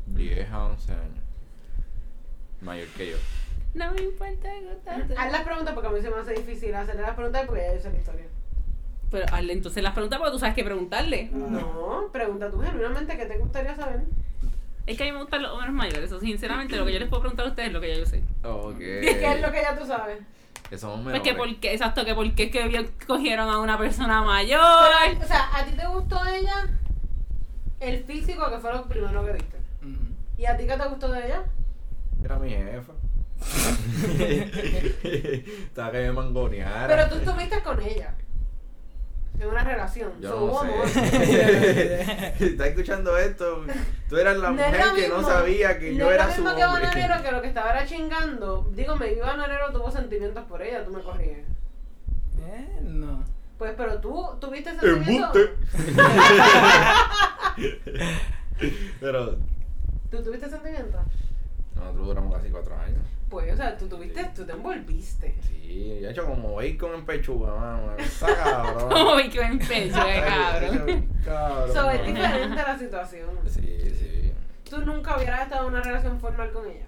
[SPEAKER 3] 10 a 11 años. Mayor que yo.
[SPEAKER 4] No me importa gustarte.
[SPEAKER 1] Haz las preguntas porque a mí se me hace difícil hacerle las preguntas porque ya yo sé la historia.
[SPEAKER 4] Pero hazle entonces las preguntas porque tú sabes qué preguntarle.
[SPEAKER 1] No, pregunta tú genuinamente qué te gustaría saber.
[SPEAKER 4] Es que a mí me gustan los hombres mayores. Eso, sinceramente, lo que yo les puedo preguntar a ustedes es lo que ya yo sé.
[SPEAKER 3] Ok.
[SPEAKER 1] ¿Qué es lo que ya tú sabes?
[SPEAKER 3] Que somos
[SPEAKER 4] Pues
[SPEAKER 3] menores.
[SPEAKER 4] que por qué, exacto, que por qué es que bien cogieron a una persona
[SPEAKER 1] Pero,
[SPEAKER 4] mayor.
[SPEAKER 1] o sea, ¿a ti te gustó de ella el físico que fue lo primero que viste?
[SPEAKER 2] Ujú.
[SPEAKER 1] ¿Y a ti qué te gustó de ella?
[SPEAKER 3] Era mi jefa. Estaba que me mangoneara.
[SPEAKER 1] Pero tú estuviste con ella. En una relación.
[SPEAKER 3] Yo
[SPEAKER 1] So,
[SPEAKER 3] no
[SPEAKER 1] hubo amor.
[SPEAKER 3] sé. Está escuchando esto. Tú eras la
[SPEAKER 1] No es
[SPEAKER 3] mujer
[SPEAKER 1] lo
[SPEAKER 3] que no
[SPEAKER 1] mismo.
[SPEAKER 3] sabía que
[SPEAKER 1] No
[SPEAKER 3] yo
[SPEAKER 1] es lo
[SPEAKER 3] era su
[SPEAKER 1] mismo
[SPEAKER 3] hombre.
[SPEAKER 1] que Bananero, que lo que estaba era chingando. Digo, me iba Bananero, tuvo sentimientos por ella, tú me corriges.
[SPEAKER 2] Eh, no.
[SPEAKER 1] Pues, pero tú tuviste sentimientos.
[SPEAKER 3] ¡Embuste! Pero
[SPEAKER 1] ¿Tú tuviste sentimientos?
[SPEAKER 3] nosotros duramos casi cuatro años.
[SPEAKER 1] Pues, o sea, tú tuviste, tú te envolviste.
[SPEAKER 3] Sí, yo he hecho como bacon en pechuga, mano. Está cabrón.
[SPEAKER 4] Como vi que en pecho, eh, cabrón.
[SPEAKER 3] Cabrón.
[SPEAKER 1] So, es
[SPEAKER 3] mano.
[SPEAKER 1] diferente la situación.
[SPEAKER 3] Sí, sí.
[SPEAKER 1] Tú nunca hubieras estado en una relación formal con ella.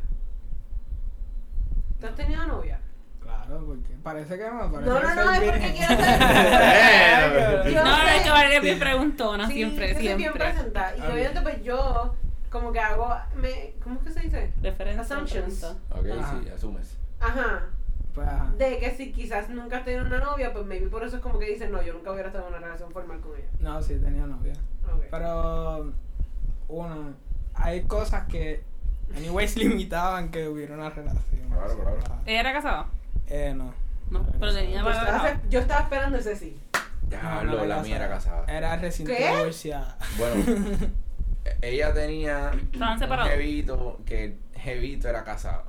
[SPEAKER 1] ¿Tú has tenido novia?
[SPEAKER 2] Claro, porque parece que no. Parece
[SPEAKER 1] No, no,
[SPEAKER 2] que
[SPEAKER 1] no,
[SPEAKER 2] soy
[SPEAKER 1] es porque
[SPEAKER 2] virgen.
[SPEAKER 1] quiero ser.
[SPEAKER 4] No,
[SPEAKER 1] Yo
[SPEAKER 4] no,
[SPEAKER 1] sé-
[SPEAKER 4] es que Valeria es bien preguntona,
[SPEAKER 1] Sí, yo
[SPEAKER 4] siempre,
[SPEAKER 1] soy bien
[SPEAKER 4] siempre.
[SPEAKER 1] presentada. Y
[SPEAKER 2] Ah,
[SPEAKER 1] obviamente, pues yo, como que hago. Me, ¿Cómo es que se dice?
[SPEAKER 4] Referencia.
[SPEAKER 1] Assumptions.
[SPEAKER 4] pregunta.
[SPEAKER 3] Ok,
[SPEAKER 2] Ajá.
[SPEAKER 3] sí, asumes.
[SPEAKER 1] Ajá.
[SPEAKER 2] Pues, ajá.
[SPEAKER 1] De que si quizás nunca has tenido una novia, pues maybe por eso es como que dicen, no, yo nunca hubiera estado en una relación formal con ella.
[SPEAKER 2] No, sí, tenía novia.
[SPEAKER 1] Ok.
[SPEAKER 2] Pero, uno, hay cosas que, anyways, limitaban que hubiera una relación.
[SPEAKER 3] Claro,
[SPEAKER 2] O sea,
[SPEAKER 3] claro.
[SPEAKER 4] ¿Ella era casada?
[SPEAKER 2] Eh, no.
[SPEAKER 4] No, pero tenía
[SPEAKER 1] Yo estaba,
[SPEAKER 4] para
[SPEAKER 1] yo estaba esperando ese sí.
[SPEAKER 3] Ya,
[SPEAKER 2] No, no
[SPEAKER 3] la mía era casada.
[SPEAKER 2] Era recién
[SPEAKER 1] ¿Qué?
[SPEAKER 2] divorciada.
[SPEAKER 3] Bueno, e- ella tenía
[SPEAKER 4] Estaban
[SPEAKER 3] un
[SPEAKER 4] separados.
[SPEAKER 3] jevito que el jevito era casado.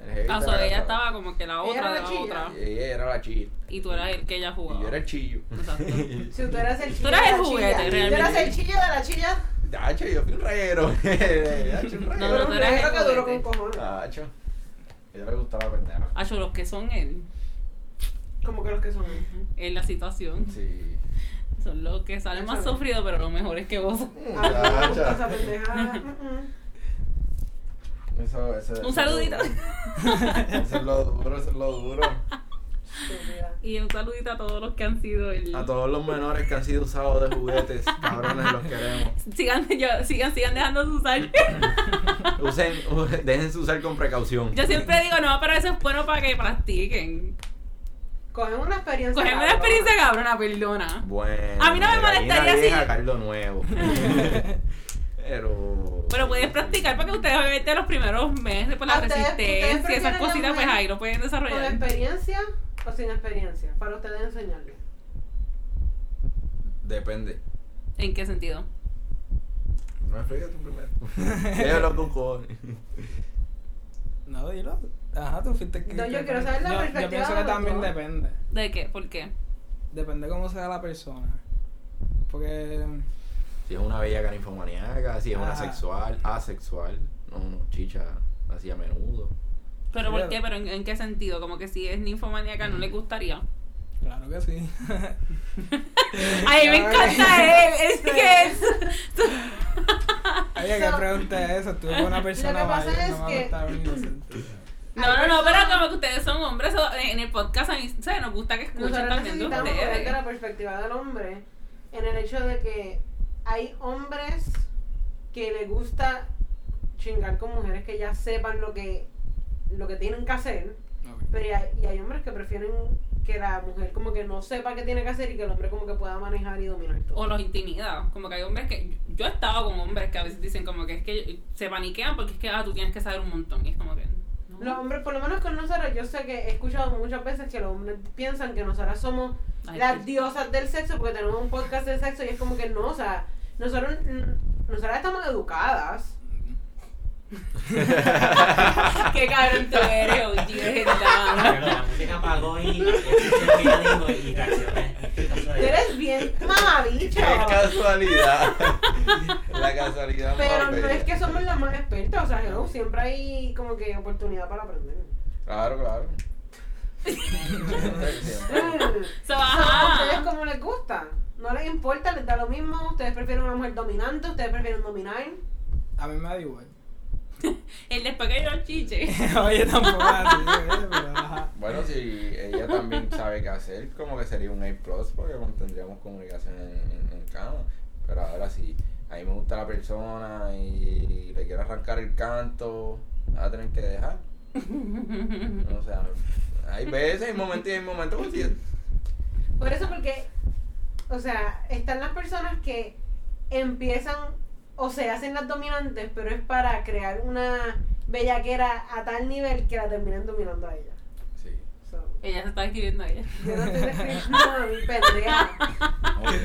[SPEAKER 3] El jevito
[SPEAKER 4] Ah, o
[SPEAKER 3] era
[SPEAKER 4] sea, ella
[SPEAKER 3] casado.
[SPEAKER 4] estaba como que la
[SPEAKER 1] Ella
[SPEAKER 4] otra
[SPEAKER 1] era
[SPEAKER 4] de
[SPEAKER 1] la
[SPEAKER 4] la
[SPEAKER 1] chilla.
[SPEAKER 4] otra.
[SPEAKER 3] Y ella era la chilla.
[SPEAKER 4] Y tú eras el que ella jugaba.
[SPEAKER 3] Y yo era el chillo.
[SPEAKER 4] Exacto.
[SPEAKER 1] Si tú eras el chillo.
[SPEAKER 4] eras
[SPEAKER 1] de
[SPEAKER 4] el
[SPEAKER 1] la
[SPEAKER 4] juguete,
[SPEAKER 1] chilla.
[SPEAKER 4] realmente.
[SPEAKER 1] Tú eras el chillo de la chilla.
[SPEAKER 3] Dacho, yo fui un reguero. Dacho, un
[SPEAKER 4] No, no,
[SPEAKER 1] pero
[SPEAKER 3] reguero.
[SPEAKER 4] tú
[SPEAKER 1] un
[SPEAKER 4] eras el
[SPEAKER 1] negro que duró con
[SPEAKER 4] juguete.
[SPEAKER 1] cojones.
[SPEAKER 3] Dacho. A ella le gustaba la pendeja.
[SPEAKER 4] Acho, los que son él.
[SPEAKER 1] Como que los que son.
[SPEAKER 4] En la situación.
[SPEAKER 3] Sí.
[SPEAKER 4] Son los que salen más sufridos, pero lo mejor es que vos.
[SPEAKER 1] Ah,
[SPEAKER 3] Dacho.
[SPEAKER 1] esa pendeja. mm,
[SPEAKER 3] Eso, eso, eso
[SPEAKER 4] Un saludito.
[SPEAKER 3] es lo- Eso es lo duro, eso es lo duro.
[SPEAKER 1] estúpida.
[SPEAKER 4] Y un saludito a todos los que han sido el.
[SPEAKER 3] A todos los menores que han sido usados de juguetes, cabrones, los queremos.
[SPEAKER 4] Sigan, yo- sigan, sigan dejando sus sal.
[SPEAKER 3] Usen, u- déjense usar con precaución.
[SPEAKER 4] Yo siempre digo, no, pero eso es bueno para que practiquen.
[SPEAKER 1] Cogen una experiencia.
[SPEAKER 4] Cogen una
[SPEAKER 1] cabrón.
[SPEAKER 4] experiencia cabrona, perdona.
[SPEAKER 3] Bueno.
[SPEAKER 4] A mí no me
[SPEAKER 3] de gallina
[SPEAKER 4] molestaría si-
[SPEAKER 3] vieja, caldo nuevo. Pero.
[SPEAKER 4] Pero puedes practicar para que ustedes obviamente los primeros meses, pues la
[SPEAKER 1] Ah, ustedes- ustedes
[SPEAKER 4] resistencia,
[SPEAKER 1] prefieren
[SPEAKER 4] esas
[SPEAKER 1] la
[SPEAKER 4] cositas, pues
[SPEAKER 1] mujer
[SPEAKER 4] ahí lo pueden
[SPEAKER 1] ¿Con
[SPEAKER 4] desarrollar.
[SPEAKER 1] experiencia o sin experiencia? Para ustedes enseñarles.
[SPEAKER 3] Depende.
[SPEAKER 4] ¿En qué sentido?
[SPEAKER 3] No me expliques tú primero. Déjalo con cojones.
[SPEAKER 2] No, dilo. Ajá, tú fuiste que.
[SPEAKER 1] No, yo quiero saber la
[SPEAKER 2] yo,
[SPEAKER 1] perspectiva
[SPEAKER 2] Yo pienso
[SPEAKER 1] de
[SPEAKER 2] que
[SPEAKER 1] los
[SPEAKER 2] también
[SPEAKER 1] dos.
[SPEAKER 2] depende.
[SPEAKER 4] ¿De qué? ¿Por qué?
[SPEAKER 2] Depende cómo sea la persona. Porque.
[SPEAKER 3] Si es una bella canifomaníaca, si es una
[SPEAKER 2] Ajá.
[SPEAKER 3] sexual, asexual. No, no, chicha, así a menudo.
[SPEAKER 4] ¿Pero por
[SPEAKER 2] Claro.
[SPEAKER 4] qué? ¿Pero en, en qué sentido? Como que si es ninfomaníaca no le gustaría.
[SPEAKER 2] Claro que sí.
[SPEAKER 4] Ay, me encanta él, es que es...
[SPEAKER 2] Oye,
[SPEAKER 1] So-
[SPEAKER 2] que pregunta eso. Tú eres una persona
[SPEAKER 1] Lo que pasa
[SPEAKER 2] mayor,
[SPEAKER 1] es
[SPEAKER 2] no va a
[SPEAKER 1] que-
[SPEAKER 2] gustar un inocente.
[SPEAKER 4] No, no, no, pero como que ustedes son hombres, o- eh, en el podcast a mí ¿sabes? nos gusta que escuchen
[SPEAKER 1] Nosotros
[SPEAKER 4] también de
[SPEAKER 1] necesitamos ver de
[SPEAKER 4] ustedes.
[SPEAKER 1] la perspectiva del hombre en el hecho de que hay hombres que les gusta chingar con mujeres que ya sepan lo que lo que tienen que hacer, pero y hay, y hay hombres que prefieren que la mujer como que no sepa qué tiene que hacer y que el hombre como que pueda manejar y dominar todo.
[SPEAKER 4] O los intimida, como que hay hombres que. Yo he estado con hombres que a veces dicen como que es que se paniquean porque es que ah, tú tienes que saber un montón. Y es como que. no.
[SPEAKER 1] Los hombres, por lo menos con nosotros, yo sé que he escuchado muchas veces que los hombres piensan que nosotras somos
[SPEAKER 4] Ay,
[SPEAKER 1] las
[SPEAKER 4] sí.
[SPEAKER 1] diosas del sexo porque tenemos un podcast de sexo y es como que no, o sea, nosotros, nosotras estamos educadas.
[SPEAKER 4] Qué cabrón tú eres, OG de Gitano.
[SPEAKER 6] Pero la música apagó y escuché el digo y reaccioné.
[SPEAKER 1] Tú eres bien mamabicho.
[SPEAKER 3] Qué casualidad. la casualidad más
[SPEAKER 1] Pero no
[SPEAKER 3] bella.
[SPEAKER 1] es que somos las más expertas, o sea, hello, siempre hay como que oportunidad para aprender.
[SPEAKER 3] Claro, claro. Siempre.
[SPEAKER 1] Mm.
[SPEAKER 4] So,
[SPEAKER 1] ¿A ustedes
[SPEAKER 4] ajá.
[SPEAKER 1] como les gusta? No les importa, les da lo mismo, ustedes prefieren una mujer dominante, ustedes prefieren dominar.
[SPEAKER 2] A mí me da igual.
[SPEAKER 4] El después que yo chiche.
[SPEAKER 2] Oye, tampoco así, eh, pero ajá.
[SPEAKER 3] bueno, si ella también sabe qué hacer, como que sería un A plus porque mantendríamos comunicación en, en- en cama. Pero ahora sí, a mí me gusta la persona y le quiero arrancar el canto, la voy a tener que dejar. O sea, hay veces, hay momentos y hay momentos. pues, sí,
[SPEAKER 1] Por eso, porque, o sea, están las personas que empiezan o se hacen las dominantes, pero es para crear una bellaquera a tal nivel que la terminan dominando a ella.
[SPEAKER 3] sí.
[SPEAKER 1] So,
[SPEAKER 4] Ella se está escribiendo a ella.
[SPEAKER 1] yo no estoy describiendo a mi pendeja.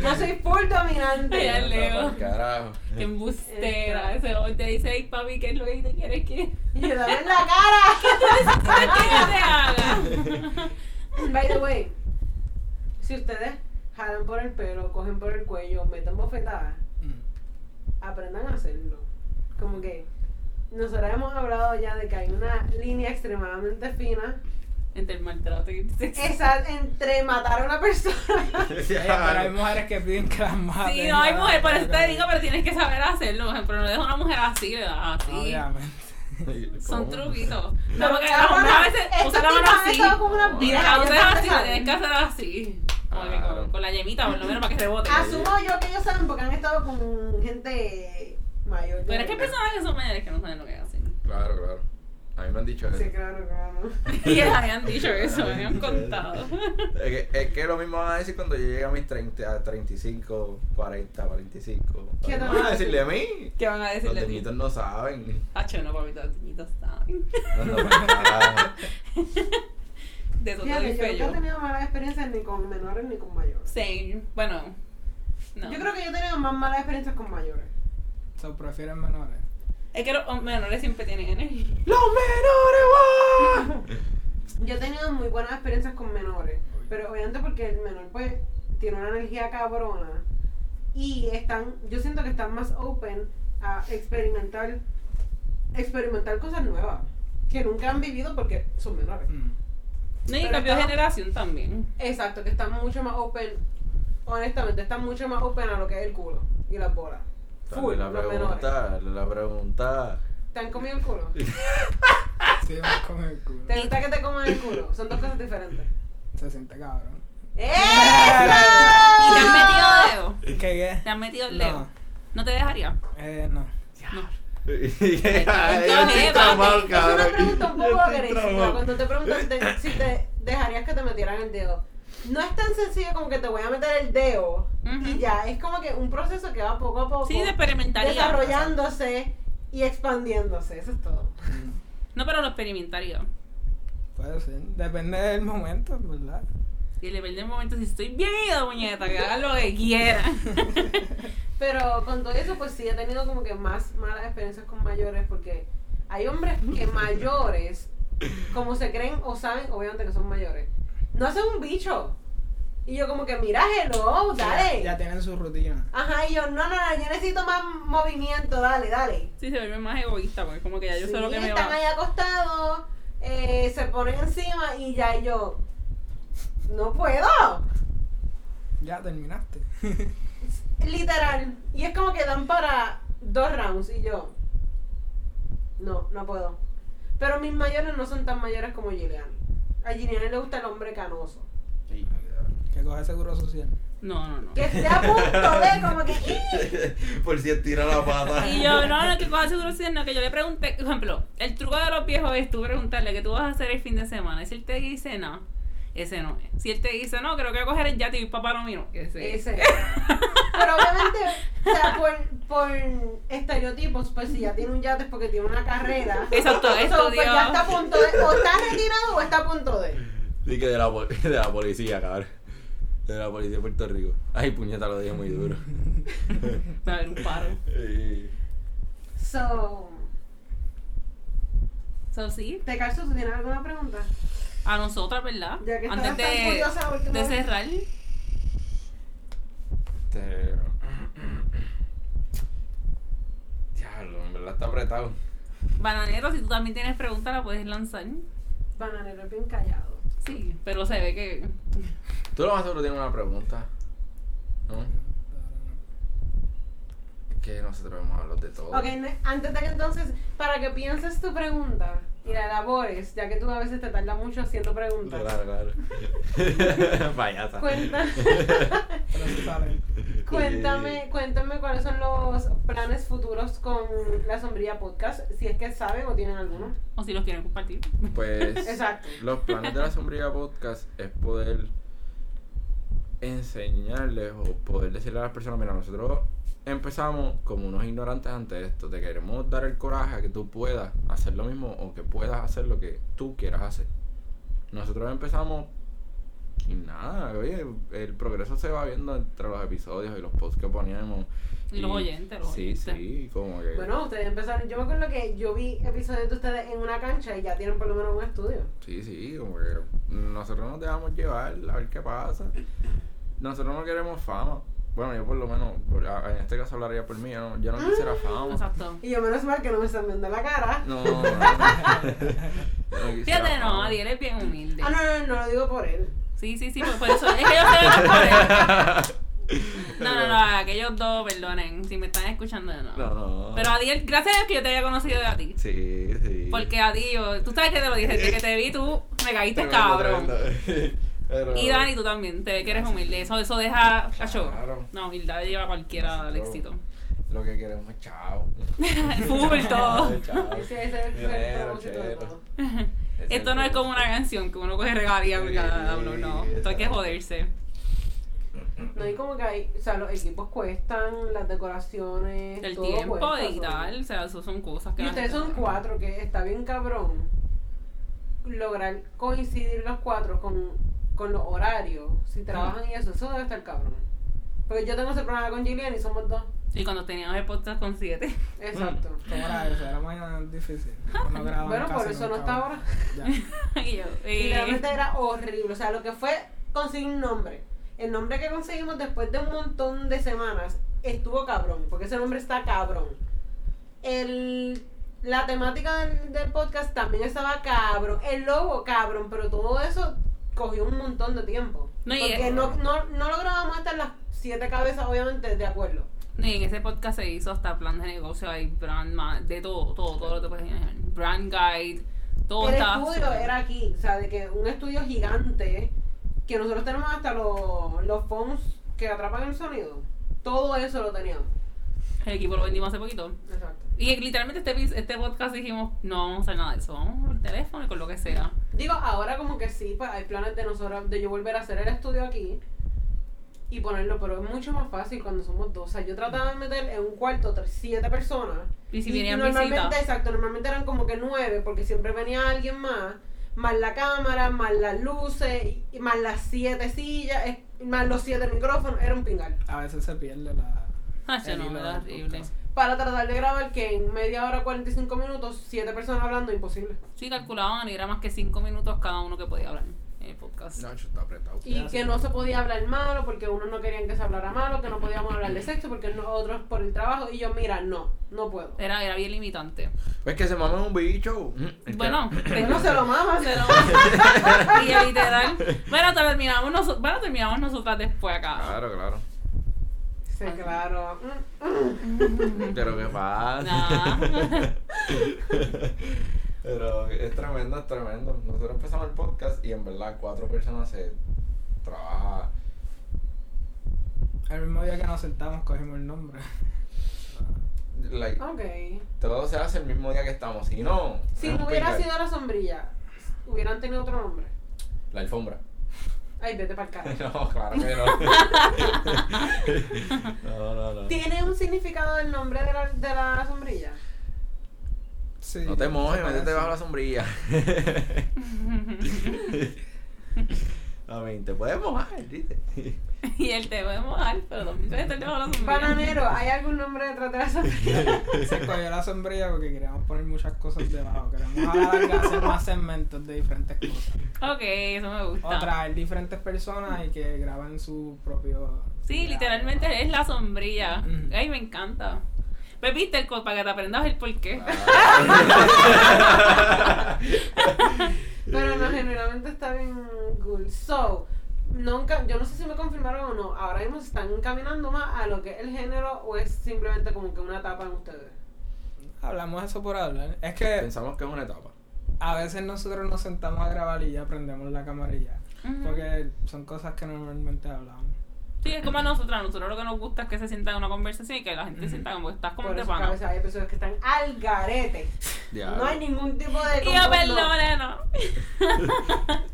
[SPEAKER 1] Yo soy full
[SPEAKER 4] Ella
[SPEAKER 1] dominante.
[SPEAKER 4] es Leo.
[SPEAKER 3] Carajo.
[SPEAKER 4] Qué embustera. Ese hombre te dice, hey papi, ¿qué es lo que te quieres que
[SPEAKER 1] Y yo dame en la cara.
[SPEAKER 4] ¿Qué te haga?
[SPEAKER 1] By the way, si ustedes jalan por el pelo, cogen por el cuello, meten bofetadas,
[SPEAKER 2] Mm.
[SPEAKER 1] aprendan a hacerlo. Como que nosotros hemos hablado ya de que hay una línea extremadamente fina
[SPEAKER 4] Entre el maltrato y el sexo.
[SPEAKER 1] esa entre matar a una persona.
[SPEAKER 2] Oye, pero hay mujeres que piden que las maten.
[SPEAKER 4] Sí, no hay mujer, por eso te
[SPEAKER 2] Pero-
[SPEAKER 4] digo, pero tienes que saber hacerlo. Por ejemplo, no dejes a una mujer así, le das así.
[SPEAKER 2] Obviamente.
[SPEAKER 4] Son
[SPEAKER 3] ¿Cómo?
[SPEAKER 4] truquitos. No, porque
[SPEAKER 1] Esta
[SPEAKER 4] las mujeres a veces
[SPEAKER 1] tipa
[SPEAKER 4] usan la mano
[SPEAKER 1] ha
[SPEAKER 4] así.
[SPEAKER 1] estado con una
[SPEAKER 4] Y
[SPEAKER 1] vieja,
[SPEAKER 4] la
[SPEAKER 1] yo
[SPEAKER 4] usas
[SPEAKER 1] no
[SPEAKER 4] así,
[SPEAKER 1] sé.
[SPEAKER 4] la tienes que hacer así. Como que
[SPEAKER 3] Claro.
[SPEAKER 4] con, con la yemita, por lo menos, para que rebote.
[SPEAKER 1] Asumo yo que ellos saben porque han estado con gente mayor.
[SPEAKER 4] Pero es que hay personas que son mayores que no saben lo que hacen.
[SPEAKER 3] Claro, claro. A mí me han dicho eso.
[SPEAKER 1] Sí, claro, claro.
[SPEAKER 4] Y les habían dicho eso, me habían contado.
[SPEAKER 3] Es que, es que lo mismo van a decir cuando yo llegue a mis 30, 35, 40, 45.
[SPEAKER 1] ¿Qué
[SPEAKER 3] ¿Qué
[SPEAKER 1] te
[SPEAKER 3] van
[SPEAKER 1] van a
[SPEAKER 3] a decirle a mí?
[SPEAKER 4] ¿Qué van a
[SPEAKER 3] Los
[SPEAKER 4] decirle a ti?
[SPEAKER 3] teñitos no saben.
[SPEAKER 4] Acho, no, papi, los niñitos saben.
[SPEAKER 3] No, no, para
[SPEAKER 4] De eso te
[SPEAKER 1] Fíjate,
[SPEAKER 4] dije
[SPEAKER 1] yo nunca he
[SPEAKER 4] yo.
[SPEAKER 1] tenido malas experiencias ni con menores ni con mayores.
[SPEAKER 4] Same. Bueno, no.
[SPEAKER 1] Yo creo que yo he tenido más malas experiencias con mayores.
[SPEAKER 2] So, prefieren menores.
[SPEAKER 4] Es que los hombres menores siempre tienen energía.
[SPEAKER 3] ¡Los menores,
[SPEAKER 1] Yo he tenido muy buenas experiencias con menores, pero obviamente porque el menor pues tiene una energía cabrona y están, yo siento que están más open a experimentar, experimentar cosas nuevas que nunca han vivido porque son menores.
[SPEAKER 2] Mm.
[SPEAKER 4] No, y
[SPEAKER 1] Pero
[SPEAKER 4] cambió de
[SPEAKER 1] estaba-
[SPEAKER 4] generación también.
[SPEAKER 1] Exacto, que están mucho más open, honestamente están mucho más open a lo que es el culo y las bolas. Full,
[SPEAKER 3] Dale la
[SPEAKER 1] los menores.
[SPEAKER 3] pregunta, dale la pregunta.
[SPEAKER 1] ¿Te han comido el culo?
[SPEAKER 2] Sí, me come el culo.
[SPEAKER 1] ¿Te gusta que te coman el culo? Son dos cosas diferentes.
[SPEAKER 2] Se siente cabrón.
[SPEAKER 4] ¿Y te
[SPEAKER 1] ¡Eso!
[SPEAKER 4] han metido dedo?
[SPEAKER 2] ¿Qué qué?
[SPEAKER 4] ¿Te han metido el dedo?
[SPEAKER 2] No,
[SPEAKER 4] No, te dejaría.
[SPEAKER 2] eh, no.
[SPEAKER 4] No.
[SPEAKER 3] Entonces,
[SPEAKER 4] papi,
[SPEAKER 1] Es una pregunta un poco
[SPEAKER 2] Este
[SPEAKER 1] agresiva. Cuando te preguntan si te, si te dejarías que te metieran el dedo, no es tan sencillo como que te voy a meter el dedo y
[SPEAKER 4] Ujú.
[SPEAKER 1] ya. Es como que un proceso que va poco a poco
[SPEAKER 4] Sí, te experimentaría.
[SPEAKER 1] desarrollándose y expandiéndose. Eso es todo.
[SPEAKER 2] Mm.
[SPEAKER 4] No, pero lo experimentaría.
[SPEAKER 2] Puede ser. Depende del momento, en ¿verdad?
[SPEAKER 4] Y le perdí el momento si estoy bien ido, muñeca, que haga lo que quiera.
[SPEAKER 1] Pero con todo eso, pues sí he tenido como que más malas experiencias con mayores porque hay hombres que mayores, como se creen o saben, obviamente que son mayores, no hacen un bicho. Y yo como que, mira, hello, dale.
[SPEAKER 2] Ya, ya tienen su rutina.
[SPEAKER 1] Ajá, y yo, no, no, no, yo necesito más movimiento, dale, dale.
[SPEAKER 4] Sí, se vuelve más egoísta, porque como que ya yo sé
[SPEAKER 1] Sí,
[SPEAKER 4] lo que me
[SPEAKER 1] están
[SPEAKER 4] va.
[SPEAKER 1] ahí acostados, eh, se ponen encima y ya yo, no puedo.
[SPEAKER 2] Ya terminaste.
[SPEAKER 1] Literal. Y es como que dan para dos rounds y yo, no, no puedo. Pero mis mayores no son tan mayores como Gileani. A Gileani le gusta el hombre canoso.
[SPEAKER 3] Sí.
[SPEAKER 2] Que coge seguro social.
[SPEAKER 4] No, no, no.
[SPEAKER 1] Que esté a punto de como que.
[SPEAKER 3] Por si estira la pata.
[SPEAKER 4] Y yo, no, no, que cosa seguro sí, no, que yo le pregunté, por ejemplo, el truco de los viejos es tú preguntarle qué tú vas a hacer el fin de semana. Y si él te dice no, ese no es. Si él te dice no, creo que voy a coger el yate y papá no vino. Ese es.
[SPEAKER 1] Ese. Pero obviamente, o sea, por, por estereotipos, pues si ya tiene un yate es porque tiene una carrera.
[SPEAKER 4] Exacto,
[SPEAKER 1] So, pues
[SPEAKER 4] estudió.
[SPEAKER 1] ya está a punto de. O está retirado o está a punto de.
[SPEAKER 3] Sí, que de la, pol- de la policía, cabrón. De la policía de Puerto Rico. Ay, puñeta, lo dije muy duro.
[SPEAKER 4] Va a haber un paro.
[SPEAKER 3] Eh,
[SPEAKER 1] So.
[SPEAKER 4] So, sí,
[SPEAKER 1] ¿Te calzo? ¿Tú tienes alguna pregunta?
[SPEAKER 4] a nosotras, ¿verdad?
[SPEAKER 1] Ya que
[SPEAKER 4] Antes
[SPEAKER 1] estabas tan
[SPEAKER 4] de,
[SPEAKER 1] curiosa la última
[SPEAKER 4] de
[SPEAKER 1] vez.
[SPEAKER 4] cerrar.
[SPEAKER 3] Este... Diablo, en verdad está apretado.
[SPEAKER 4] Bananero, si tú también tienes preguntas, la puedes lanzar.
[SPEAKER 1] Bananero es bien callado.
[SPEAKER 4] Sí, pero se ve que.
[SPEAKER 3] Tú lo más seguro tienes una pregunta. ¿No? Que nosotros vamos a hablar de todo.
[SPEAKER 1] Ok, ne- antes de que entonces, para que pienses tu pregunta y la elabores, ya que tú a veces te tardas mucho haciendo preguntas.
[SPEAKER 3] Claro, claro. Payasa.
[SPEAKER 1] Cuenta-
[SPEAKER 2] Pero sí sale.
[SPEAKER 1] Cuéntame, cuéntame cuáles son los planes futuros con la sombrilla podcast, si es que saben o tienen alguno.
[SPEAKER 4] O si los quieren compartir.
[SPEAKER 3] Pues.
[SPEAKER 1] Exacto.
[SPEAKER 3] Los planes de la sombrilla podcast es poder enseñarles o poder decirle a las personas, mira, nosotros empezamos como unos ignorantes ante esto, te queremos dar el coraje a que tú puedas hacer lo mismo o que puedas hacer lo que tú quieras hacer. Nosotros empezamos y nada, oye, el progreso se va viendo entre los episodios y los posts que ponemos.
[SPEAKER 4] Y los oyentes, los
[SPEAKER 3] Sí,
[SPEAKER 4] oyentes.
[SPEAKER 3] sí, como que...
[SPEAKER 1] Bueno, ustedes empezaron, yo me acuerdo que yo vi episodios de ustedes en una cancha y ya tienen por lo menos un estudio.
[SPEAKER 3] Sí, sí, como que nosotros nos dejamos llevar a ver qué pasa. Nosotros no queremos fama. Bueno, yo por lo menos, por- a- en este caso hablaría por mí, yo no, yo no quisiera fama.
[SPEAKER 4] Ah, Exacto.
[SPEAKER 1] Y yo menos mal que no me están viendo la cara.
[SPEAKER 3] No, no, no. Yo quisiera
[SPEAKER 4] Fíjate, no,
[SPEAKER 3] fama.
[SPEAKER 4] Adiel es bien humilde.
[SPEAKER 1] Ah, no, no, no lo digo por él.
[SPEAKER 4] Sí, sí, sí, por, por eso. Es que yo se lo por él. No, no, no, aquellos dos, perdonen, si me están escuchando de nuevo.
[SPEAKER 3] No, no.
[SPEAKER 4] Pero Adiel, gracias a Dios que yo te haya conocido de a ti.
[SPEAKER 3] Sí, sí.
[SPEAKER 4] Porque Adiel, tú sabes que te lo dije, desde que te vi tú me caíste
[SPEAKER 3] Tremendo,
[SPEAKER 4] cabrón.
[SPEAKER 3] tremendo. Pero-
[SPEAKER 4] Y Dani, tú también, te ve que eres humilde. Eso, eso deja a show.
[SPEAKER 3] Claro.
[SPEAKER 4] No, humildad lleva a cualquiera al
[SPEAKER 3] Claro.
[SPEAKER 4] éxito.
[SPEAKER 3] Lo que queremos es chao.
[SPEAKER 4] Full todo.
[SPEAKER 3] Chao.
[SPEAKER 1] Ese, ese es el
[SPEAKER 3] Dinero,
[SPEAKER 1] propósito de
[SPEAKER 3] chero.
[SPEAKER 1] todo.
[SPEAKER 4] Esto no es como una canción que uno coge regalía por cada uno, no. Esto hay que joderse.
[SPEAKER 1] No, y como que hay, o sea, los equipos cuestan, las decoraciones,
[SPEAKER 4] El
[SPEAKER 1] todo
[SPEAKER 4] tiempo
[SPEAKER 1] cuesta,
[SPEAKER 4] y
[SPEAKER 1] so.
[SPEAKER 4] tal, o sea, eso son cosas que.
[SPEAKER 1] Y
[SPEAKER 4] la
[SPEAKER 1] ustedes
[SPEAKER 4] gente-
[SPEAKER 1] son cuatro, que está bien cabrón lograr coincidir los cuatro con, con los horarios, si trabajan y eso, eso debe estar cabrón. Porque yo tengo ese problema con Gillian y somos dos.
[SPEAKER 4] Y cuando teníamos el podcast con siete.
[SPEAKER 1] Exacto.
[SPEAKER 2] ¿Cómo era eso? Era más difícil. No grababan
[SPEAKER 1] Bueno, por
[SPEAKER 2] casi
[SPEAKER 1] eso no
[SPEAKER 2] nunca.
[SPEAKER 1] está ahora.
[SPEAKER 2] Ya.
[SPEAKER 4] y yo,
[SPEAKER 1] Y
[SPEAKER 4] eh,
[SPEAKER 1] realmente era horrible. O sea, lo que fue conseguir un nombre. El nombre que conseguimos después de un montón de semanas estuvo cabrón, porque ese nombre está cabrón. El, la temática del, del podcast también estaba cabrón. El logo cabrón, pero todo eso cogió un montón de tiempo.
[SPEAKER 4] No, y
[SPEAKER 1] porque
[SPEAKER 4] es-
[SPEAKER 1] no, no, no lo grabamos hasta las siete cabezas, obviamente, de acuerdo.
[SPEAKER 4] No, y en ese podcast se hizo hasta plan de negocio, hay brand, ma- de todo, todo, todo lo que puedes imaginar. Brand guide, todo
[SPEAKER 1] El
[SPEAKER 4] estaba
[SPEAKER 1] estudio
[SPEAKER 4] súper-
[SPEAKER 1] era aquí, o sea, de que un estudio gigante, que nosotros tenemos hasta los, los phones que atrapan el sonido. Todo eso lo teníamos.
[SPEAKER 4] El equipo lo vendimos hace poquito.
[SPEAKER 1] Exacto.
[SPEAKER 4] Y literalmente este, vis- este podcast dijimos, no vamos a hacer nada de eso, vamos por teléfono y con lo que sea.
[SPEAKER 1] Digo, ahora como que sí, pues hay planes de nosotros, de yo volver a hacer el estudio aquí y ponerlo, pero es mucho más fácil cuando somos dos. O sea, yo trataba de meter en un cuarto tres, siete personas.
[SPEAKER 4] Y si venían
[SPEAKER 1] normalmente,
[SPEAKER 4] visitas.
[SPEAKER 1] exacto, normalmente eran como que nueve, porque siempre venía alguien más, más la cámara, más las luces, y más las siete sillas, eh, más los siete micrófonos, era un pingal.
[SPEAKER 2] A veces se pierde la.
[SPEAKER 4] Ah, yo
[SPEAKER 2] el
[SPEAKER 4] no,
[SPEAKER 2] hilo
[SPEAKER 4] era
[SPEAKER 2] del
[SPEAKER 4] horrible.
[SPEAKER 2] podcast.
[SPEAKER 1] Para tratar de grabar que en media hora, 45 minutos, siete personas hablando, imposible.
[SPEAKER 4] Sí, calculaban y era más que cinco minutos cada uno que podía hablar en el podcast.
[SPEAKER 3] No, yo está apretado.
[SPEAKER 1] Y
[SPEAKER 2] Ya,
[SPEAKER 1] que
[SPEAKER 2] sí.
[SPEAKER 1] no se podía hablar malo porque unos no querían que se hablara malo, que no podíamos hablar de sexo porque no- otros por el trabajo. Y yo, mira, no, no puedo.
[SPEAKER 4] Era, era bien limitante.
[SPEAKER 3] Es Pues que se mama es un bicho.
[SPEAKER 4] Bueno,
[SPEAKER 1] Bueno, se lo mamas.
[SPEAKER 4] Pero, y literal. Bueno, terminamos, noso- bueno, terminamos nosotras después acá.
[SPEAKER 3] Claro, claro.
[SPEAKER 1] Sí, claro. Mm, Ah. mm.
[SPEAKER 3] Pero qué pasa.
[SPEAKER 4] Nah.
[SPEAKER 3] Pero es tremendo, es tremendo. Nosotros empezamos el podcast y en verdad cuatro personas se trabaja.
[SPEAKER 2] El mismo día que nos sentamos cogimos el nombre.
[SPEAKER 3] Like,
[SPEAKER 1] Ok.
[SPEAKER 3] Todo se hace el mismo día que estamos. Si no,
[SPEAKER 1] Ah. Si
[SPEAKER 3] es un
[SPEAKER 1] no hubiera
[SPEAKER 3] picar.
[SPEAKER 1] sido la sombrilla, hubieran tenido otro nombre.
[SPEAKER 3] La alfombra.
[SPEAKER 1] Ay, vete para el carajo.
[SPEAKER 3] No, claro que no. no, no, no.
[SPEAKER 1] ¿Tiene un significado el nombre de la, de la sombrilla?
[SPEAKER 2] Sí,
[SPEAKER 3] No te mojes,
[SPEAKER 2] se parece.
[SPEAKER 3] métete bajo la sombrilla. A ver, te puedes mojar, ¿viste?
[SPEAKER 4] y él te va a mojar, pero no pienses estar debajo de la sombrilla.
[SPEAKER 1] Bananero, ¿hay algún nombre detrás de la sombrilla?
[SPEAKER 2] Se cogió la sombrilla porque queríamos poner muchas cosas debajo. Queremos a la larga hacer más segmentos de diferentes cosas.
[SPEAKER 4] Ok, eso me gusta.
[SPEAKER 2] O traer diferentes personas y que graben su propio.
[SPEAKER 4] Sí, literalmente es la sombrilla.
[SPEAKER 2] Mm.
[SPEAKER 4] Ay, me encanta. Pues viste, el co- para que te aprendas el porqué.
[SPEAKER 1] Pero no, generalmente está bien cool. So, nunca, yo no sé si me confirmaron o no. Ahora mismo se están encaminando más a lo que es el género o es simplemente como que una etapa en ustedes.
[SPEAKER 2] Hablamos eso por hablar. Es que
[SPEAKER 3] Pensamos que es una etapa.
[SPEAKER 2] a veces nosotros nos sentamos a grabar y ya prendemos la cámara y ya.
[SPEAKER 4] Ujú.
[SPEAKER 2] Porque son cosas que normalmente hablamos.
[SPEAKER 4] Sí, es como a nosotras. A nosotros lo que nos gusta es que se sienta en una conversación y que la gente
[SPEAKER 2] Ujú.
[SPEAKER 4] sienta como que estás como
[SPEAKER 1] Por
[SPEAKER 4] de
[SPEAKER 1] eso
[SPEAKER 4] pana.
[SPEAKER 1] cada vez hay episodios que están al garete.
[SPEAKER 3] Ya.
[SPEAKER 1] No hay ningún tipo de...
[SPEAKER 4] Y
[SPEAKER 1] como-
[SPEAKER 4] yo, perdone, no.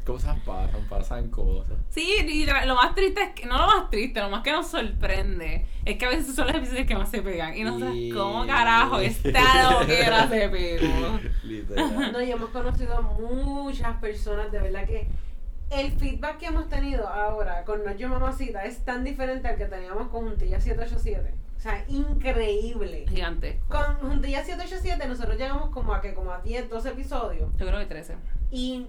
[SPEAKER 3] Cosas pasan, pasan cosas.
[SPEAKER 4] Sí, literal, lo más triste es que, no lo más triste, lo más que nos sorprende es que a veces son los episodios que más se pegan. Y nosotras,
[SPEAKER 3] Y-
[SPEAKER 4] ¿cómo carajo esta loquera se pegó?
[SPEAKER 3] Literal.
[SPEAKER 1] No, y hemos conocido a muchas personas, de verdad que el feedback que hemos tenido ahora con Noche Mamacita es tan diferente al que teníamos con Juntilla 787. O sea, increíble.
[SPEAKER 4] Gigante.
[SPEAKER 1] Con Juntilla 787 nosotros llegamos como a que como a 10, 12 episodios
[SPEAKER 4] Yo creo que 13.
[SPEAKER 1] y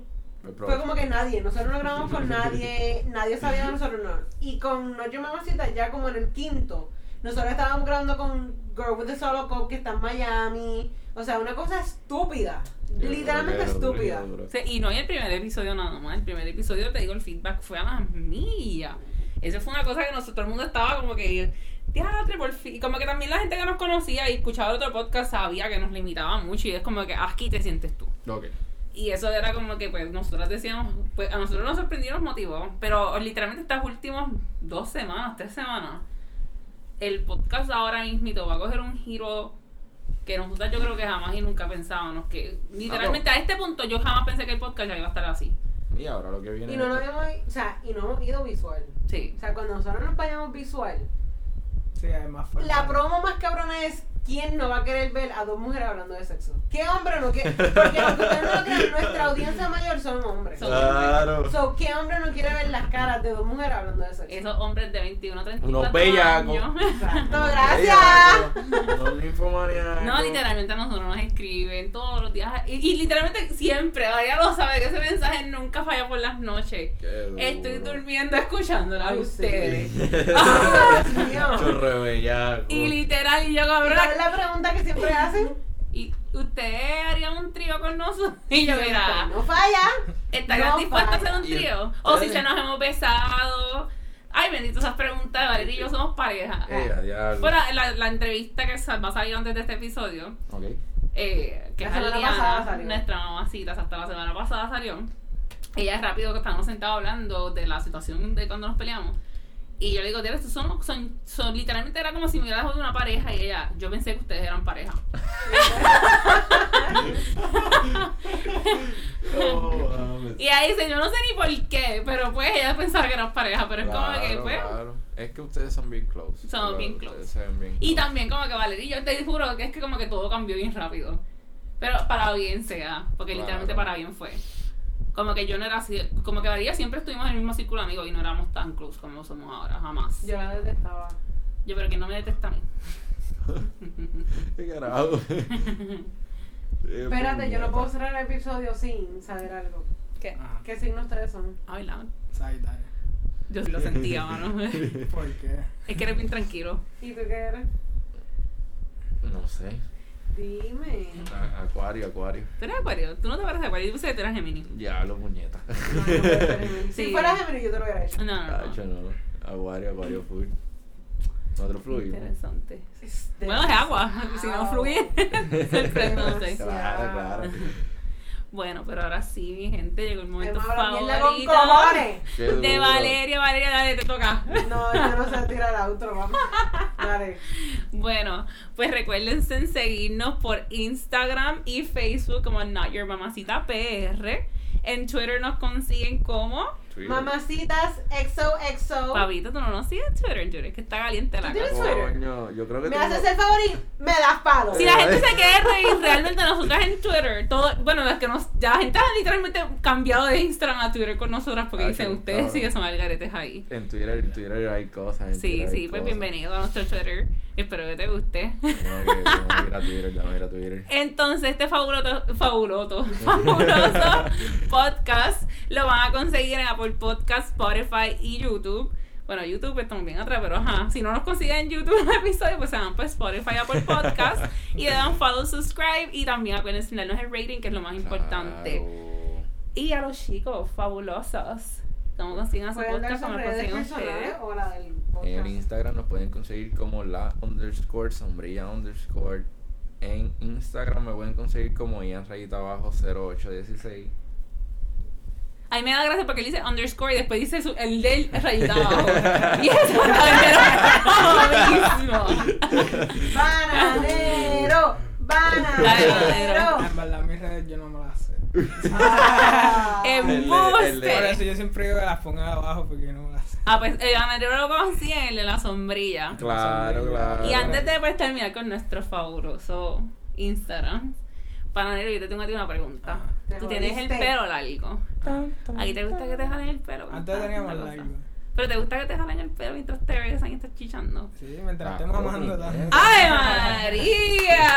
[SPEAKER 1] fue como que nadie, nosotros no grabamos con nadie, nadie sabía de nosotros no. Y con Noche Mamacita ya como en el quinto, nosotros estábamos grabando con Girl with the Solo Cup que está en Miami, o sea, una cosa estúpida, literalmente estúpida.
[SPEAKER 4] Sí, y no en el primer episodio nada más. El primer episodio, te digo, el feedback fue a las millas. Eso fue una cosa que nosotros, todo el mundo estaba como que, teatro, por fin. Y como que también la gente que nos conocía y escuchaba el otro podcast sabía que nos limitaba mucho. Y es como que "Ah, aquí te sientes tú.
[SPEAKER 3] Ok.
[SPEAKER 4] Y eso era como que, pues, nosotros decíamos, pues, a nosotros nos sorprendió, nos motivó. Pero literalmente estas últimas dos semanas, tres semanas, el podcast ahora mismito va a coger un giro que nosotros yo creo que jamás y nunca pensábamos. Que literalmente a este punto yo jamás pensé que el podcast ya iba a estar así.
[SPEAKER 3] Y ahora lo que viene.
[SPEAKER 1] Y no
[SPEAKER 3] es
[SPEAKER 1] nos
[SPEAKER 3] que-
[SPEAKER 1] habíamos, o sea, y no hemos ido visual.
[SPEAKER 4] Sí.
[SPEAKER 1] O sea, cuando nosotros nos vayamos visual,
[SPEAKER 2] Sí, hay más formas.
[SPEAKER 1] la promo más cabrona es quién no va a querer ver a dos mujeres hablando de sexo. ¿Qué hombre no quiere? Porque aunque ustedes no lo crean, nuestra audiencia mayor son hombres.
[SPEAKER 4] Son-
[SPEAKER 3] Claro.
[SPEAKER 1] So, ¿qué hombre no quiere ver las caras de dos mujeres hablando de sexo?
[SPEAKER 4] Esos hombres de 21, 34
[SPEAKER 3] Unos bellacos.
[SPEAKER 4] años.
[SPEAKER 1] Exacto,
[SPEAKER 3] Ok,
[SPEAKER 1] gracias.
[SPEAKER 3] No ninfomaniaco.
[SPEAKER 4] No, literalmente a nosotros nos escriben todos los días. Y, y literalmente siempre, ya lo sabe, que ese mensaje nunca falla por las noches.
[SPEAKER 3] Qué duro.
[SPEAKER 4] Estoy durmiendo escuchándola a
[SPEAKER 1] Ay, sí.
[SPEAKER 4] ustedes.
[SPEAKER 1] Ay, Dios mío.
[SPEAKER 3] Chorro bellaco.
[SPEAKER 4] Y literal, y yo
[SPEAKER 1] ¿Y
[SPEAKER 4] cabrón.
[SPEAKER 1] cuál es la pregunta que siempre hacen?
[SPEAKER 4] ¿Y ustedes harían un trío con nosotros? Y yo, mira,
[SPEAKER 1] No falla.
[SPEAKER 4] ¿estarían
[SPEAKER 1] No,
[SPEAKER 4] dispuestos a hacer
[SPEAKER 1] para-
[SPEAKER 4] un
[SPEAKER 3] Y
[SPEAKER 4] trío? O si
[SPEAKER 3] ustedes-
[SPEAKER 4] se nos hemos besado. Ay, bendito esas preguntas. Valeria y yo somos pareja.
[SPEAKER 3] Eh, a diablo.
[SPEAKER 4] Bueno, la, la entrevista que sal- va a salir antes de este episodio,
[SPEAKER 3] Ok.
[SPEAKER 4] eh, que
[SPEAKER 1] La
[SPEAKER 4] es
[SPEAKER 1] semana
[SPEAKER 4] Adriana,
[SPEAKER 1] pasada salió.
[SPEAKER 4] nuestra mamacita, hasta la semana pasada salió. Ella es rápido que estábamos sentados hablando de la situación de cuando nos peleamos. Y yo le digo, tía, estos son, son, son- literalmente era como si me hubiera dejado de una pareja y ella, yo pensé que ustedes eran pareja.
[SPEAKER 3] Oh,
[SPEAKER 4] Y ella dice, yo no sé ni por qué, pero pues ella pensaba que eran pareja, pero es como que
[SPEAKER 3] Claro,
[SPEAKER 4] pues...
[SPEAKER 3] claro. Es que ustedes son bien close.
[SPEAKER 4] Son
[SPEAKER 3] Pero
[SPEAKER 4] bien
[SPEAKER 3] ustedes
[SPEAKER 4] close.
[SPEAKER 3] se ven bien
[SPEAKER 4] Y
[SPEAKER 3] close.
[SPEAKER 4] también como que Valeria, yo te juro que es que como que todo cambió bien rápido. Pero para bien sea, porque
[SPEAKER 3] Claro.
[SPEAKER 4] literalmente para bien fue. Como que yo no era así, como que Valeria siempre estuvimos en el mismo círculo de amigos y no éramos tan close como somos ahora, jamás.
[SPEAKER 1] Yo la detestaba.
[SPEAKER 4] Yo, pero que no me detesta a mí.
[SPEAKER 3] Qué carajo.
[SPEAKER 1] Espérate, yo no puedo cerrar el episodio sin saber algo.
[SPEAKER 4] ¿Qué?
[SPEAKER 2] Ajá.
[SPEAKER 1] ¿Qué signo ustedes son?
[SPEAKER 4] Ay, la-
[SPEAKER 2] Sagitario.
[SPEAKER 4] Ah, Yo sí lo sentía, mano. es
[SPEAKER 2] ¿Por qué?
[SPEAKER 4] que eres bien tranquilo.
[SPEAKER 1] ¿Y tú qué eres?
[SPEAKER 3] No sé.
[SPEAKER 1] Dime.
[SPEAKER 3] A- Acuario, acuario.
[SPEAKER 4] Tú eres acuario, tú no te pareces acuario, yo pensé que tú eras Gemini.
[SPEAKER 3] Diablo, puñeta.
[SPEAKER 1] No, no puede ser Gemini.
[SPEAKER 4] Sí.
[SPEAKER 1] Si fuera Gemini, yo te lo hubiera hecho.
[SPEAKER 4] No, Ah, no, no.
[SPEAKER 3] Cacho, Ah, no. Acuario, acuario full. Nosotros fluimos.
[SPEAKER 4] Interesante.
[SPEAKER 1] Es
[SPEAKER 4] Bueno, es agua, si no fluye, sorpréndanse. Ah.
[SPEAKER 3] Claro, claro.
[SPEAKER 4] Bueno, pero ahora sí, mi gente, llegó el momento
[SPEAKER 1] Hemos hablado mierda con
[SPEAKER 4] favorito
[SPEAKER 1] cojones.
[SPEAKER 3] Qué
[SPEAKER 4] de
[SPEAKER 3] duro.
[SPEAKER 4] Valeria. Valeria, dale, te toca.
[SPEAKER 1] No, yo no sé tirar la otro, vamos. Dale.
[SPEAKER 4] Bueno, pues recuérdense en seguirnos por Instagram y Facebook como Not Your Mamacita PR. En Twitter nos consiguen como...
[SPEAKER 3] Sí.
[SPEAKER 1] Mamacitas XOXO.
[SPEAKER 4] Pabito, tú no nos sigues en Twitter, en Twitter, que está caliente la
[SPEAKER 1] ¿Tú tienes
[SPEAKER 4] cosa.
[SPEAKER 1] Twitter?
[SPEAKER 3] Coño, yo creo que
[SPEAKER 1] Me
[SPEAKER 3] tengo-
[SPEAKER 1] haces el favor y me das palo.
[SPEAKER 4] Si la gente se quiere reír realmente nosotras en Twitter, todo, bueno, las que nos, ya la gente ha literalmente cambiado de Instagram a Twitter con nosotras porque
[SPEAKER 3] Ah,
[SPEAKER 4] dicen,
[SPEAKER 3] sí,
[SPEAKER 4] ustedes
[SPEAKER 3] claro.
[SPEAKER 4] sí que son algaretes ahí.
[SPEAKER 3] En Twitter, en Twitter hay cosas. en
[SPEAKER 4] Sí,
[SPEAKER 3] Twitter hay
[SPEAKER 4] sí, pues
[SPEAKER 3] cosas.
[SPEAKER 4] bienvenido a nuestro Twitter. Espero que te guste.
[SPEAKER 3] Tengo que- tengo que ir a Twitter, tengo que ir a Twitter.
[SPEAKER 4] Entonces, este fabuloso, fabuloso, fabuloso podcast lo van a conseguir en Apple Podcast, Spotify y YouTube. Bueno, YouTube es también otra, pero ajá. Si no nos consiguen en YouTube el episodio, pues se van por Spotify, Apple Podcast y le dan follow, subscribe y también acuérdense de darnos el rating, que es lo más importante.
[SPEAKER 3] Claro.
[SPEAKER 4] Y a los chicos fabulosos, ¿cómo consiguen a su
[SPEAKER 1] ¿Pueden
[SPEAKER 4] podcast?
[SPEAKER 1] dar sus
[SPEAKER 4] ¿Cómo lo
[SPEAKER 1] redes
[SPEAKER 4] consiguen
[SPEAKER 1] personales
[SPEAKER 4] ustedes? Eh,
[SPEAKER 1] o la del
[SPEAKER 3] En
[SPEAKER 1] podcast?
[SPEAKER 3] Instagram nos pueden conseguir como la underscore sombrilla underscore. En Instagram me pueden conseguir como Ian Rayita abajo 0816.
[SPEAKER 4] A mí me da gracia porque él dice underscore y después dice su- el del rayita abajo. Y eso está buenísimo.
[SPEAKER 1] Bananero,
[SPEAKER 4] Bananero.
[SPEAKER 1] bananero.
[SPEAKER 2] En verdad, mis redes yo no me las sé.
[SPEAKER 1] Ah.
[SPEAKER 3] Sí.
[SPEAKER 2] Por
[SPEAKER 4] Embuste.
[SPEAKER 2] eso yo siempre digo que las ponga abajo porque yo no me las sé.
[SPEAKER 4] Ah, pues el ganadero lo consigue el de la sombrilla.
[SPEAKER 3] Claro, claro.
[SPEAKER 4] Y antes de pues, terminar con nuestro fabuloso Instagram, Panadero, yo te tengo a ti una pregunta.
[SPEAKER 2] Ajá.
[SPEAKER 1] Te
[SPEAKER 4] Tú tienes el
[SPEAKER 1] jodiste.
[SPEAKER 4] pelo largo. ¿A ti te gusta que te jalen el pelo?
[SPEAKER 2] Antes teníamos
[SPEAKER 4] Una cosa.
[SPEAKER 2] largo.
[SPEAKER 4] Pero te gusta que te jalen el pelo mientras te besan y estás chichando.
[SPEAKER 2] Sí, mientras
[SPEAKER 3] Ah,
[SPEAKER 2] esté mamando
[SPEAKER 3] ok.
[SPEAKER 2] también.
[SPEAKER 4] ¡Ave María!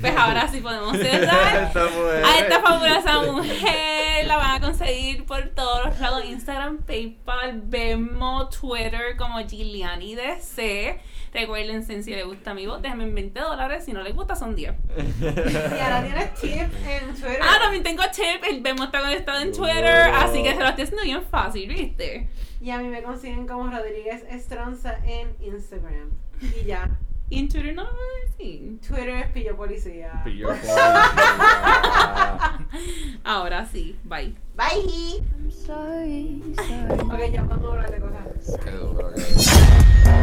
[SPEAKER 4] Pues ahora sí podemos cerrar.
[SPEAKER 3] Esta mujer.
[SPEAKER 4] A esta fabulosa mujer la van a conseguir por todos los lados: Instagram, PayPal, Venmo, Twitter, como Giuliani DC. Recuérdense, si les gusta mi voz, déjenme en 20 dólares. Si no les gusta, son 10.
[SPEAKER 1] Y ahora tienes chip en Twitter.
[SPEAKER 4] Ah, también tengo chip. El Venmo está conectado en Twitter. Así que se lo estoy haciendo bien fácil, ¿viste?
[SPEAKER 1] Y a mí me consiguen como Rodríguez Estronza en Instagram. Y ya.
[SPEAKER 4] Y en Twitter no lo voy a decir.
[SPEAKER 1] Twitter es pillo policía.
[SPEAKER 3] Pillo por- Ah,
[SPEAKER 4] Ahora sí, bye.
[SPEAKER 1] Bye.
[SPEAKER 5] I'm sorry, sorry.
[SPEAKER 1] Ok, ya vamos a hablar de cosas.
[SPEAKER 3] Qué duro, qué duro.